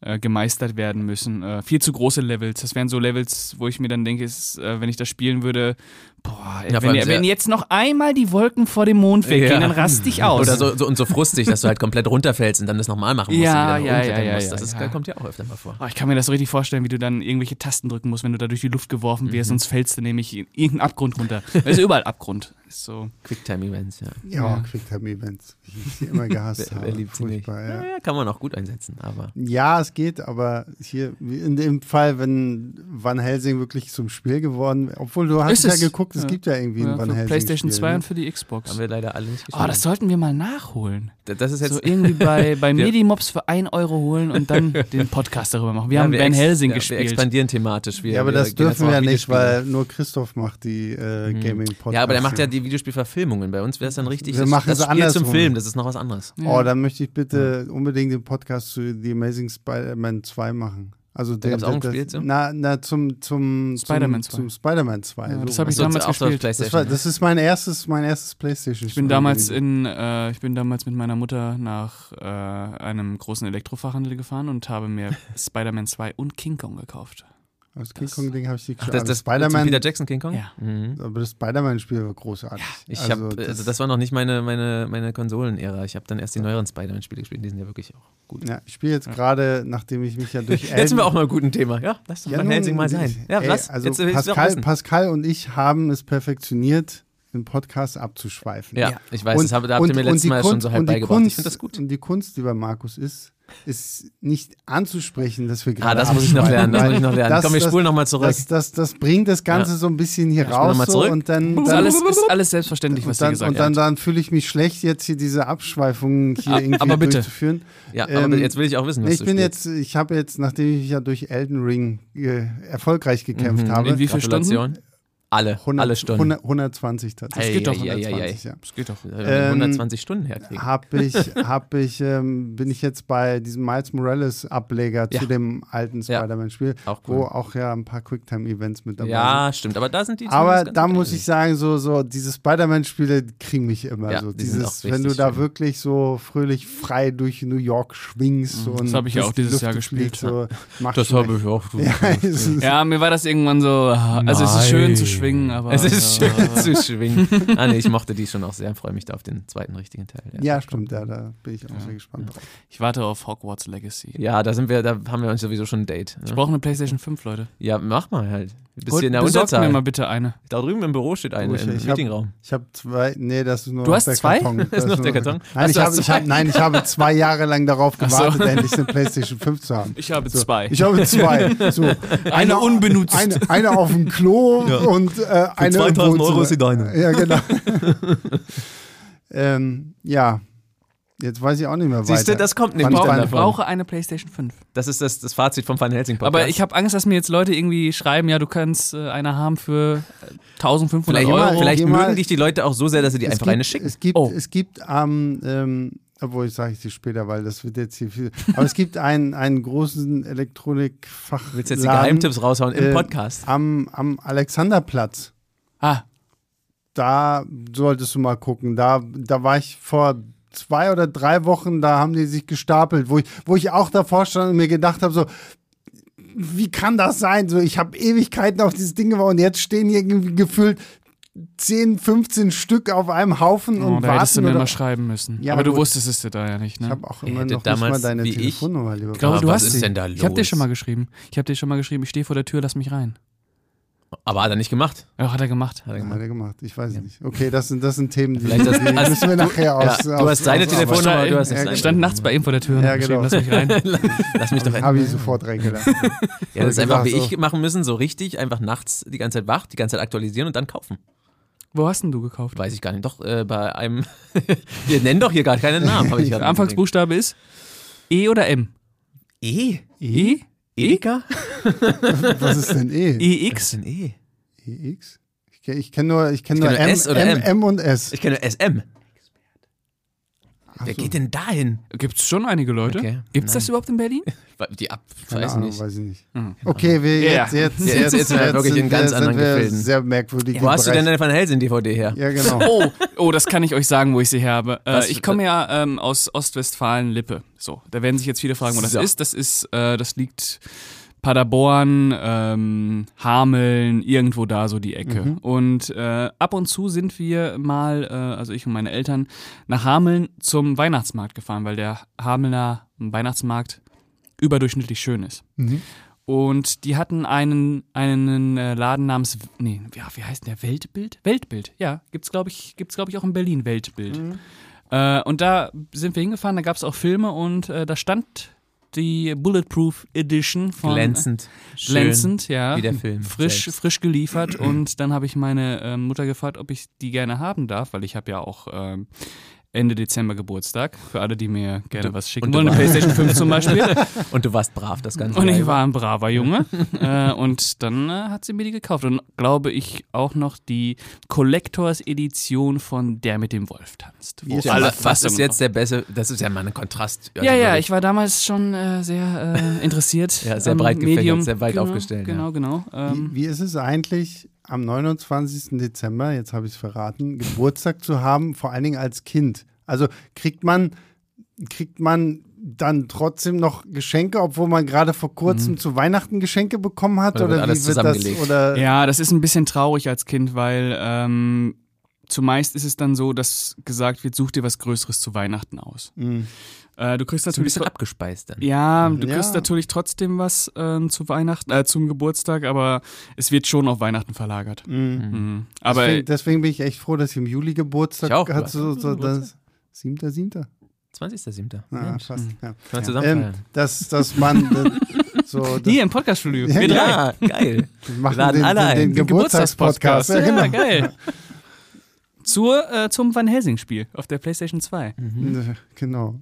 [SPEAKER 3] äh, gemeistert werden müssen. Äh, viel zu große Levels. Das wären so Levels, wo ich mir dann denke, ist, äh, wenn ich das spielen würde, boah, ey,
[SPEAKER 4] Ja, vor
[SPEAKER 3] wenn,
[SPEAKER 4] allem
[SPEAKER 3] ihr-
[SPEAKER 4] sehr-
[SPEAKER 3] wenn jetzt noch einmal die Wolken vor dem Mond weggehen,
[SPEAKER 4] Ja.
[SPEAKER 3] dann raste ich aus.
[SPEAKER 4] Oder so, so und so frustig, dass du halt komplett runterfällst und dann das nochmal machen musst.
[SPEAKER 3] Ja,
[SPEAKER 4] und wieder
[SPEAKER 3] ja,
[SPEAKER 4] hochklettern
[SPEAKER 3] ja, ja,
[SPEAKER 4] musst. Das ist,
[SPEAKER 3] ja.
[SPEAKER 4] kommt ja auch öfter mal vor.
[SPEAKER 3] Oh, ich kann mir das so richtig vorstellen, wie du dann irgendwelche Tasten drücken musst, wenn du da durch die Luft geworfen wirst,
[SPEAKER 4] Mhm.
[SPEAKER 3] sonst fällst du nämlich in irgendeinen Abgrund runter. Da ist ja überall Abgrund. Ist so.
[SPEAKER 4] Quicktime-Events, ja.
[SPEAKER 1] Ja, Quicktime-Events, wie ich sie immer gehasst
[SPEAKER 4] Wer,
[SPEAKER 1] habe.
[SPEAKER 4] wer liebt sie nicht?
[SPEAKER 1] Furchtbar, ja.
[SPEAKER 4] Ja. kann man auch gut einsetzen, aber.
[SPEAKER 1] Ja, es geht, aber hier in dem Fall, wenn Van Helsing wirklich zum Spiel geworden wäre, obwohl du hast
[SPEAKER 3] Ist
[SPEAKER 1] ja
[SPEAKER 3] es.
[SPEAKER 1] geguckt, es
[SPEAKER 3] Ja,
[SPEAKER 1] gibt ja irgendwie
[SPEAKER 3] Ja,
[SPEAKER 1] ein Van
[SPEAKER 3] für
[SPEAKER 1] Helsing. ne?
[SPEAKER 3] PlayStation 2
[SPEAKER 1] Spiel,
[SPEAKER 3] und für die Xbox.
[SPEAKER 4] Haben wir leider alle nicht gespielt.
[SPEAKER 3] Oh, das sollten wir mal nachholen.
[SPEAKER 4] das ist jetzt.
[SPEAKER 3] So irgendwie bei, bei
[SPEAKER 4] Wir-
[SPEAKER 3] Medimobs für 1 Euro holen und dann den Podcast darüber machen. Wir
[SPEAKER 4] Ja,
[SPEAKER 3] haben Van
[SPEAKER 4] ex-
[SPEAKER 3] Helsing
[SPEAKER 4] ja, Wir
[SPEAKER 3] gespielt.
[SPEAKER 4] expandieren thematisch. Wir,
[SPEAKER 1] Ja, aber
[SPEAKER 4] wir
[SPEAKER 1] das
[SPEAKER 4] gehen jetzt
[SPEAKER 1] dürfen
[SPEAKER 4] auch
[SPEAKER 1] wir ja
[SPEAKER 4] auf
[SPEAKER 1] nicht,
[SPEAKER 4] Videospiele.
[SPEAKER 1] weil nur Christoph macht die äh, Gaming-Podcasts.
[SPEAKER 4] Ja, aber der macht ja die Videospielverfilmungen. Bei uns wäre es dann richtig.
[SPEAKER 1] Wir
[SPEAKER 4] das-
[SPEAKER 1] machen
[SPEAKER 4] das
[SPEAKER 1] sie
[SPEAKER 4] Spiel zum
[SPEAKER 1] andersrum.
[SPEAKER 4] Film, das ist noch was anderes.
[SPEAKER 1] Oh, dann möchte ich bitte unbedingt den Podcast zu The Amazing Spider-Man 2 machen. Also der,
[SPEAKER 4] gab's auch ein
[SPEAKER 1] der-
[SPEAKER 4] Spiel zu?
[SPEAKER 1] Na, na, zum, zum,
[SPEAKER 3] Spider-Man 2.
[SPEAKER 1] zum, zum Spider-Man 2.
[SPEAKER 3] Ja,
[SPEAKER 1] so.
[SPEAKER 3] das habe ich
[SPEAKER 4] Ach so,
[SPEAKER 3] damals
[SPEAKER 4] auch so auf
[SPEAKER 3] gespielt.
[SPEAKER 4] PlayStation,
[SPEAKER 1] das, war,
[SPEAKER 4] ja.
[SPEAKER 1] das ist mein erstes, mein erstes PlayStation.
[SPEAKER 3] Ich bin damals in, äh, ich bin damals mit meiner Mutter nach äh, einem großen Elektrofachhandel gefahren und habe mir Spider-Man 2 und King Kong gekauft.
[SPEAKER 1] Das King Kong-Ding habe ich nicht
[SPEAKER 4] Ach,
[SPEAKER 1] geschaut.
[SPEAKER 4] das,
[SPEAKER 1] aber
[SPEAKER 4] das
[SPEAKER 1] Spider-Man-
[SPEAKER 4] Peter Jackson King Kong?
[SPEAKER 3] Ja.
[SPEAKER 4] Mhm.
[SPEAKER 1] Aber das Spider-Man-Spiel war großartig.
[SPEAKER 4] Ich also, hab, also das war noch nicht meine, meine, meine Konsolen-Ära. Ich habe dann erst die neueren Spider-Man-Spiele gespielt. Die sind ja wirklich auch gut.
[SPEAKER 1] ja, ich spiele jetzt gerade, nachdem ich mich ja durch
[SPEAKER 4] Jetzt sind wir auch mal gut ein Thema. Ja, lass doch
[SPEAKER 1] Ja,
[SPEAKER 4] Van
[SPEAKER 1] nun,
[SPEAKER 4] Helsing mal sein. Ja,
[SPEAKER 1] ey,
[SPEAKER 4] lass.
[SPEAKER 1] Also
[SPEAKER 4] jetzt willst du auch
[SPEAKER 1] Pascal,
[SPEAKER 4] wissen.
[SPEAKER 1] Pascal und ich haben es perfektioniert, den Podcast abzuschweifen.
[SPEAKER 4] Ja, ich weiß, das habe, da habt ihr mir letztes
[SPEAKER 1] die
[SPEAKER 4] Mal schon
[SPEAKER 1] Kunst-
[SPEAKER 4] so halb
[SPEAKER 1] und die
[SPEAKER 4] beigebracht.
[SPEAKER 1] Kunst,
[SPEAKER 4] ich finde das gut.
[SPEAKER 1] Und die Kunst, lieber Markus, ist, ist nicht anzusprechen, dass wir gerade
[SPEAKER 4] Ah, das muss ich noch
[SPEAKER 1] abschweifen,
[SPEAKER 4] lernen, das
[SPEAKER 1] weil
[SPEAKER 4] muss ich noch lernen.
[SPEAKER 1] das-
[SPEAKER 4] Komm, wir
[SPEAKER 1] das-
[SPEAKER 4] spulen nochmal zurück.
[SPEAKER 1] Das, das, das bringt das Ganze so ein bisschen hier
[SPEAKER 4] spule
[SPEAKER 1] raus
[SPEAKER 4] noch mal
[SPEAKER 1] so,
[SPEAKER 4] zurück.
[SPEAKER 1] und dann,
[SPEAKER 3] Ist
[SPEAKER 1] dann
[SPEAKER 3] alles, ist alles selbstverständlich, was
[SPEAKER 1] und
[SPEAKER 3] sie
[SPEAKER 1] dann,
[SPEAKER 3] gesagt
[SPEAKER 1] und dann,
[SPEAKER 3] hat.
[SPEAKER 1] dann fühle ich mich schlecht, jetzt hier diese Abschweifungen hier irgendwie
[SPEAKER 3] aber bitte.
[SPEAKER 1] durchzuführen.
[SPEAKER 4] ja, aber
[SPEAKER 1] ähm,
[SPEAKER 4] jetzt will ich auch wissen, was
[SPEAKER 1] Nee, ich
[SPEAKER 4] du
[SPEAKER 1] bin
[SPEAKER 4] spielst.
[SPEAKER 1] jetzt, ich habe jetzt, nachdem ich ja durch Elden Ring äh, erfolgreich gekämpft
[SPEAKER 4] Mhm.
[SPEAKER 1] habe,
[SPEAKER 3] In wie viel Stunden?
[SPEAKER 4] Gratulation. Alle,
[SPEAKER 1] 100
[SPEAKER 4] alle Stunden.
[SPEAKER 1] 100, 120 tatsächlich.
[SPEAKER 3] Das geht doch,
[SPEAKER 4] Ei, ei, ei, ei, ei.
[SPEAKER 1] 120, ja. Ähm,
[SPEAKER 3] Das geht doch.
[SPEAKER 4] Wenn wir 120 Stunden herkriegen.
[SPEAKER 1] Hab ich, hab ich, ähm, bin ich jetzt bei diesem Miles Morales Ableger
[SPEAKER 4] Ja.
[SPEAKER 1] zu dem alten
[SPEAKER 4] Ja.
[SPEAKER 1] Spider-Man-Spiel,
[SPEAKER 4] Auch cool.
[SPEAKER 1] wo auch ja ein paar Quicktime-Events mit dabei sind.
[SPEAKER 4] Ja, stimmt, aber da sind die
[SPEAKER 1] Aber
[SPEAKER 4] zumindest ganz
[SPEAKER 1] da
[SPEAKER 4] gut
[SPEAKER 1] muss ich sagen, so, so diese Spider-Man-Spiele kriegen mich immer.
[SPEAKER 4] Ja,
[SPEAKER 1] so
[SPEAKER 4] die sind auch
[SPEAKER 1] dieses, wenn du
[SPEAKER 4] richtig
[SPEAKER 1] da
[SPEAKER 4] schön.
[SPEAKER 1] wirklich so fröhlich frei durch New York schwingst und
[SPEAKER 3] hab ich ja
[SPEAKER 1] durch
[SPEAKER 3] auch
[SPEAKER 1] die
[SPEAKER 3] dieses Jahr
[SPEAKER 1] Lüfte
[SPEAKER 3] gespielt,
[SPEAKER 1] fliegst, So, macht
[SPEAKER 4] Das
[SPEAKER 1] schon
[SPEAKER 4] habe ich auch.
[SPEAKER 1] echt- Ja, es ist-
[SPEAKER 3] Ja, mir war das irgendwann so, ah, also es ist schön
[SPEAKER 4] Nein.
[SPEAKER 3] zu schwingen, aber also
[SPEAKER 4] Es ist
[SPEAKER 1] Ah.
[SPEAKER 3] ja.
[SPEAKER 4] schön zu schwingen. Ah, nee, ich mochte die schon auch sehr. Freue mich da auf den zweiten richtigen Teil.
[SPEAKER 1] ja, stimmt, ja, da bin ich auch sehr gespannt drauf.
[SPEAKER 3] Ich warte auf Hogwarts Legacy.
[SPEAKER 4] Ja, da sind wir, da haben wir uns sowieso schon ein Date.
[SPEAKER 3] Ich
[SPEAKER 4] Ne?
[SPEAKER 3] brauche eine PlayStation 5, Leute.
[SPEAKER 4] Ja, mach mal halt. Du bist
[SPEAKER 3] Holt-
[SPEAKER 4] hier in der
[SPEAKER 3] Besorgt mir mal
[SPEAKER 4] Unterzahl.
[SPEAKER 3] bitte eine.
[SPEAKER 4] Da drüben im Büro steht eine,
[SPEAKER 1] Oh, ich-
[SPEAKER 4] im
[SPEAKER 1] ich hab-
[SPEAKER 4] Meetingraum.
[SPEAKER 1] Ich habe zwei, nee, das ist nur
[SPEAKER 3] Du
[SPEAKER 1] noch
[SPEAKER 3] hast
[SPEAKER 1] der
[SPEAKER 3] zwei?
[SPEAKER 1] Karton.
[SPEAKER 4] Das ist noch der Karton?
[SPEAKER 1] Nein
[SPEAKER 4] Hast
[SPEAKER 1] ich,
[SPEAKER 4] du-
[SPEAKER 1] habe,
[SPEAKER 4] hast du
[SPEAKER 1] ich hab, nein, ich habe zwei Jahre lang darauf gewartet, endlich eine PlayStation 5 zu haben.
[SPEAKER 3] Ich habe
[SPEAKER 1] So,
[SPEAKER 3] zwei.
[SPEAKER 1] Ich habe zwei. So, eine,
[SPEAKER 3] unbenutzt.
[SPEAKER 1] Eine, eine auf dem Klo und äh, eine.
[SPEAKER 4] 2000
[SPEAKER 1] im Wohnzimmer.
[SPEAKER 4] Euro ist sie deine.
[SPEAKER 1] Ja, genau. ähm, ja. Jetzt weiß ich auch nicht mehr weiter.
[SPEAKER 4] Siehst du, das kommt nämlich
[SPEAKER 1] Wann-
[SPEAKER 4] dann
[SPEAKER 1] wann-
[SPEAKER 3] Ich
[SPEAKER 4] davon.
[SPEAKER 3] brauche eine PlayStation 5.
[SPEAKER 4] Das ist das, das Fazit vom Van Helsing Podcast.
[SPEAKER 3] Aber ich habe Angst, dass mir jetzt Leute irgendwie schreiben, ja, du kannst äh, eine haben für äh, 1500
[SPEAKER 4] vielleicht
[SPEAKER 1] Geh mal-
[SPEAKER 3] Euro.
[SPEAKER 4] vielleicht
[SPEAKER 1] geh mal-
[SPEAKER 4] mögen dich die Leute auch so sehr, dass sie dir
[SPEAKER 1] Es
[SPEAKER 4] einfach
[SPEAKER 1] gibt,
[SPEAKER 4] eine schicken.
[SPEAKER 1] Es gibt,
[SPEAKER 3] Oh.
[SPEAKER 1] es gibt am, ähm, obwohl ich sage ich dir später, weil das wird jetzt hier viel. Aber es gibt einen, einen großen Elektronikfach.
[SPEAKER 4] Willst
[SPEAKER 1] äh,
[SPEAKER 4] jetzt die Geheimtipps raushauen im Podcast?
[SPEAKER 1] Am, am Alexanderplatz.
[SPEAKER 3] ah,
[SPEAKER 1] da solltest du mal gucken. Da, da war ich vor zwei oder drei Wochen, da haben die sich gestapelt, wo ich, wo ich auch davor stand und mir gedacht habe, so, wie kann das sein? So, ich habe Ewigkeiten auf dieses Ding gebaut und jetzt stehen hier irgendwie gefühlt 10, 15 Stück auf einem Haufen
[SPEAKER 3] Oh,
[SPEAKER 1] und
[SPEAKER 3] da hättest du
[SPEAKER 1] warten.
[SPEAKER 3] mir
[SPEAKER 1] oder-
[SPEAKER 3] mal schreiben müssen.
[SPEAKER 1] Ja,
[SPEAKER 3] aber du
[SPEAKER 1] gut.
[SPEAKER 3] wusstest es dir da ja nicht,
[SPEAKER 1] ich
[SPEAKER 3] ne?
[SPEAKER 1] habe auch immer
[SPEAKER 4] hättet
[SPEAKER 1] noch nicht mal
[SPEAKER 4] damals,
[SPEAKER 1] deine
[SPEAKER 4] wie ich-
[SPEAKER 1] Telefonnummer, lieber
[SPEAKER 3] Ich glaube,
[SPEAKER 4] Aber
[SPEAKER 3] du
[SPEAKER 4] was
[SPEAKER 3] hast
[SPEAKER 4] ist
[SPEAKER 3] sie.
[SPEAKER 4] denn da
[SPEAKER 3] Ich habe dir
[SPEAKER 4] los?
[SPEAKER 3] schon mal geschrieben. Ich habe dir schon mal geschrieben, ich stehe vor der Tür, lass mich rein.
[SPEAKER 4] Aber hat er nicht gemacht.
[SPEAKER 3] Ja, hat er gemacht.
[SPEAKER 4] Hat er
[SPEAKER 1] Bruder.
[SPEAKER 4] gemacht.
[SPEAKER 1] Hat er gemacht, ich weiß nicht. Okay, das sind, das sind Themen, die,
[SPEAKER 4] Vielleicht das-
[SPEAKER 1] die
[SPEAKER 4] also
[SPEAKER 1] müssen wir nachher aus.
[SPEAKER 4] ja,
[SPEAKER 1] aus
[SPEAKER 4] du hast seine
[SPEAKER 1] aus-
[SPEAKER 4] Telefonnummer,
[SPEAKER 1] aber-
[SPEAKER 4] du hast
[SPEAKER 1] nicht
[SPEAKER 3] ich
[SPEAKER 1] sein.
[SPEAKER 3] stand nachts bei ihm vor der Tür und
[SPEAKER 1] Ja,
[SPEAKER 3] hab geschrieben,
[SPEAKER 1] genau.
[SPEAKER 3] lass mich rein.
[SPEAKER 4] Lass mich doch rein.
[SPEAKER 1] Habe ich sofort reingelassen.
[SPEAKER 4] Ja, das ist einfach wie
[SPEAKER 1] gesagt,
[SPEAKER 4] ich machen müssen, so richtig, einfach nachts die ganze Zeit wach, die ganze Zeit aktualisieren und dann kaufen.
[SPEAKER 3] Wo hast denn du gekauft?
[SPEAKER 4] Weiß ich gar nicht. Doch, äh, bei einem. Wir nennen doch hier gar keinen Namen, habe ich gerade.
[SPEAKER 3] Der Anfangsbuchstabe ist E oder M?
[SPEAKER 4] E.
[SPEAKER 3] E?
[SPEAKER 4] Edeka?
[SPEAKER 1] Was ist denn E?
[SPEAKER 4] Was
[SPEAKER 3] EX?
[SPEAKER 4] ist denn E?
[SPEAKER 1] EX? Ich, ke- ich kenne nur, ich kenn
[SPEAKER 4] Ich
[SPEAKER 1] nur
[SPEAKER 4] kenn
[SPEAKER 1] M,
[SPEAKER 4] nur S oder
[SPEAKER 1] M,
[SPEAKER 4] M.
[SPEAKER 1] M und S.
[SPEAKER 4] Ich kenne SM.
[SPEAKER 1] Ach
[SPEAKER 4] Wer
[SPEAKER 1] so,
[SPEAKER 4] geht denn dahin?
[SPEAKER 3] Gibt's schon einige Leute.
[SPEAKER 4] Okay.
[SPEAKER 3] Gibt's das überhaupt in Berlin?
[SPEAKER 4] Die ab.
[SPEAKER 1] Keine
[SPEAKER 4] weiß
[SPEAKER 1] Ahnung,
[SPEAKER 4] nicht. Hm, genau.
[SPEAKER 1] weiß ich nicht.
[SPEAKER 3] Mhm.
[SPEAKER 1] Okay, wir
[SPEAKER 3] Ja.
[SPEAKER 1] jetzt, jetzt,
[SPEAKER 4] Ja, jetzt- jetzt sind wir wirklich in ganz
[SPEAKER 1] sind
[SPEAKER 4] anderen
[SPEAKER 1] wir
[SPEAKER 4] Gefilden.
[SPEAKER 1] Sehr merkwürdig.
[SPEAKER 4] Wo hast du denn deine Van Helsing-DVD her?
[SPEAKER 1] Ja, genau.
[SPEAKER 3] Oh, oh, das kann ich euch sagen, wo ich sie her habe. Äh,
[SPEAKER 4] Was-
[SPEAKER 3] ich komme ja ähm, aus Ostwestfalen-Lippe. So, da werden sich jetzt viele fragen, wo das
[SPEAKER 4] So.
[SPEAKER 3] ist. Das ist, äh, das liegt Paderborn, ähm, Hameln, irgendwo da so die Ecke.
[SPEAKER 4] Mhm.
[SPEAKER 3] Und äh, ab und zu sind wir mal, äh, also ich und meine Eltern, nach Hameln zum Weihnachtsmarkt gefahren, weil der Hamelner Weihnachtsmarkt überdurchschnittlich schön ist.
[SPEAKER 1] Mhm.
[SPEAKER 3] Und die hatten einen, einen äh, Laden namens, nee, ja, wie heißt der? Weltbild? Weltbild, ja. Gibt's, glaube ich, gibt's, glaub ich, auch in Berlin Weltbild.
[SPEAKER 4] Mhm.
[SPEAKER 3] Äh, und da sind wir hingefahren, da gab es auch Filme und äh, da stand die Bulletproof Edition von
[SPEAKER 4] Glänzend. Schön.
[SPEAKER 3] glänzend, ja.
[SPEAKER 4] wie der Film
[SPEAKER 3] Frisch,
[SPEAKER 4] selbst.
[SPEAKER 3] frisch geliefert. Und dann habe ich meine ähm, Mutter gefragt, ob ich die gerne haben darf, weil ich habe ja auch ähm, Ende Dezember Geburtstag. Für alle, die mir gerne
[SPEAKER 4] du-
[SPEAKER 3] was schicken
[SPEAKER 4] und du
[SPEAKER 3] wollen. Eine
[SPEAKER 4] warst-
[SPEAKER 3] PlayStation 5 zum Beispiel.
[SPEAKER 4] Und du warst brav, das Ganze.
[SPEAKER 3] Und ich war ein braver Junge. äh, und dann äh, hat sie mir die gekauft. Und glaube ich auch noch die Collectors Edition von Der mit dem Wolf tanzt. Wo
[SPEAKER 1] Yes.
[SPEAKER 4] Alle,
[SPEAKER 3] alle
[SPEAKER 4] was
[SPEAKER 3] Fassungen
[SPEAKER 4] ist jetzt der beste? Das ist ja mal ein Kontrast.
[SPEAKER 3] Ja, ja, ich war damals schon äh, sehr äh, interessiert.
[SPEAKER 4] Ja, sehr
[SPEAKER 3] am
[SPEAKER 4] breit gefächert,
[SPEAKER 3] Medium.
[SPEAKER 4] sehr weit
[SPEAKER 3] genau,
[SPEAKER 4] aufgestellt, ja.
[SPEAKER 3] Genau, genau. Ähm,
[SPEAKER 1] Wie, wie ist es eigentlich, am 29. Dezember, jetzt habe ich es verraten, Geburtstag zu haben, vor allen Dingen als Kind? Also kriegt man, kriegt man dann trotzdem noch Geschenke, obwohl man gerade vor kurzem zu Weihnachten Geschenke bekommen hat?
[SPEAKER 4] Mhm. Oder wird
[SPEAKER 1] Oder,
[SPEAKER 4] alles
[SPEAKER 1] wie wird das?
[SPEAKER 4] zusammengelegt?
[SPEAKER 1] Oder
[SPEAKER 3] Ja, das ist ein bisschen traurig als Kind, weil ähm, zumeist ist es dann so, dass gesagt wird, such dir was Größeres zu Weihnachten aus.
[SPEAKER 1] Mhm.
[SPEAKER 3] Äh, du kriegst
[SPEAKER 4] Ein
[SPEAKER 3] natürlich
[SPEAKER 4] bisschen
[SPEAKER 3] tro-
[SPEAKER 4] abgespeist dann.
[SPEAKER 3] ja, du
[SPEAKER 1] Ja.
[SPEAKER 3] kriegst natürlich trotzdem was ähm, zu Weihnachten, äh, zum Geburtstag, aber es wird schon auf Weihnachten verlagert.
[SPEAKER 1] Mhm.
[SPEAKER 3] Mhm. Aber
[SPEAKER 1] deswegen, deswegen bin ich echt froh, dass ich im Juli Geburtstag
[SPEAKER 4] Ich auch.
[SPEAKER 1] hatte. So, so, das,
[SPEAKER 4] Geburtstag?
[SPEAKER 1] siebter, siebter?
[SPEAKER 4] 20.07.
[SPEAKER 1] Ah,
[SPEAKER 4] Ja,
[SPEAKER 1] fast. Ja.
[SPEAKER 4] Können wir zusammen
[SPEAKER 1] Ähm, dass, dass man äh, so das,
[SPEAKER 3] hier im Podcaststudio.
[SPEAKER 1] Ja,
[SPEAKER 3] wir drei.
[SPEAKER 4] Ja, geil.
[SPEAKER 1] wir machen
[SPEAKER 4] laden
[SPEAKER 1] den,
[SPEAKER 4] alle ein.
[SPEAKER 1] den, den
[SPEAKER 4] Den
[SPEAKER 1] Geburtstagspodcast. Ja,
[SPEAKER 3] Ja,
[SPEAKER 1] genau.
[SPEAKER 3] geil. Zur, äh, zum Van Helsing-Spiel auf der PlayStation 2.
[SPEAKER 1] Nö, Genau.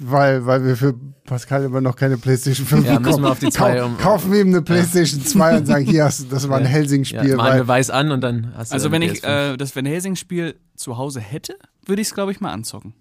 [SPEAKER 1] Weil, weil wir für Pascal immer noch keine PlayStation 5
[SPEAKER 4] Ja, müssen
[SPEAKER 1] bekommen.
[SPEAKER 4] wir auf die zwei um.
[SPEAKER 1] Kaufen wir ihm eine PlayStation 2 und sagen, hier hast du, das war ein
[SPEAKER 4] Ja. Ja,
[SPEAKER 1] Helsing-Spiel.
[SPEAKER 4] mal einen
[SPEAKER 1] weil
[SPEAKER 4] Beweis an und dann hast du
[SPEAKER 3] Also,
[SPEAKER 4] dann
[SPEAKER 3] wenn ich
[SPEAKER 4] PS5.
[SPEAKER 3] äh, das Van Helsing-Spiel zu Hause hätte, würde ich es, glaube ich, mal anzocken.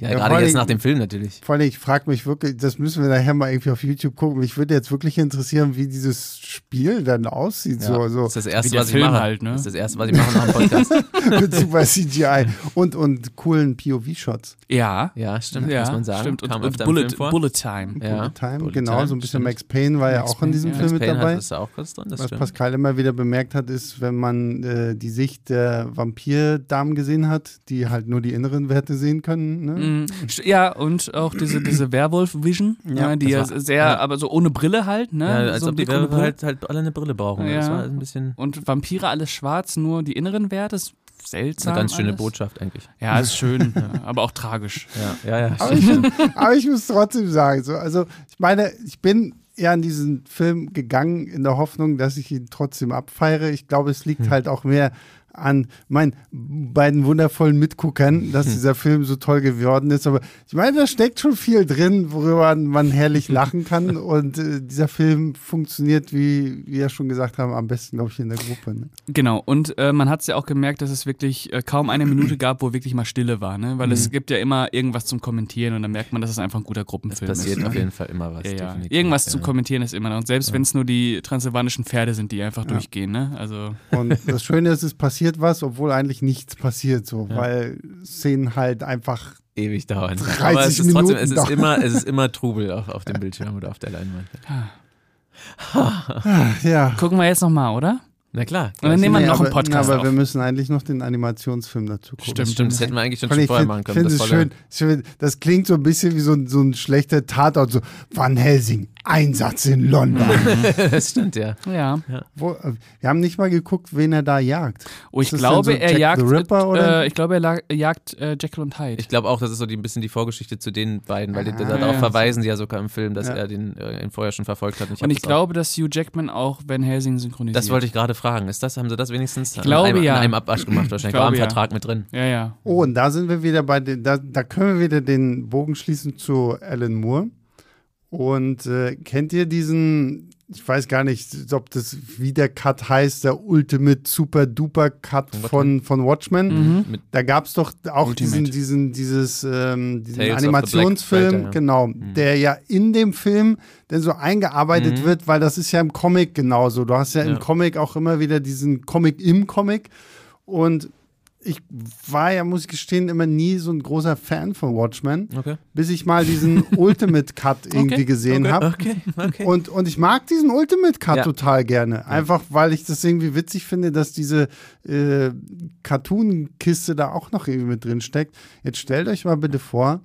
[SPEAKER 4] ja,
[SPEAKER 1] Ja, vor
[SPEAKER 4] gerade jetzt
[SPEAKER 1] allem-
[SPEAKER 4] nach dem Film natürlich.
[SPEAKER 1] vor allem, ich frage mich wirklich, das müssen wir nachher mal irgendwie auf YouTube gucken. Mich würde jetzt wirklich interessieren, wie dieses Spiel dann aussieht.
[SPEAKER 4] Ja,
[SPEAKER 1] So, also, so.
[SPEAKER 4] Das ist das erste,
[SPEAKER 3] Wie der
[SPEAKER 4] was ich
[SPEAKER 3] Film
[SPEAKER 4] mache.
[SPEAKER 3] halt, ne?
[SPEAKER 4] Das ist das erste, was ich mache nach dem Podcast.
[SPEAKER 1] beziehungsweise CGI und, und coolen POV-Shots.
[SPEAKER 3] Ja.
[SPEAKER 4] Ja, stimmt,
[SPEAKER 3] ja,
[SPEAKER 4] muss man sagen.
[SPEAKER 3] Stimmt. Und,
[SPEAKER 4] Kam
[SPEAKER 3] und
[SPEAKER 4] öfter im
[SPEAKER 3] Bullet,
[SPEAKER 4] Film vor.
[SPEAKER 3] Bullet Time.
[SPEAKER 4] Ja,
[SPEAKER 1] Bullet Time,
[SPEAKER 4] Bullet
[SPEAKER 1] genau,
[SPEAKER 4] Time,
[SPEAKER 1] so ein bisschen
[SPEAKER 4] stimmt.
[SPEAKER 1] Max Payne war ja
[SPEAKER 3] Max
[SPEAKER 1] auch in
[SPEAKER 3] Payne,
[SPEAKER 1] diesem
[SPEAKER 3] ja.
[SPEAKER 1] Film
[SPEAKER 4] Max
[SPEAKER 1] mit
[SPEAKER 4] Payne
[SPEAKER 1] dabei.
[SPEAKER 4] Hat das auch kurz drin, das
[SPEAKER 1] Was
[SPEAKER 4] stimmt.
[SPEAKER 1] Pascal immer wieder bemerkt hat, ist, wenn man äh, die Sicht der Vampirdamen gesehen hat, die halt nur die inneren Werte sehen können. Ne?
[SPEAKER 3] Mhm. St- Ja, und auch diese, diese Werwolf-Vision,
[SPEAKER 1] Ja,
[SPEAKER 3] ja, die ja
[SPEAKER 4] das war-
[SPEAKER 3] sehr,
[SPEAKER 4] ja.
[SPEAKER 3] aber so ohne Brille halt, ne?
[SPEAKER 4] Ja, als
[SPEAKER 3] so ein
[SPEAKER 4] ob die
[SPEAKER 3] Blick ohne
[SPEAKER 4] Werbe
[SPEAKER 3] Brille.
[SPEAKER 4] halt, halt alle eine Brille brauchen. Das
[SPEAKER 3] Ja.
[SPEAKER 4] war ein bisschen
[SPEAKER 3] Und Vampire alles schwarz, nur die inneren Werte, ist seltsam.
[SPEAKER 4] eine ganz schöne
[SPEAKER 3] alles.
[SPEAKER 4] Botschaft eigentlich.
[SPEAKER 3] Ja, ist schön, ja, aber auch tragisch.
[SPEAKER 4] Ja, ja, ja.
[SPEAKER 1] Aber, ich, aber ich muss trotzdem sagen, so, also ich meine, ich bin ja in diesen Film gegangen in der Hoffnung, dass ich ihn trotzdem abfeiere. Ich glaube, es liegt halt auch mehr an meinen beiden wundervollen Mitguckern, dass dieser Film so toll geworden ist. Aber ich meine, da steckt schon viel drin, worüber man herrlich lachen kann. Und äh, dieser Film funktioniert, wie wir ja schon gesagt haben, am besten, glaube ich, in der Gruppe. Ne?
[SPEAKER 3] Genau, und äh, man hat es ja auch gemerkt, dass es wirklich äh, kaum eine Minute gab, wo wirklich mal Stille war, ne? Weil es gibt ja immer irgendwas zum Kommentieren und dann merkt man, dass es einfach ein guter
[SPEAKER 4] Mhm. Es
[SPEAKER 3] Gruppenfilm
[SPEAKER 4] passiert
[SPEAKER 3] ist. ne?
[SPEAKER 4] auf jeden Fall immer was.
[SPEAKER 3] Ja, ja.
[SPEAKER 4] definitiv,
[SPEAKER 3] Irgendwas
[SPEAKER 4] ja.
[SPEAKER 3] zum Kommentieren ist immer noch. Und selbst wenn es nur die transsilvanischen Pferde sind, die einfach durchgehen, ne? Also.
[SPEAKER 1] Und das Schöne ist, es passiert passiert was, obwohl eigentlich nichts passiert, so, weil Szenen halt einfach
[SPEAKER 4] Ewig dauern.
[SPEAKER 1] 30
[SPEAKER 4] Aber es ist trotzdem, es
[SPEAKER 1] Minuten
[SPEAKER 4] ist
[SPEAKER 1] dauern.
[SPEAKER 4] immer, es ist immer Trubel auf, auf dem Bildschirm oder auf der Leinwand.
[SPEAKER 1] ja.
[SPEAKER 3] Gucken wir jetzt nochmal, oder?
[SPEAKER 4] Na klar.
[SPEAKER 3] Und dann
[SPEAKER 4] gleich.
[SPEAKER 3] nehmen wir
[SPEAKER 1] Nee,
[SPEAKER 3] noch
[SPEAKER 1] aber,
[SPEAKER 3] einen Podcast
[SPEAKER 1] na, aber
[SPEAKER 3] auf.
[SPEAKER 1] wir müssen eigentlich noch den Animationsfilm dazu gucken.
[SPEAKER 4] Stimmt, stimmt, das hätten wir eigentlich schon,
[SPEAKER 1] Und
[SPEAKER 4] schon
[SPEAKER 1] ich
[SPEAKER 4] vorher machen können.
[SPEAKER 1] finde
[SPEAKER 4] Das
[SPEAKER 1] es
[SPEAKER 4] volle-
[SPEAKER 1] schön, schön, das klingt so ein bisschen wie so ein, so ein schlechter Tatort, so Van Helsing, Einsatz in London.
[SPEAKER 4] Das stimmt, ja.
[SPEAKER 3] Ja.
[SPEAKER 1] Wo, äh, wir haben nicht mal geguckt, wen er da jagt.
[SPEAKER 3] Oh, ich
[SPEAKER 1] Ist das denn so
[SPEAKER 3] glaube, er
[SPEAKER 1] Jack
[SPEAKER 3] jagt,
[SPEAKER 1] the Ripper oder?
[SPEAKER 3] äh, ich glaube, er la- jagt äh, Jekyll und Hyde.
[SPEAKER 4] Ich glaube auch, das ist so die, ein bisschen die Vorgeschichte zu den beiden, weil die,
[SPEAKER 1] Ah.
[SPEAKER 4] darauf
[SPEAKER 3] Ja.
[SPEAKER 4] verweisen sie ja sogar im Film, dass
[SPEAKER 1] Ja.
[SPEAKER 4] er den, äh, ihn vorher schon verfolgt hat. hab
[SPEAKER 3] und ich
[SPEAKER 4] das auch-
[SPEAKER 3] glaube, dass Hugh Jackman auch Van Helsing synchronisiert.
[SPEAKER 4] Das wollte ich gerade fragen. Ist das, haben sie das wenigstens ich
[SPEAKER 3] glaube,
[SPEAKER 4] einem,
[SPEAKER 3] ja.
[SPEAKER 4] in einem Abwasch gemacht wahrscheinlich?
[SPEAKER 3] glaube,
[SPEAKER 4] War im
[SPEAKER 3] ja.
[SPEAKER 4] Vertrag mit drin.
[SPEAKER 3] Ja, ja.
[SPEAKER 1] Oh, und da sind wir wieder bei den, da, da können wir wieder den Bogen schließen zu Alan Moore. Und äh, kennt ihr diesen, ich weiß gar nicht, ob das wie der Cut heißt, der Ultimate Super Duper Cut von, von Watchmen? Mhm.
[SPEAKER 4] Mit-
[SPEAKER 1] Da gab es doch auch
[SPEAKER 3] Ultimate.
[SPEAKER 1] diesen, diesen, dieses, ähm,
[SPEAKER 4] Tales of
[SPEAKER 1] diesen
[SPEAKER 4] the Black
[SPEAKER 1] Animationsfilm,
[SPEAKER 4] Spider, ja. Mhm.
[SPEAKER 1] genau, der ja in dem Film dann so eingearbeitet wird, weil das ist ja im Comic genauso. Du hast ja,
[SPEAKER 4] Ja.
[SPEAKER 1] im Comic auch immer wieder diesen Comic im Comic. Und ich war ja, muss ich gestehen, immer nie so ein großer Fan von Watchmen,
[SPEAKER 4] Okay.
[SPEAKER 1] bis ich mal diesen Ultimate Cut irgendwie gesehen habe.
[SPEAKER 4] Okay, okay.
[SPEAKER 1] Und, und ich mag diesen Ultimate Cut
[SPEAKER 4] Ja.
[SPEAKER 1] total gerne. Einfach, weil ich das irgendwie witzig finde, dass diese äh, Cartoon-Kiste da auch noch irgendwie mit drin steckt. Jetzt stellt euch mal bitte vor,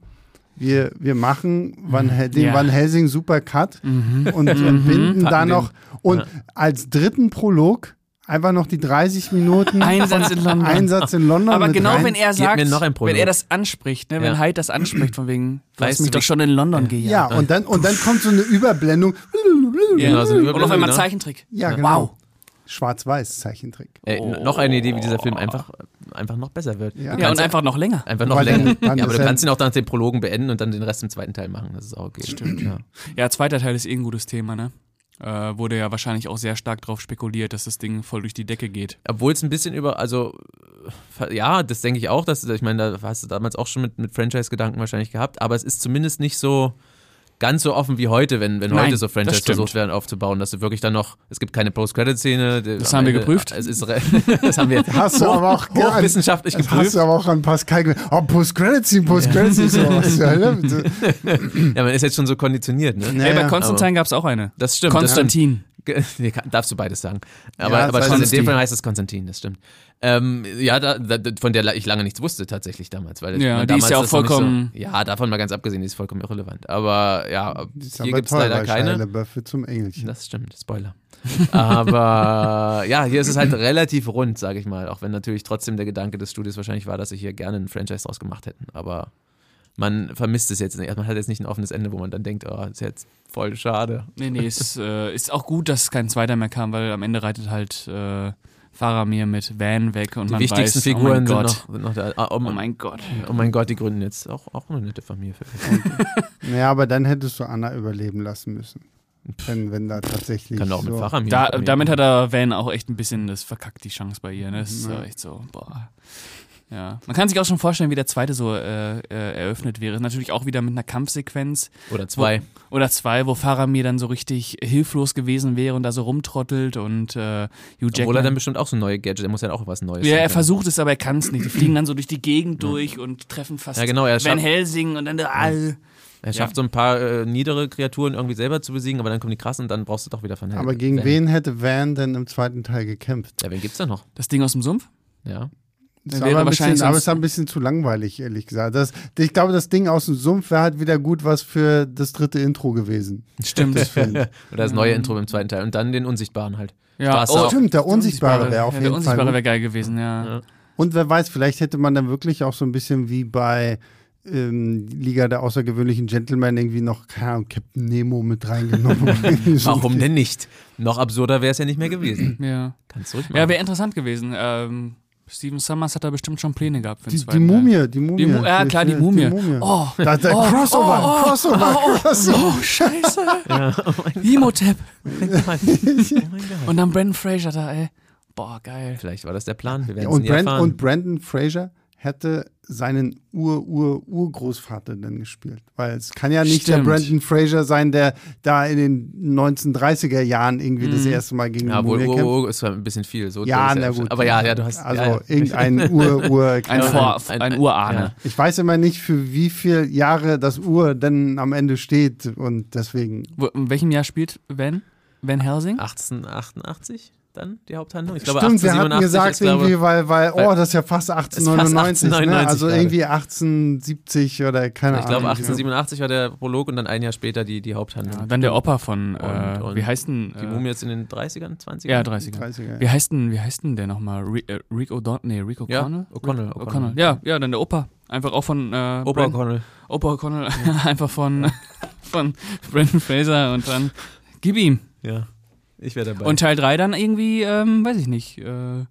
[SPEAKER 1] wir, wir machen Van Hel den
[SPEAKER 3] Ja. Mhm.
[SPEAKER 1] Van Helsing Super Cut und, und binden da
[SPEAKER 4] den.
[SPEAKER 1] noch und als dritten Prolog einfach noch die 30 Minuten
[SPEAKER 3] Einsatz in London.
[SPEAKER 1] Einsatz in London.
[SPEAKER 3] Aber
[SPEAKER 1] mit
[SPEAKER 3] genau,
[SPEAKER 1] rein.
[SPEAKER 3] wenn er
[SPEAKER 4] Gib
[SPEAKER 3] sagt,
[SPEAKER 4] mir noch ein Prolog.
[SPEAKER 3] wenn er das anspricht, ne, wenn
[SPEAKER 4] Ja.
[SPEAKER 3] Hyde das anspricht, von wegen, du
[SPEAKER 4] Weißt
[SPEAKER 3] hast
[SPEAKER 4] du,
[SPEAKER 3] mich
[SPEAKER 4] wie-
[SPEAKER 3] doch schon in London gejagt.
[SPEAKER 1] ja, und dann, und dann kommt so eine Überblendung.
[SPEAKER 3] Ja.
[SPEAKER 4] Genau, so eine
[SPEAKER 3] und auf einmal
[SPEAKER 4] Überblendung, ne?
[SPEAKER 3] Zeichentrick.
[SPEAKER 1] Ja, genau.
[SPEAKER 3] Wow.
[SPEAKER 1] Schwarz-Weiß Zeichentrick.
[SPEAKER 4] Ey, n- noch eine Idee, wie dieser Film einfach, einfach noch besser wird.
[SPEAKER 1] Ja.
[SPEAKER 4] Du
[SPEAKER 3] Ja,
[SPEAKER 4] kannst
[SPEAKER 3] und einfach noch länger.
[SPEAKER 4] einfach noch
[SPEAKER 1] Weil dann-
[SPEAKER 4] länger.
[SPEAKER 1] dann
[SPEAKER 4] ja, aber
[SPEAKER 1] ist
[SPEAKER 4] du
[SPEAKER 1] er-
[SPEAKER 4] kannst ihn auch nach den Prologen beenden und dann den Rest im zweiten Teil machen. Das ist auch okay. Stimmt, ja.
[SPEAKER 3] Ja, zweiter Teil ist eh ein gutes Thema, ne? Äh, wurde ja wahrscheinlich auch sehr stark drauf spekuliert, dass das Ding voll durch die Decke geht.
[SPEAKER 4] Obwohl es ein bisschen über, also ver- ja, das denke ich auch, dass ich meine, da hast du damals auch schon mit, mit Franchise-Gedanken wahrscheinlich gehabt, aber es ist zumindest nicht so ganz so offen wie heute, wenn, wenn
[SPEAKER 3] Nein,
[SPEAKER 4] heute so
[SPEAKER 3] das
[SPEAKER 4] Franchise
[SPEAKER 3] stimmt.
[SPEAKER 4] versucht werden aufzubauen, dass du wirklich dann noch, es gibt keine Post-Credit-Szene. die-
[SPEAKER 3] Das
[SPEAKER 4] am
[SPEAKER 3] haben wir
[SPEAKER 4] Ende-
[SPEAKER 3] geprüft.
[SPEAKER 4] Es ist, re- das haben wir
[SPEAKER 1] Hast du aber auch gern-
[SPEAKER 4] hochwissenschaftlich
[SPEAKER 1] Das hast
[SPEAKER 4] geprüft.
[SPEAKER 1] du aber auch an Pascal gemerkt. Oh, Post-Credit-Scene, Post-Credit-Scene, so was zur Hölle.
[SPEAKER 4] Ja, man ist jetzt schon so konditioniert, ne?
[SPEAKER 1] Ja,
[SPEAKER 3] Ey, bei
[SPEAKER 1] ja.
[SPEAKER 3] Konstantin gab's auch eine.
[SPEAKER 4] Das stimmt. Das
[SPEAKER 3] Konstantin.
[SPEAKER 4] stimmt. Nee, kann- darfst du beides sagen. Aber, aber
[SPEAKER 1] Ja, das heißt
[SPEAKER 4] in dem
[SPEAKER 3] Konstantin.
[SPEAKER 4] Fall heißt es Konstantin, das stimmt. Ähm, ja, da, da, von der ich lange nichts wusste tatsächlich damals. Weil
[SPEAKER 3] Ja,
[SPEAKER 4] man
[SPEAKER 3] die
[SPEAKER 4] damals
[SPEAKER 3] ist ja auch
[SPEAKER 4] das noch nicht
[SPEAKER 3] vollkommen-
[SPEAKER 4] So, ja, davon mal ganz abgesehen, die ist vollkommen irrelevant. Aber ja,
[SPEAKER 1] Ist
[SPEAKER 4] hier
[SPEAKER 1] aber
[SPEAKER 4] gibt es
[SPEAKER 1] toll,
[SPEAKER 4] leider
[SPEAKER 1] weil
[SPEAKER 4] keine.
[SPEAKER 1] Shia LaBeouf wird zum Engelchen.
[SPEAKER 4] Das stimmt, Spoiler. Aber ja, hier ist es halt relativ rund, sage ich mal. Auch wenn natürlich trotzdem der Gedanke des Studios wahrscheinlich war, dass sie hier gerne ein Franchise draus gemacht hätten. Aber man vermisst es jetzt nicht. Also Man hat jetzt nicht ein offenes Ende, wo man dann denkt, oh, ist jetzt voll schade.
[SPEAKER 3] Nee, nee, ist, äh, ist auch gut, dass kein zweiter mehr kam, weil am Ende reitet halt äh, Faramir mit Van weg und
[SPEAKER 4] Die
[SPEAKER 3] man
[SPEAKER 4] wichtigsten
[SPEAKER 3] weiß, oh
[SPEAKER 4] Figuren
[SPEAKER 3] mein Gott.
[SPEAKER 4] sind, noch, sind noch da. Ah, Oh,
[SPEAKER 3] Oh
[SPEAKER 4] mein,
[SPEAKER 3] mein Gott.
[SPEAKER 4] oh mein Gott, die gründen jetzt auch, auch eine nette Familie. Für
[SPEAKER 1] Naja, aber dann hättest du Anna überleben lassen müssen. Wenn, wenn da tatsächlich.
[SPEAKER 4] Kann auch
[SPEAKER 1] so.
[SPEAKER 4] mit Faramir.
[SPEAKER 3] Da,
[SPEAKER 4] Familie.
[SPEAKER 3] damit hat er Van auch echt ein bisschen das verkackt, die Chance bei ihr. Ne? Das ist echt so, boah. Ja. Man kann sich auch schon vorstellen, wie der zweite so äh, äh, eröffnet wäre. Natürlich auch wieder mit einer Kampfsequenz
[SPEAKER 4] Oder zwei.
[SPEAKER 3] oder zwei, wo Faramir dann so richtig hilflos gewesen wäre und da so rumtrottelt und äh, Hugh
[SPEAKER 4] Obwohl er
[SPEAKER 3] Jackman.
[SPEAKER 4] dann bestimmt auch so neue Gadget, er muss ja auch was Neues
[SPEAKER 3] ja, er
[SPEAKER 4] entwickeln.
[SPEAKER 3] versucht es, aber er kann es nicht. Die fliegen dann so durch die Gegend durch und treffen fast
[SPEAKER 4] Ja, genau, er
[SPEAKER 3] Van
[SPEAKER 4] schafft,
[SPEAKER 3] Helsing und dann ah, der All.
[SPEAKER 4] er schafft so ein paar äh, niedere Kreaturen irgendwie selber zu besiegen, aber dann kommen die krassen und dann brauchst du doch wieder von
[SPEAKER 1] Aber gegen wen hätte Van denn im zweiten Teil gekämpft?
[SPEAKER 4] Ja, wen gibt's da noch?
[SPEAKER 3] Das Ding aus dem Sumpf?
[SPEAKER 4] Ja.
[SPEAKER 1] Ist
[SPEAKER 3] wäre
[SPEAKER 1] aber, ein bisschen,
[SPEAKER 3] wahrscheinlich
[SPEAKER 1] aber
[SPEAKER 3] sonst-
[SPEAKER 1] ist ein bisschen zu langweilig, ehrlich gesagt. Das, ich glaube, das Ding aus dem Sumpf wäre halt wieder gut was für das dritte Intro gewesen.
[SPEAKER 3] Stimmt.
[SPEAKER 1] Stimmt,
[SPEAKER 4] Oder das neue Intro im zweiten Teil. Und dann den Unsichtbaren halt.
[SPEAKER 3] Ja, oh.
[SPEAKER 4] Straße auf.
[SPEAKER 1] Stimmt der Unsichtbare wäre auf
[SPEAKER 3] ja, Der
[SPEAKER 1] jeden Fall.
[SPEAKER 3] Unsichtbare
[SPEAKER 1] gut.
[SPEAKER 3] wäre geil gewesen, ja.
[SPEAKER 4] Ja.
[SPEAKER 1] Und wer weiß, vielleicht hätte man dann wirklich auch so ein bisschen wie bei ähm, Liga der außergewöhnlichen Gentlemen irgendwie noch, keine Ahnung, Captain Nemo mit reingenommen.
[SPEAKER 4] Warum denn nicht? Noch absurder wäre es ja nicht mehr gewesen.
[SPEAKER 3] ja.
[SPEAKER 4] Kannst du ruhig
[SPEAKER 3] Ja,
[SPEAKER 4] machen.
[SPEAKER 3] wäre interessant gewesen. Ähm, Steven Summers hat da bestimmt schon Pläne gehabt für den
[SPEAKER 1] Die, die
[SPEAKER 3] zweiten Teil.
[SPEAKER 1] Mumie, die Mumie.
[SPEAKER 3] ne? Die Mu ja, klar, die Mumie. Oh,
[SPEAKER 1] Da, da,
[SPEAKER 3] oh,
[SPEAKER 1] Crossover,
[SPEAKER 3] oh, oh,
[SPEAKER 1] Crossover, Crossover.
[SPEAKER 3] oh, scheiße. Imhotep.
[SPEAKER 4] oh mein Gott.
[SPEAKER 3] Und dann Brandon Fraser da, ey. Boah, geil.
[SPEAKER 4] Vielleicht war das der Plan. Wir werden es
[SPEAKER 1] Und,
[SPEAKER 4] nie
[SPEAKER 1] Brand,
[SPEAKER 4] erfahren.
[SPEAKER 1] und Brandon Fraser hätte seinen Ur-Ur-Urgroßvater denn gespielt. Weil es kann ja nicht
[SPEAKER 3] Stimmt.
[SPEAKER 1] der Brandon Fraser sein, der da in den 1930er Jahren irgendwie das
[SPEAKER 3] Mhm.
[SPEAKER 1] erste Mal gegen
[SPEAKER 3] Hm,
[SPEAKER 4] Ja,
[SPEAKER 1] die
[SPEAKER 4] wohl,
[SPEAKER 1] Mumie
[SPEAKER 4] oh,
[SPEAKER 1] kämpft.
[SPEAKER 4] oh, ist ein bisschen viel. So
[SPEAKER 1] Ja,
[SPEAKER 4] das ist
[SPEAKER 1] na gut.
[SPEAKER 4] Aber ja, ja, du hast.
[SPEAKER 1] Also
[SPEAKER 4] ja, ja.
[SPEAKER 1] irgendein Ur-Ur.
[SPEAKER 3] Ein, Vor ein, Urahne.
[SPEAKER 1] Ich weiß immer nicht, für wie viele Jahre das Uhr denn am Ende steht und deswegen.
[SPEAKER 3] Wo, in welchem Jahr spielt Van? Van Helsing?
[SPEAKER 4] Ah, 1888 dann die Haupthandlung? Ich glaube,
[SPEAKER 1] Stimmt, wir
[SPEAKER 4] 1887
[SPEAKER 1] hatten gesagt
[SPEAKER 4] ist, glaube,
[SPEAKER 1] irgendwie, weil, weil, oh, das ist ja fast
[SPEAKER 4] fast
[SPEAKER 1] 1899, ne?
[SPEAKER 4] 1899
[SPEAKER 1] also
[SPEAKER 4] gerade.
[SPEAKER 1] irgendwie 1870 oder keine
[SPEAKER 4] Ich
[SPEAKER 1] Ahnung.
[SPEAKER 4] glaube, 1887 war der Prolog und dann ein Jahr später die, die Haupthandlung.
[SPEAKER 3] Ja, dann der Opa von, äh,
[SPEAKER 4] Und- und
[SPEAKER 3] wie heißt denn?
[SPEAKER 4] Die
[SPEAKER 3] Äh,
[SPEAKER 4] Mumie jetzt in den 30ern, 20ern?
[SPEAKER 3] ja, 30er.
[SPEAKER 1] 30er, ja.
[SPEAKER 3] Wie heißt denn, wie heißt denn der nochmal? Rick, äh, Rick O'Donnell? Nee, Rick O'Connell?
[SPEAKER 4] Ja,
[SPEAKER 3] Rick-
[SPEAKER 4] O'Connell,
[SPEAKER 3] O'Connell.
[SPEAKER 4] O'Connell.
[SPEAKER 3] Ja, ja, dann der Opa. Einfach auch von äh,
[SPEAKER 4] Opa
[SPEAKER 3] Brand-
[SPEAKER 4] O'Connell.
[SPEAKER 3] Opa O'Connell. Einfach von, von Brandon Fraser und dann gib ihm.
[SPEAKER 4] Ja. Ich wäre dabei.
[SPEAKER 3] Und Teil 3 dann irgendwie, ähm, weiß ich nicht, äh,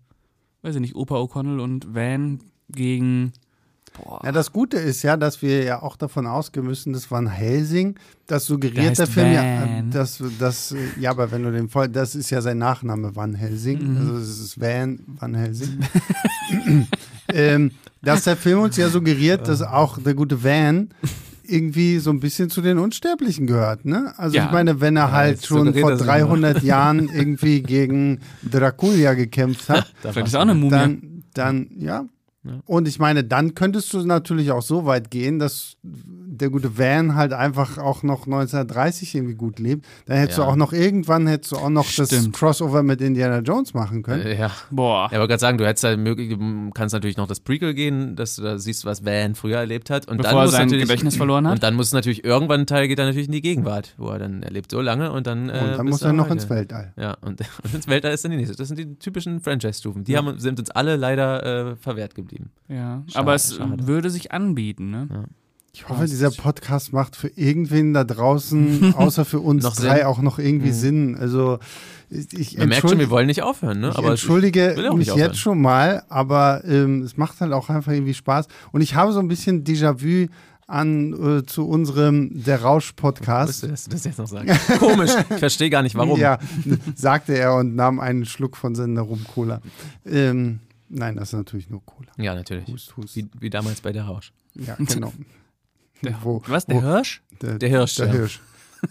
[SPEAKER 3] weiß ich nicht, Opa O'Connell und Van gegen. Boah.
[SPEAKER 1] Ja, das Gute ist ja, dass wir ja auch davon ausgehen müssen, das war ein Helsing. Das suggeriert der
[SPEAKER 3] Der heißt
[SPEAKER 1] Film ja, äh,
[SPEAKER 3] Van.
[SPEAKER 1] dass, dass, äh, ja, aber wenn du den voll, das ist ja sein Nachname, Van Helsing. Also es ist Van, Van Helsing. ähm, dass der Film uns ja suggeriert, dass auch der gute Van irgendwie so ein bisschen zu den Unsterblichen gehört, ne? Also
[SPEAKER 3] Ja.
[SPEAKER 1] ich meine, wenn er halt
[SPEAKER 4] das
[SPEAKER 1] schon
[SPEAKER 4] suggeriert
[SPEAKER 1] vor
[SPEAKER 4] das immer.
[SPEAKER 1] 300 Jahren irgendwie gegen Dracula gekämpft hat,
[SPEAKER 4] Da
[SPEAKER 3] Vielleicht
[SPEAKER 4] war's.
[SPEAKER 3] ist auch eine Mumie.
[SPEAKER 1] dann, dann, ja. Und ich meine, dann könntest du natürlich auch so weit gehen, dass der gute Van halt einfach auch noch 1930 irgendwie gut lebt. Dann hättest
[SPEAKER 4] Ja.
[SPEAKER 1] du auch noch irgendwann hättest du auch noch das
[SPEAKER 3] Stimmt.
[SPEAKER 1] Crossover mit Indiana Jones machen können.
[SPEAKER 4] Äh, Ja,
[SPEAKER 3] Boah.
[SPEAKER 4] ich wollte gerade sagen, du hättest halt möglich, du kannst natürlich noch das Prequel gehen, dass du da siehst, was Van früher erlebt hat. Und dann
[SPEAKER 3] Bevor er
[SPEAKER 4] muss
[SPEAKER 3] sein
[SPEAKER 4] natürlich,
[SPEAKER 3] Gedächtnis verloren hat.
[SPEAKER 4] Und dann muss natürlich irgendwann ein Teil geht dann natürlich in die Gegenwart, wo er dann er lebt so lange und dann. Äh,
[SPEAKER 1] Und dann
[SPEAKER 4] bist
[SPEAKER 1] muss
[SPEAKER 4] du
[SPEAKER 1] er noch
[SPEAKER 4] heute.
[SPEAKER 1] ins Weltall.
[SPEAKER 4] Ja, und, und ins Weltall ist dann die nächste. Das sind die typischen Franchise-Stufen. Die haben, sind uns alle leider äh, verwehrt geblieben.
[SPEAKER 3] ja.
[SPEAKER 4] Schade,
[SPEAKER 3] Aber es
[SPEAKER 4] schade.
[SPEAKER 3] würde sich anbieten, ne?
[SPEAKER 1] Ich hoffe, dieser Podcast macht für irgendwen da draußen, außer für uns
[SPEAKER 4] Noch
[SPEAKER 1] drei,
[SPEAKER 4] Sinn. Mhm.
[SPEAKER 1] auch noch irgendwie Sinn. Also ich, ich
[SPEAKER 4] Man merkt schon,
[SPEAKER 1] entschuldige-
[SPEAKER 4] wir wollen nicht aufhören, ne?
[SPEAKER 1] Ich
[SPEAKER 4] Aber es-
[SPEAKER 1] entschuldige
[SPEAKER 4] will auch
[SPEAKER 1] mich
[SPEAKER 4] nicht aufhören.
[SPEAKER 1] jetzt schon mal, aber ähm, es macht halt auch einfach irgendwie Spaß. Und ich habe so ein bisschen Déjà-vu an äh, zu unserem Der
[SPEAKER 4] Musst du
[SPEAKER 1] Rausch-Podcast.
[SPEAKER 4] das, das jetzt noch sagen? Komisch. Ich verstehe gar nicht, warum.
[SPEAKER 1] Ja, sagte er und nahm einen Schluck von seiner Rum-Cola. Ähm, nein, das ist natürlich nur Cola.
[SPEAKER 4] Ja, natürlich.
[SPEAKER 1] Hust, hust.
[SPEAKER 4] Wie, wie damals bei der Rausch.
[SPEAKER 1] Ja, genau. wo,
[SPEAKER 3] Was, der Hirsch?
[SPEAKER 1] der,
[SPEAKER 4] Der Hirsch.
[SPEAKER 1] der
[SPEAKER 4] ja.
[SPEAKER 1] Hirsch.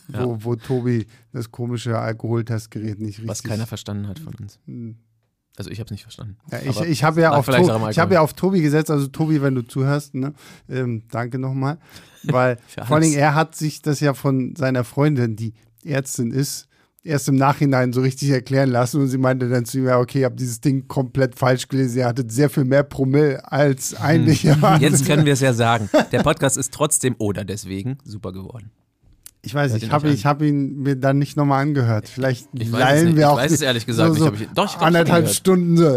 [SPEAKER 1] Wo, wo Tobi das komische Alkoholtestgerät nicht richtig.
[SPEAKER 4] Was keiner verstanden hat von uns. Also ich habe es nicht verstanden.
[SPEAKER 1] Hm. Ja, ich
[SPEAKER 4] Aber
[SPEAKER 1] ich habe ja,
[SPEAKER 4] lag
[SPEAKER 1] auf
[SPEAKER 4] vielleicht
[SPEAKER 1] To-
[SPEAKER 4] auch am
[SPEAKER 1] ich hab
[SPEAKER 4] Alkohol.
[SPEAKER 1] ja auf Tobi gesetzt, also Tobi, wenn du zuhörst, ne? ähm, danke nochmal. Weil
[SPEAKER 4] Für
[SPEAKER 1] vor allen
[SPEAKER 4] alles.
[SPEAKER 1] Dingen, er hat sich das ja von seiner Freundin, die Ärztin ist, erst im Nachhinein so richtig erklären lassen und sie meinte dann zu ihm, ja, okay, ich habe dieses Ding komplett falsch gelesen, er hatte sehr viel mehr Promille als eigentlich erwartet.
[SPEAKER 4] Hm. Jetzt können wir es ja sagen. Der Podcast ist trotzdem oder deswegen super geworden.
[SPEAKER 1] Ich weiß
[SPEAKER 4] Hört
[SPEAKER 1] nicht, ich
[SPEAKER 4] ihn
[SPEAKER 1] habe
[SPEAKER 4] euch
[SPEAKER 1] ich hab ihn mir dann nicht nochmal angehört. Vielleicht
[SPEAKER 4] Ich weiß es
[SPEAKER 1] leihen
[SPEAKER 4] nicht.
[SPEAKER 1] wir
[SPEAKER 4] Ich
[SPEAKER 1] auch
[SPEAKER 4] weiß es ehrlich gesagt
[SPEAKER 1] so, so
[SPEAKER 4] nicht, ob ich- doch, ich glaub, ich hab ihn
[SPEAKER 1] anderthalb
[SPEAKER 4] gehört.
[SPEAKER 1] Stunden so.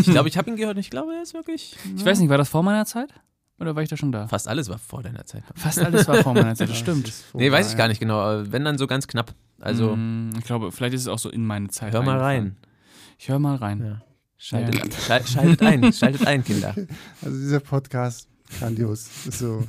[SPEAKER 4] Ich glaube, ich habe ihn gehört und ich glaube, er ist wirklich.
[SPEAKER 3] Ich weiß nicht, war das vor meiner Zeit? Oder war ich da schon da?
[SPEAKER 4] Fast alles war vor deiner Zeit.
[SPEAKER 3] Fast alles war vor meiner Zeit, das stimmt.
[SPEAKER 4] Nee, weiß ich gar nicht genau. aber Wenn dann so ganz knapp. Also
[SPEAKER 3] Mm, ich glaube, vielleicht ist es auch so in meine Zeit.
[SPEAKER 4] hör mal
[SPEAKER 3] eingefallen.
[SPEAKER 4] rein.
[SPEAKER 3] Ich hör mal rein.
[SPEAKER 4] Ja. Schaltet, ein. Schal- schaltet ein, schaltet ein, Kinder.
[SPEAKER 1] Also dieser Podcast, grandios. Ist So.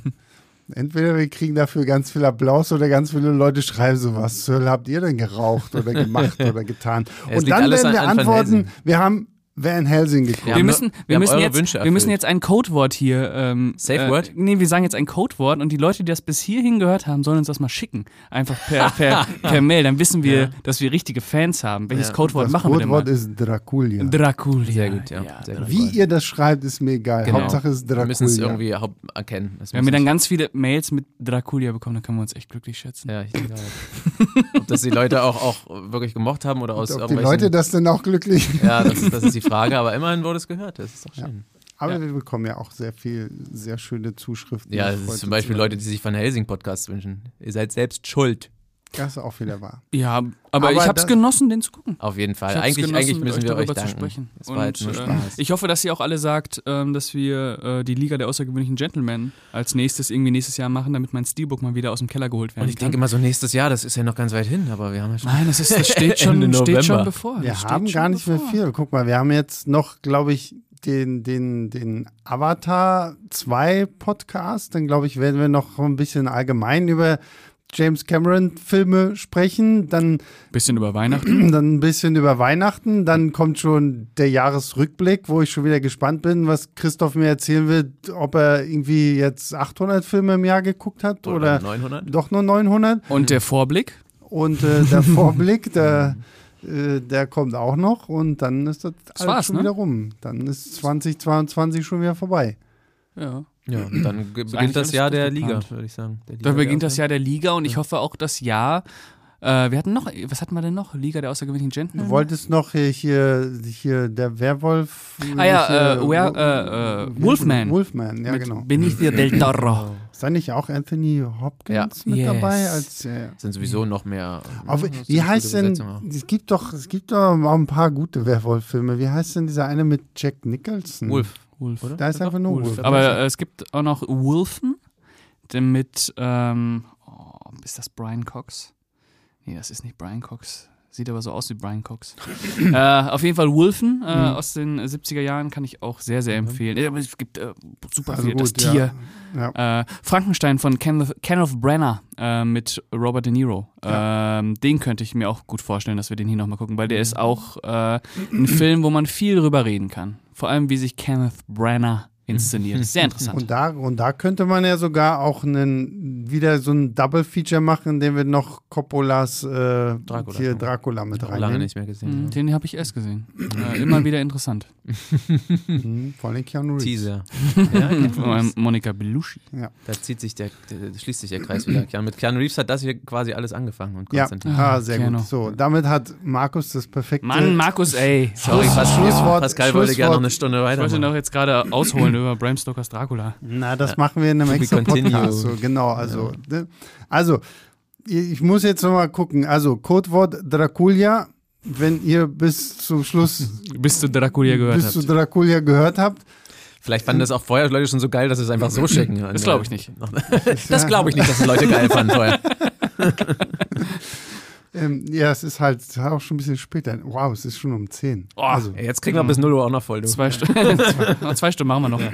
[SPEAKER 1] Entweder wir kriegen dafür ganz viel Applaus oder ganz viele Leute schreiben so, was zur Hölle habt ihr denn geraucht oder gemacht oder getan?
[SPEAKER 4] Es
[SPEAKER 1] Und
[SPEAKER 4] liegt
[SPEAKER 1] dann
[SPEAKER 4] alles
[SPEAKER 1] werden
[SPEAKER 4] an-
[SPEAKER 1] wir
[SPEAKER 4] an Van
[SPEAKER 1] antworten,
[SPEAKER 4] Helsing.
[SPEAKER 1] wir haben Van Helsing geguckt.
[SPEAKER 4] Ja.
[SPEAKER 3] Wir
[SPEAKER 4] haben-
[SPEAKER 3] müssen, wir,
[SPEAKER 4] wir haben
[SPEAKER 3] müssen
[SPEAKER 4] eure
[SPEAKER 3] jetzt,
[SPEAKER 4] Wünsche
[SPEAKER 3] wir
[SPEAKER 4] erfüllt.
[SPEAKER 3] müssen jetzt ein Codewort hier. Ähm,
[SPEAKER 4] Safe
[SPEAKER 3] äh,
[SPEAKER 4] Word?
[SPEAKER 3] Nee, wir sagen jetzt ein Codewort und die Leute, die das bis hierhin gehört haben, sollen uns das mal schicken. Einfach per, per, per Mail. Dann wissen wir, dass wir richtige Fans haben. Welches
[SPEAKER 4] Ja.
[SPEAKER 3] Codewort
[SPEAKER 1] Das
[SPEAKER 3] machen wir denn
[SPEAKER 1] Codewort
[SPEAKER 3] mal?
[SPEAKER 1] ist Dracula.
[SPEAKER 3] Dracula.
[SPEAKER 4] Sehr gut, ja. Sehr gut.
[SPEAKER 1] Wie ihr das schreibt, ist mir egal.
[SPEAKER 4] Genau.
[SPEAKER 1] Hauptsache es ist Dracula.
[SPEAKER 4] Wir müssen es irgendwie haupt- erkennen. Das
[SPEAKER 3] Wenn wir
[SPEAKER 4] muss
[SPEAKER 3] dann ganz viele Mails mit Dracula bekommen, dann können wir uns echt glücklich schätzen.
[SPEAKER 4] Ja, ich denke auch. Ob das die Leute auch, auch wirklich gemocht haben oder aus
[SPEAKER 1] Und ob die
[SPEAKER 4] irgendwelchen-
[SPEAKER 1] Leute das denn auch glücklich
[SPEAKER 4] Ja, das ist, das ist die Frage, aber immerhin wurde es gehört. Das ist doch schön.
[SPEAKER 1] Aber wir bekommen ja auch sehr viel, sehr schöne Zuschriften.
[SPEAKER 4] Ja,
[SPEAKER 1] Das
[SPEAKER 4] das
[SPEAKER 1] freut
[SPEAKER 4] ist zum
[SPEAKER 1] uns
[SPEAKER 4] Beispiel
[SPEAKER 1] immer.
[SPEAKER 4] Leute, die sich Van Helsing Podcasts wünschen. Ihr seid selbst schuld.
[SPEAKER 1] Das ist auch wieder wahr.
[SPEAKER 3] Ja, aber,
[SPEAKER 1] Aber
[SPEAKER 3] ich hab's
[SPEAKER 1] das-
[SPEAKER 3] genossen, den zu gucken.
[SPEAKER 4] Auf jeden Fall.
[SPEAKER 3] Ich hab's
[SPEAKER 4] Eigentlich,
[SPEAKER 3] genossen,
[SPEAKER 4] eigentlich
[SPEAKER 3] mit
[SPEAKER 4] müssen wir euch
[SPEAKER 3] darüber zu
[SPEAKER 4] danken.
[SPEAKER 3] sprechen.
[SPEAKER 4] Es war
[SPEAKER 3] Und,
[SPEAKER 4] jetzt nur
[SPEAKER 3] äh,
[SPEAKER 4] Spaß.
[SPEAKER 3] ich hoffe, dass ihr auch alle sagt, ähm, dass wir äh, die Liga der außergewöhnlichen Gentlemen als nächstes irgendwie nächstes Jahr machen, damit mein Steelbook mal wieder aus dem Keller geholt werden
[SPEAKER 4] Und ich
[SPEAKER 3] kann.
[SPEAKER 4] denke mal so nächstes Jahr, das ist ja noch ganz weit hin, aber wir haben ja schon.
[SPEAKER 3] Nein, das, ist, das steht, schon,
[SPEAKER 4] Ende
[SPEAKER 3] steht schon
[SPEAKER 4] November.
[SPEAKER 3] bevor.
[SPEAKER 1] Wir
[SPEAKER 3] das steht
[SPEAKER 1] haben
[SPEAKER 3] schon
[SPEAKER 1] gar nicht mehr
[SPEAKER 3] bevor.
[SPEAKER 1] viel. Guck mal, wir haben jetzt noch, glaube ich, den, den, den Avatar 2 Podcast. Dann, glaube ich, werden wir noch ein bisschen allgemein über James Cameron-Filme sprechen, dann,
[SPEAKER 3] Bisschen über Weihnachten.
[SPEAKER 1] dann ein bisschen über Weihnachten, dann kommt schon der Jahresrückblick, wo ich schon wieder gespannt bin, was Christoph mir erzählen wird, ob er irgendwie jetzt 800 Filme im Jahr geguckt hat oder,
[SPEAKER 4] 900?
[SPEAKER 1] doch nur 900.
[SPEAKER 3] Und der Vorblick.
[SPEAKER 1] Und äh, der Vorblick, der, äh, der kommt auch noch und dann ist das, alles
[SPEAKER 3] war's,
[SPEAKER 1] schon
[SPEAKER 3] ne?
[SPEAKER 1] wieder rum. Dann ist 2022 schon wieder vorbei.
[SPEAKER 3] Ja.
[SPEAKER 4] Ja, und dann ge-
[SPEAKER 3] eigentlich
[SPEAKER 4] beginnt
[SPEAKER 3] alles
[SPEAKER 4] das Jahr
[SPEAKER 3] gut
[SPEAKER 4] der Liga,
[SPEAKER 3] geplant.
[SPEAKER 4] würde ich sagen. Der Liga
[SPEAKER 3] Da beginnt
[SPEAKER 4] der
[SPEAKER 3] das Jahr der Liga und ich hoffe auch das Jahr. Äh, wir hatten noch, was hatten wir denn noch? Liga der außergewöhnlichen
[SPEAKER 1] Du
[SPEAKER 3] Gentlemen?
[SPEAKER 1] wolltest noch hier, hier, hier der Werwolf.
[SPEAKER 3] Ah ja,
[SPEAKER 1] hier-
[SPEAKER 3] äh, Wer- äh, äh, Wolfman.
[SPEAKER 1] Wolfman, ja genau.
[SPEAKER 3] Benicio del
[SPEAKER 4] Oh.
[SPEAKER 3] Toro.
[SPEAKER 1] Ist da nicht auch Anthony Hopkins
[SPEAKER 4] Ja.
[SPEAKER 1] mit
[SPEAKER 3] Yes.
[SPEAKER 1] dabei? Als, ja, ja.
[SPEAKER 4] Sind sowieso noch mehr.
[SPEAKER 1] Auf,
[SPEAKER 4] Ja, das ist
[SPEAKER 1] wie
[SPEAKER 4] eine
[SPEAKER 1] heißt
[SPEAKER 4] gute
[SPEAKER 1] denn,
[SPEAKER 4] Besetzung auch.
[SPEAKER 1] es gibt doch, es gibt doch auch ein paar gute Werwolf-Filme. Wie heißt denn dieser eine mit Jack Nicholson?
[SPEAKER 4] Wolf,
[SPEAKER 3] Wolf.
[SPEAKER 4] oder?
[SPEAKER 1] Da ist einfach nur Wolf.
[SPEAKER 3] Aber äh, es gibt auch noch Wolfen, der mit, ähm, oh, ist das Brian Cox? Nee, das ist nicht Brian Cox. Sieht aber so aus wie Brian Cox. äh, auf jeden Fall Wolfen äh,
[SPEAKER 1] Mhm.
[SPEAKER 3] aus den 70er Jahren kann ich auch sehr, sehr empfehlen. Ja, aber es gibt äh, super
[SPEAKER 1] Also
[SPEAKER 3] viel. das
[SPEAKER 1] gut, ja.
[SPEAKER 3] Tier.
[SPEAKER 1] Ja.
[SPEAKER 3] Äh, Frankenstein von Kenneth, Kenneth Brenner äh, mit Robert De Niro. Ähm, den könnte ich mir auch gut vorstellen, dass wir den hier nochmal gucken,
[SPEAKER 1] Mhm.
[SPEAKER 3] weil der ist auch äh, ein Film, wo man viel drüber reden kann. Vor allem, wie sich Kenneth Brenner inszeniert. Sehr interessant.
[SPEAKER 1] Und da, und da könnte man ja sogar auch einen, wieder so ein Double-Feature machen, indem wir noch Coppolas äh,
[SPEAKER 4] Dracula.
[SPEAKER 1] hier Dracula mit
[SPEAKER 4] Auch lange
[SPEAKER 1] reinnehmen.
[SPEAKER 4] nicht mehr gesehen.
[SPEAKER 3] Mhm, Den habe ich erst gesehen. Äh, immer wieder interessant.
[SPEAKER 1] Mhm, vor allem Keanu Reeves.
[SPEAKER 4] Teaser.
[SPEAKER 3] Von Monika Belushi.
[SPEAKER 4] Da zieht sich der, der, schließt sich der Kreis wieder. Keanu- Mit Keanu Reeves hat das hier quasi alles angefangen und
[SPEAKER 1] Ja,
[SPEAKER 4] Konstantin.
[SPEAKER 1] ah, sehr
[SPEAKER 3] Keanu.
[SPEAKER 1] gut. So, damit hat Markus das perfekte
[SPEAKER 3] Mann, Markus, ey.
[SPEAKER 4] Sorry, Pas
[SPEAKER 1] Schlusswort-
[SPEAKER 4] Pascal wollte gerne noch eine Stunde
[SPEAKER 3] Ich
[SPEAKER 4] weiter.
[SPEAKER 3] wollte noch jetzt gerade ausholen über Bram Stokers Dracula.
[SPEAKER 1] Na, das machen wir in einem
[SPEAKER 4] be
[SPEAKER 1] extra
[SPEAKER 4] continue.
[SPEAKER 1] Podcast. So, genau, also, ne? also ich ich muss jetzt nochmal gucken. Also, Codewort Dracula, wenn ihr bis zum Schluss
[SPEAKER 3] Bis zu Dracula gehört
[SPEAKER 1] bis
[SPEAKER 3] habt.
[SPEAKER 1] zu Dracula gehört habt.
[SPEAKER 4] Vielleicht fanden das auch vorher Leute schon so geil, dass sie es einfach so schicken. Äh,
[SPEAKER 3] Das glaube ich nicht.
[SPEAKER 4] Das glaube ich nicht, dass es Leute geil fanden vorher.
[SPEAKER 1] Ähm, ja, es ist halt auch schon ein bisschen später. Wow, es ist schon um 10.
[SPEAKER 3] Oh,
[SPEAKER 1] also,
[SPEAKER 4] Ey, Jetzt kriegen wir bis 0 Uhr auch noch voll. Du.
[SPEAKER 3] Zwei Stunden. Noch zwei Stunden machen wir noch.
[SPEAKER 1] na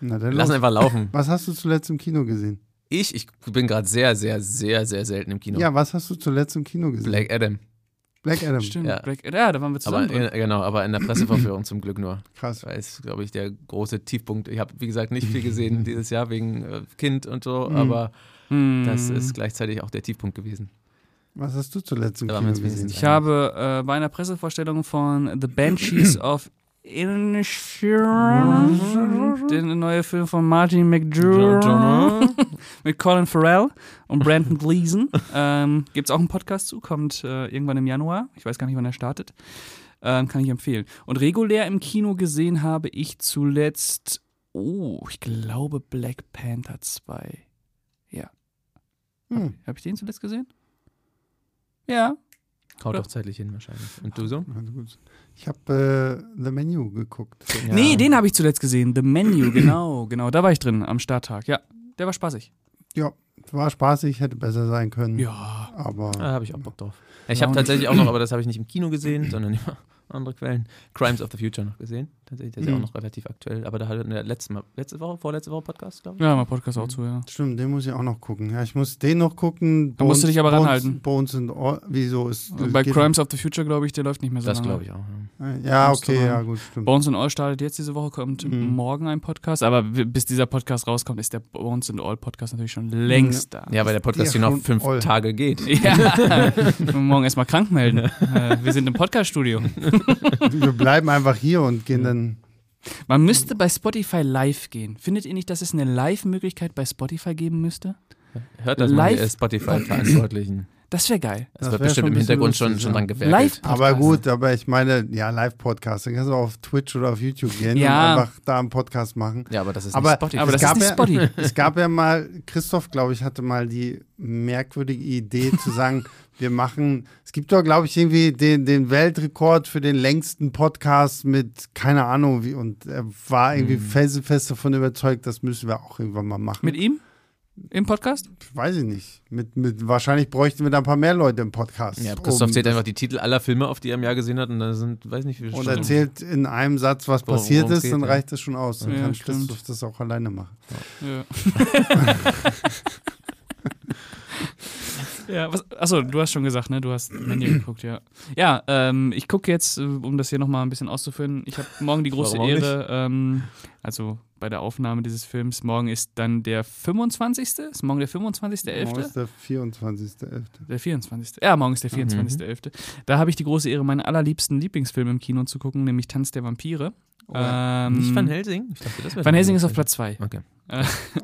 [SPEAKER 4] Wir
[SPEAKER 1] dann
[SPEAKER 4] Lassen
[SPEAKER 1] los.
[SPEAKER 4] einfach laufen.
[SPEAKER 1] Was hast du zuletzt im Kino gesehen?
[SPEAKER 4] Ich, ich bin gerade sehr, sehr, sehr, sehr selten im Kino.
[SPEAKER 1] Ja, was hast du zuletzt im Kino gesehen?
[SPEAKER 4] Black Adam.
[SPEAKER 1] Black Adam.
[SPEAKER 3] Stimmt,
[SPEAKER 4] Ja.
[SPEAKER 3] Black, ja, da waren wir
[SPEAKER 4] Aber
[SPEAKER 3] zusammen. drin.
[SPEAKER 4] in, genau, aber in der Presseverführung zum Glück nur.
[SPEAKER 1] Krass.
[SPEAKER 4] Das ist, glaube ich, der große Tiefpunkt. Ich habe, wie gesagt, nicht viel gesehen dieses Jahr wegen äh, Kind und so, aber
[SPEAKER 3] Hm.
[SPEAKER 4] das ist gleichzeitig auch der Tiefpunkt gewesen.
[SPEAKER 1] Was hast du zuletzt im
[SPEAKER 4] Da waren
[SPEAKER 1] Kino
[SPEAKER 4] wir uns
[SPEAKER 1] gesehen?
[SPEAKER 4] wenigstens
[SPEAKER 3] ich habe äh, bei einer Pressevorstellung von The Banshees of Inisherin, den neuen Film von Martin McDonough mit Colin Farrell und Brandon Gleason, ähm, gibt es auch einen Podcast zu, kommt äh, irgendwann im Januar. Ich weiß gar nicht, wann er startet. Ähm, kann ich empfehlen. Und regulär im Kino gesehen habe ich zuletzt, oh, ich glaube Black Panther 2.
[SPEAKER 1] Hm.
[SPEAKER 3] Habe ich den zuletzt gesehen? Ja.
[SPEAKER 4] Kaut auch zeitlich hin wahrscheinlich. Und du so?
[SPEAKER 1] Also gut. Ich habe äh, The Menu geguckt.
[SPEAKER 4] Ja.
[SPEAKER 3] Nee, den habe ich zuletzt gesehen. The Menu, genau, genau. Da war ich drin am Starttag. Ja, der war spaßig.
[SPEAKER 1] War spaßig, hätte besser sein können.
[SPEAKER 3] Ja.
[SPEAKER 1] Aber
[SPEAKER 4] Da habe ich auch Bock drauf. Ich habe
[SPEAKER 3] Laune.
[SPEAKER 4] tatsächlich auch noch, aber das habe ich nicht im Kino gesehen, sondern über andere Quellen. Crimes of the Future noch gesehen. Tatsächlich, der ist ja auch
[SPEAKER 1] Mhm.
[SPEAKER 4] noch relativ aktuell. Aber da hatten wir letzte, Mal, letzte Woche, vorletzte Woche Podcast, glaube ich.
[SPEAKER 3] Ja, mal Podcast auch zu, ja.
[SPEAKER 1] stimmt, den muss ich auch noch gucken. Ja, ich muss den noch gucken.
[SPEAKER 3] Da musst du dich aber
[SPEAKER 1] Bones,
[SPEAKER 3] ranhalten.
[SPEAKER 1] Bones und All, wieso ist
[SPEAKER 3] Bei
[SPEAKER 1] geht-
[SPEAKER 3] Crimes of the Future, glaube ich, der läuft nicht mehr so
[SPEAKER 4] Also Das
[SPEAKER 3] lange.
[SPEAKER 4] glaube ich auch. Ja.
[SPEAKER 1] Ja,
[SPEAKER 3] Musst du
[SPEAKER 1] okay,
[SPEAKER 3] mal-
[SPEAKER 1] ja gut, stimmt.
[SPEAKER 3] Bones and All startet jetzt diese Woche, kommt
[SPEAKER 1] Mhm.
[SPEAKER 3] morgen ein Podcast. Aber w- bis dieser Podcast rauskommt, ist der Bones and All Podcast natürlich schon längst da.
[SPEAKER 4] Ja, weil der Podcast hier
[SPEAKER 1] Ja,
[SPEAKER 4] noch
[SPEAKER 1] schon
[SPEAKER 4] fünf
[SPEAKER 1] all.
[SPEAKER 4] Tage geht.
[SPEAKER 3] Ja, morgen erstmal krank melden. Äh, wir sind im Podcast-Studio.
[SPEAKER 1] Wir bleiben einfach hier und gehen dann.
[SPEAKER 3] Man müsste bei Spotify live gehen. Findet ihr nicht, dass es eine Live-Möglichkeit bei Spotify geben müsste?
[SPEAKER 4] Hört das mal
[SPEAKER 3] Live-
[SPEAKER 4] die äh, Spotify-Verantwortlichen.
[SPEAKER 3] Das wäre geil.
[SPEAKER 4] Es
[SPEAKER 1] Das
[SPEAKER 4] wird
[SPEAKER 1] wär
[SPEAKER 4] bestimmt
[SPEAKER 1] schon
[SPEAKER 4] im
[SPEAKER 1] ein bisschen
[SPEAKER 4] Hintergrund schon,
[SPEAKER 1] lustig,
[SPEAKER 4] schon
[SPEAKER 1] ja.
[SPEAKER 4] dran gewerkelt.
[SPEAKER 3] Live-
[SPEAKER 1] Aber
[SPEAKER 3] Podcast.
[SPEAKER 1] gut, aber ich meine, ja, Live-Podcast. Dann kannst du auf Twitch oder auf YouTube gehen
[SPEAKER 3] Ja.
[SPEAKER 1] und einfach da einen Podcast machen.
[SPEAKER 4] Ja, aber das ist
[SPEAKER 1] Aber-
[SPEAKER 4] nicht Spotify.
[SPEAKER 3] Aber
[SPEAKER 1] Es
[SPEAKER 3] das ist
[SPEAKER 1] gab
[SPEAKER 3] nicht
[SPEAKER 1] ja-
[SPEAKER 3] Spotify.
[SPEAKER 1] Es gab ja mal, Christoph, glaube ich, hatte mal die merkwürdige Idee zu sagen, wir machen, es gibt doch, glaube ich, irgendwie den, den Weltrekord für den längsten Podcast mit, keine Ahnung, wie, und er war irgendwie felsenfest davon überzeugt, das müssen wir auch irgendwann mal machen.
[SPEAKER 3] Mit ihm? Im Podcast?
[SPEAKER 1] Weiß ich nicht. Mit, mit, wahrscheinlich bräuchten wir da ein paar mehr Leute im Podcast.
[SPEAKER 4] ja, Christoph
[SPEAKER 1] um-
[SPEAKER 4] zählt einfach die Titel aller Filme auf, die er im Jahr gesehen hat und da sind, weiß nicht, wie viele
[SPEAKER 1] und
[SPEAKER 4] Stunden.
[SPEAKER 1] erzählt in einem Satz, was
[SPEAKER 4] Worum-
[SPEAKER 1] passiert
[SPEAKER 4] worum
[SPEAKER 1] ist,
[SPEAKER 4] geht,
[SPEAKER 1] dann
[SPEAKER 4] ja.
[SPEAKER 1] reicht das schon aus. Dann
[SPEAKER 3] Ja,
[SPEAKER 1] kann
[SPEAKER 3] stimmt.
[SPEAKER 1] Christoph das auch alleine machen.
[SPEAKER 3] Ja. Ja, was, achso, du hast schon gesagt, ne? Du hast Mandy geguckt, ja. Ja, ähm, ich gucke jetzt, äh, um das hier nochmal ein bisschen auszuführen, ich habe morgen die große
[SPEAKER 4] Warum auch
[SPEAKER 3] Ehre, ähm, also bei der Aufnahme dieses Films, morgen ist dann der 25. Ist morgen der 25.11.?
[SPEAKER 1] Morgen ist der 24.11.
[SPEAKER 3] Der 24. Ja, morgen ist
[SPEAKER 4] Mhm.
[SPEAKER 3] der 24.11. Da habe ich die große Ehre, meinen allerliebsten Lieblingsfilm im Kino zu gucken, nämlich Tanz der Vampire. Ähm,
[SPEAKER 4] Oh Äh, Nicht Van Helsing? Ich dachte, das wäre
[SPEAKER 3] Van Helsing ist auf Platz 2.
[SPEAKER 4] Okay,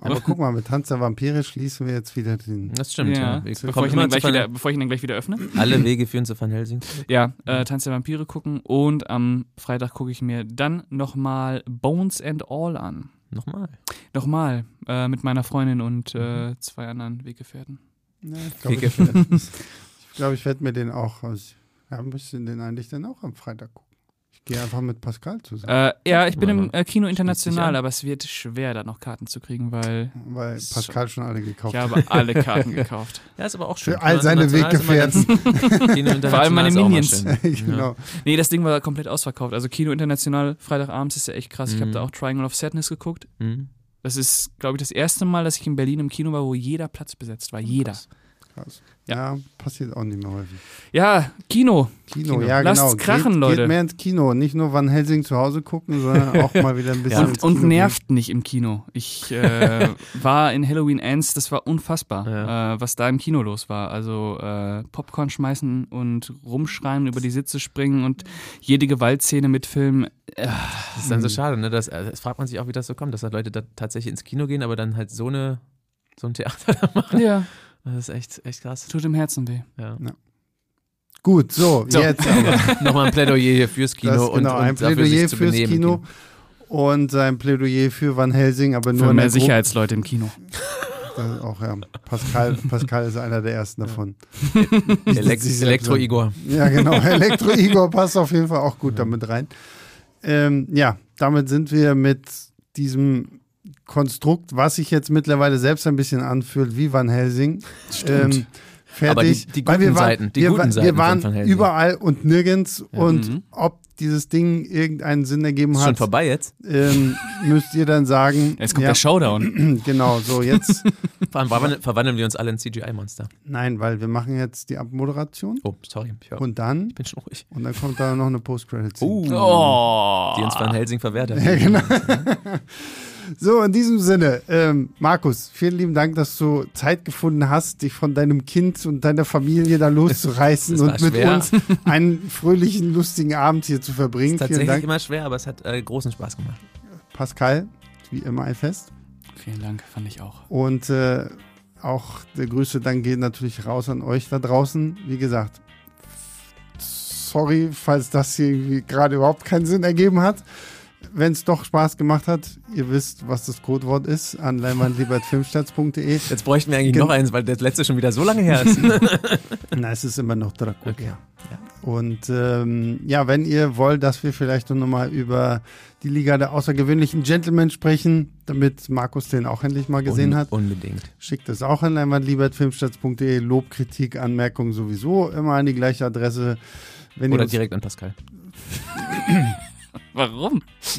[SPEAKER 1] Aber guck mal, mit Tanz der Vampire schließen wir jetzt wieder den.
[SPEAKER 4] das stimmt. Ja.
[SPEAKER 3] Ja.
[SPEAKER 4] Wir
[SPEAKER 3] Bevor
[SPEAKER 4] kommen
[SPEAKER 3] ich, ihn
[SPEAKER 4] immer
[SPEAKER 3] dann
[SPEAKER 4] zu
[SPEAKER 3] gleich wieder,
[SPEAKER 4] Van,
[SPEAKER 3] bevor ich ihn dann gleich wieder öffne.
[SPEAKER 4] alle Wege führen zu Van Helsing.
[SPEAKER 3] Ja, äh, Tanz der Vampire gucken und am Freitag gucke ich mir dann nochmal Bones and All an.
[SPEAKER 4] Nochmal.
[SPEAKER 3] Nochmal äh, mit meiner Freundin und äh, zwei anderen Weggefährten.
[SPEAKER 1] Ja, ich glaube, ich,
[SPEAKER 4] Kicke.
[SPEAKER 1] werd- ich, glaub, ich werde mir den auch. aus- Ja, müssen den eigentlich dann auch am Freitag gucken. Ich gehe einfach mit Pascal zusammen.
[SPEAKER 3] Äh, ja, ich bin
[SPEAKER 4] Warte
[SPEAKER 3] im äh, Kino
[SPEAKER 4] an.
[SPEAKER 3] international, aber es wird schwer, da noch Karten zu kriegen, weil
[SPEAKER 1] Weil
[SPEAKER 3] so.
[SPEAKER 1] Pascal schon alle gekauft
[SPEAKER 3] ich
[SPEAKER 1] hat.
[SPEAKER 3] habe alle Karten gekauft.
[SPEAKER 4] Ja, ist aber auch schön.
[SPEAKER 1] Für all seine Weggefährten.
[SPEAKER 4] Vor
[SPEAKER 3] allem meine Minions.
[SPEAKER 1] genau.
[SPEAKER 3] Nee, das Ding war komplett ausverkauft. Also Kino International, Freitagabends ist ja echt krass. Ich habe
[SPEAKER 4] Mhm.
[SPEAKER 3] da auch Triangle of Sadness geguckt.
[SPEAKER 4] Mhm.
[SPEAKER 3] Das ist, glaube ich, das erste Mal, dass ich in Berlin im Kino war, wo jeder Platz besetzt war. Jeder.
[SPEAKER 4] Krass.
[SPEAKER 1] Krass. Ja. passiert auch nicht mehr häufig.
[SPEAKER 3] Ja, Kino.
[SPEAKER 1] Kino,
[SPEAKER 4] Kino.
[SPEAKER 1] ja
[SPEAKER 3] Lasst
[SPEAKER 1] genau.
[SPEAKER 3] es krachen,
[SPEAKER 1] geht,
[SPEAKER 3] Leute.
[SPEAKER 1] Geht mehr ins Kino. Nicht nur Van Helsing zu Hause gucken, sondern auch mal wieder ein bisschen.
[SPEAKER 4] Ja.
[SPEAKER 1] ins
[SPEAKER 3] Und
[SPEAKER 1] Kino
[SPEAKER 3] nervt nicht im Kino. Ich äh, war in Halloween Ends, das war unfassbar,
[SPEAKER 4] Ja.
[SPEAKER 3] äh, was da im Kino los war. Also äh, Popcorn schmeißen und rumschreien, über die Sitze springen und jede Gewaltszene mitfilmen.
[SPEAKER 4] Das ist dann so schade, ne? Das, also, das fragt man sich auch, wie das so kommt, dass halt Leute da tatsächlich ins Kino gehen, aber dann halt so eine so ein Theater da machen.
[SPEAKER 3] Ja,
[SPEAKER 4] Das ist echt, echt krass.
[SPEAKER 3] äh, tut im Herzen weh.
[SPEAKER 4] Ja.
[SPEAKER 1] gehen. Gut, so,
[SPEAKER 3] So.
[SPEAKER 1] jetzt aber.
[SPEAKER 4] Nochmal ein Plädoyer hier fürs Kino
[SPEAKER 1] Das,
[SPEAKER 4] und,
[SPEAKER 1] genau,
[SPEAKER 4] und
[SPEAKER 1] ein
[SPEAKER 4] dafür
[SPEAKER 1] Plädoyer
[SPEAKER 4] sich zu
[SPEAKER 1] fürs
[SPEAKER 4] benehmen.
[SPEAKER 1] Kino und sein Plädoyer für Van Helsing, aber nur
[SPEAKER 3] Für
[SPEAKER 1] in der
[SPEAKER 3] mehr
[SPEAKER 1] Gru-
[SPEAKER 3] Sicherheitsleute im Kino.
[SPEAKER 1] Das auch, ja. Pascal, Pascal ist einer der ersten davon.
[SPEAKER 4] Elex Elektro-Igor.
[SPEAKER 1] Ja, genau. Elektro Igor passt auf jeden Fall auch gut damit rein. Ähm, ja, damit sind wir mit diesem Konstrukt, was sich jetzt mittlerweile selbst ein bisschen anfühlt, wie Van Helsing.
[SPEAKER 4] Stimmt.
[SPEAKER 1] Ähm, fertig.
[SPEAKER 4] Aber die- die
[SPEAKER 1] Weil wir
[SPEAKER 4] guten
[SPEAKER 1] waren,
[SPEAKER 4] Seiten, die
[SPEAKER 1] wir,
[SPEAKER 4] guten
[SPEAKER 1] wa-
[SPEAKER 4] Seiten
[SPEAKER 1] wir waren
[SPEAKER 4] von Van Helsing.
[SPEAKER 1] überall und nirgends. Und
[SPEAKER 3] Mhm.
[SPEAKER 1] ob dieses Ding irgendeinen Sinn ergeben
[SPEAKER 4] Ist schon
[SPEAKER 1] hat,
[SPEAKER 4] vorbei jetzt.
[SPEAKER 1] ähm, müsst ihr dann sagen.
[SPEAKER 3] Jetzt kommt
[SPEAKER 1] ja,
[SPEAKER 3] der Showdown.
[SPEAKER 1] Genau, so jetzt.
[SPEAKER 4] Vor allem verwandeln, verwandeln wir uns alle in CGI-Monster.
[SPEAKER 1] Nein, weil wir machen jetzt die Abmoderation
[SPEAKER 4] Oh, sorry. Ich, hör,
[SPEAKER 1] und dann
[SPEAKER 4] ich bin schon ruhig.
[SPEAKER 1] und dann kommt da noch eine Post-Credits.
[SPEAKER 3] Oh.
[SPEAKER 4] Die uns Van Helsing verwehrt hat.
[SPEAKER 1] Ja, genau. So, in diesem Sinne, ähm, Markus, vielen lieben Dank, dass du Zeit gefunden hast, dich von deinem Kind und deiner Familie da loszureißen
[SPEAKER 4] Das war
[SPEAKER 1] und mit
[SPEAKER 4] schwer.
[SPEAKER 1] uns einen fröhlichen, lustigen Abend hier zu verbringen. Vielen
[SPEAKER 4] Tatsächlich
[SPEAKER 1] Dank,
[SPEAKER 4] immer schwer, aber es hat äh, großen Spaß gemacht.
[SPEAKER 1] Pascal, wie immer ein Fest.
[SPEAKER 3] Vielen Dank, fand ich auch.
[SPEAKER 1] Und äh, auch der Grüße dann gehen natürlich raus an euch da draußen. Wie gesagt, sorry, falls das hier irgendwie gerade überhaupt keinen Sinn ergeben hat. Wenn es doch Spaß gemacht hat, ihr wisst, was das Codewort ist, an leinwandliebertfilmstarts.de.
[SPEAKER 4] Jetzt bräuchten wir eigentlich
[SPEAKER 1] Gen-
[SPEAKER 4] noch eins, weil das letzte schon wieder so lange her ist.
[SPEAKER 1] Na, es ist immer noch Dracula.
[SPEAKER 4] Okay. Ja.
[SPEAKER 1] Und ähm, ja, wenn ihr wollt, dass wir vielleicht noch mal über die Liga der außergewöhnlichen Gentlemen sprechen, damit Markus den auch endlich mal gesehen
[SPEAKER 4] Un-
[SPEAKER 1] hat,
[SPEAKER 4] Unbedingt.
[SPEAKER 1] Schickt es auch an leinwandliebertfilmstarts.de. Lob, Kritik, Anmerkungen sowieso immer an die gleiche Adresse. Wenn
[SPEAKER 4] Oder
[SPEAKER 1] ihr
[SPEAKER 4] direkt an Pascal.
[SPEAKER 3] Warum?
[SPEAKER 1] uns,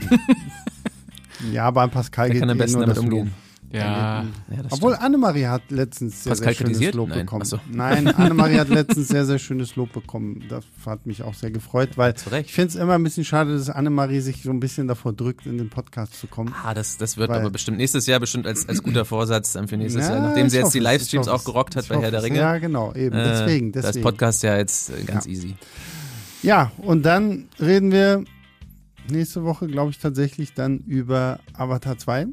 [SPEAKER 1] ja, bei Pascal
[SPEAKER 4] Der
[SPEAKER 1] geht
[SPEAKER 4] kann am
[SPEAKER 1] eh
[SPEAKER 4] besten
[SPEAKER 1] nur
[SPEAKER 4] damit
[SPEAKER 1] das
[SPEAKER 4] umgehen.
[SPEAKER 1] Lob.
[SPEAKER 3] Ja.
[SPEAKER 4] Ja, das
[SPEAKER 1] Obwohl Annemarie hat letztens sehr,
[SPEAKER 4] Pascal
[SPEAKER 1] sehr schönes
[SPEAKER 4] kritisiert?
[SPEAKER 1] Lob
[SPEAKER 4] Nein,
[SPEAKER 1] bekommen.
[SPEAKER 4] ach so.
[SPEAKER 1] Nein, Annemarie hat letztens sehr, sehr schönes Lob bekommen. Das hat mich auch sehr gefreut, weil
[SPEAKER 4] Zu Recht.
[SPEAKER 1] ich finde es immer ein bisschen schade, dass Annemarie sich so ein bisschen davor drückt, in den Podcast zu kommen.
[SPEAKER 4] Ah, das, das wird
[SPEAKER 1] Weil-
[SPEAKER 4] aber bestimmt nächstes Jahr bestimmt als, als guter Vorsatz dann für nächstes
[SPEAKER 1] Ja,
[SPEAKER 4] Jahr, nachdem sie
[SPEAKER 1] ich
[SPEAKER 4] jetzt
[SPEAKER 1] hoffe
[SPEAKER 4] die
[SPEAKER 1] es, ich
[SPEAKER 4] Livestreams
[SPEAKER 1] hoffe
[SPEAKER 4] auch
[SPEAKER 1] es,
[SPEAKER 4] gerockt hat
[SPEAKER 1] ich
[SPEAKER 4] bei Herr
[SPEAKER 1] hoffe
[SPEAKER 4] der
[SPEAKER 1] es.
[SPEAKER 4] Ringe.
[SPEAKER 1] Ja, genau, eben. deswegen,
[SPEAKER 4] Äh, Das
[SPEAKER 1] deswegen.
[SPEAKER 4] Podcast ja jetzt äh, ganz
[SPEAKER 1] Ja.
[SPEAKER 4] easy.
[SPEAKER 1] Ja, und dann reden wir nächste Woche, glaube ich, tatsächlich dann über Avatar 2.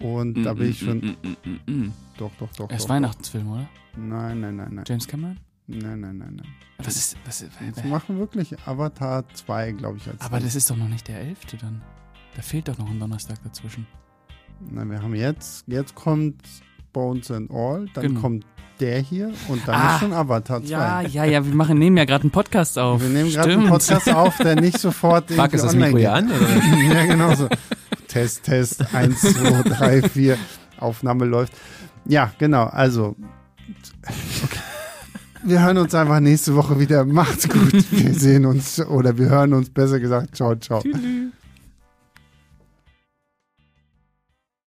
[SPEAKER 1] Und da bin ich schon.
[SPEAKER 3] Mm, mm, mm, mm, mm.
[SPEAKER 1] Doch, doch, doch.
[SPEAKER 3] Er ist
[SPEAKER 1] doch,
[SPEAKER 3] Weihnachtsfilm, oder?
[SPEAKER 1] Doch. Nein, nein, nein, nein.
[SPEAKER 3] James Cameron?
[SPEAKER 1] Nein, nein, nein, nein.
[SPEAKER 3] Was ist. Was,
[SPEAKER 1] Wir machen wirklich Avatar 2, glaube ich, als.
[SPEAKER 3] Äh. aber das ist doch noch nicht der 11. dann. Da fehlt doch noch ein Donnerstag dazwischen.
[SPEAKER 1] Na, wir haben jetzt. Jetzt kommt Bones and All, dann
[SPEAKER 3] Genau.
[SPEAKER 1] kommt der hier und dann
[SPEAKER 3] Ah,
[SPEAKER 1] ist schon Avatar 2.
[SPEAKER 3] Ja, ja, ja, wir machen, nehmen ja gerade einen Podcast auf.
[SPEAKER 1] Wir nehmen gerade
[SPEAKER 3] Stimmt.
[SPEAKER 1] einen Podcast auf, der nicht sofort.
[SPEAKER 4] Fuck, ist das
[SPEAKER 1] online
[SPEAKER 4] Mikro
[SPEAKER 1] geht.
[SPEAKER 4] hier an? Oder?
[SPEAKER 1] ja, genau so. Test, Test, 1, 2, 3, 4, Aufnahme läuft. Ja, genau, also. Wir hören uns einfach nächste Woche wieder. Macht's gut. Wir sehen uns oder wir hören uns besser gesagt. Ciao, ciao.
[SPEAKER 3] Tüdelü.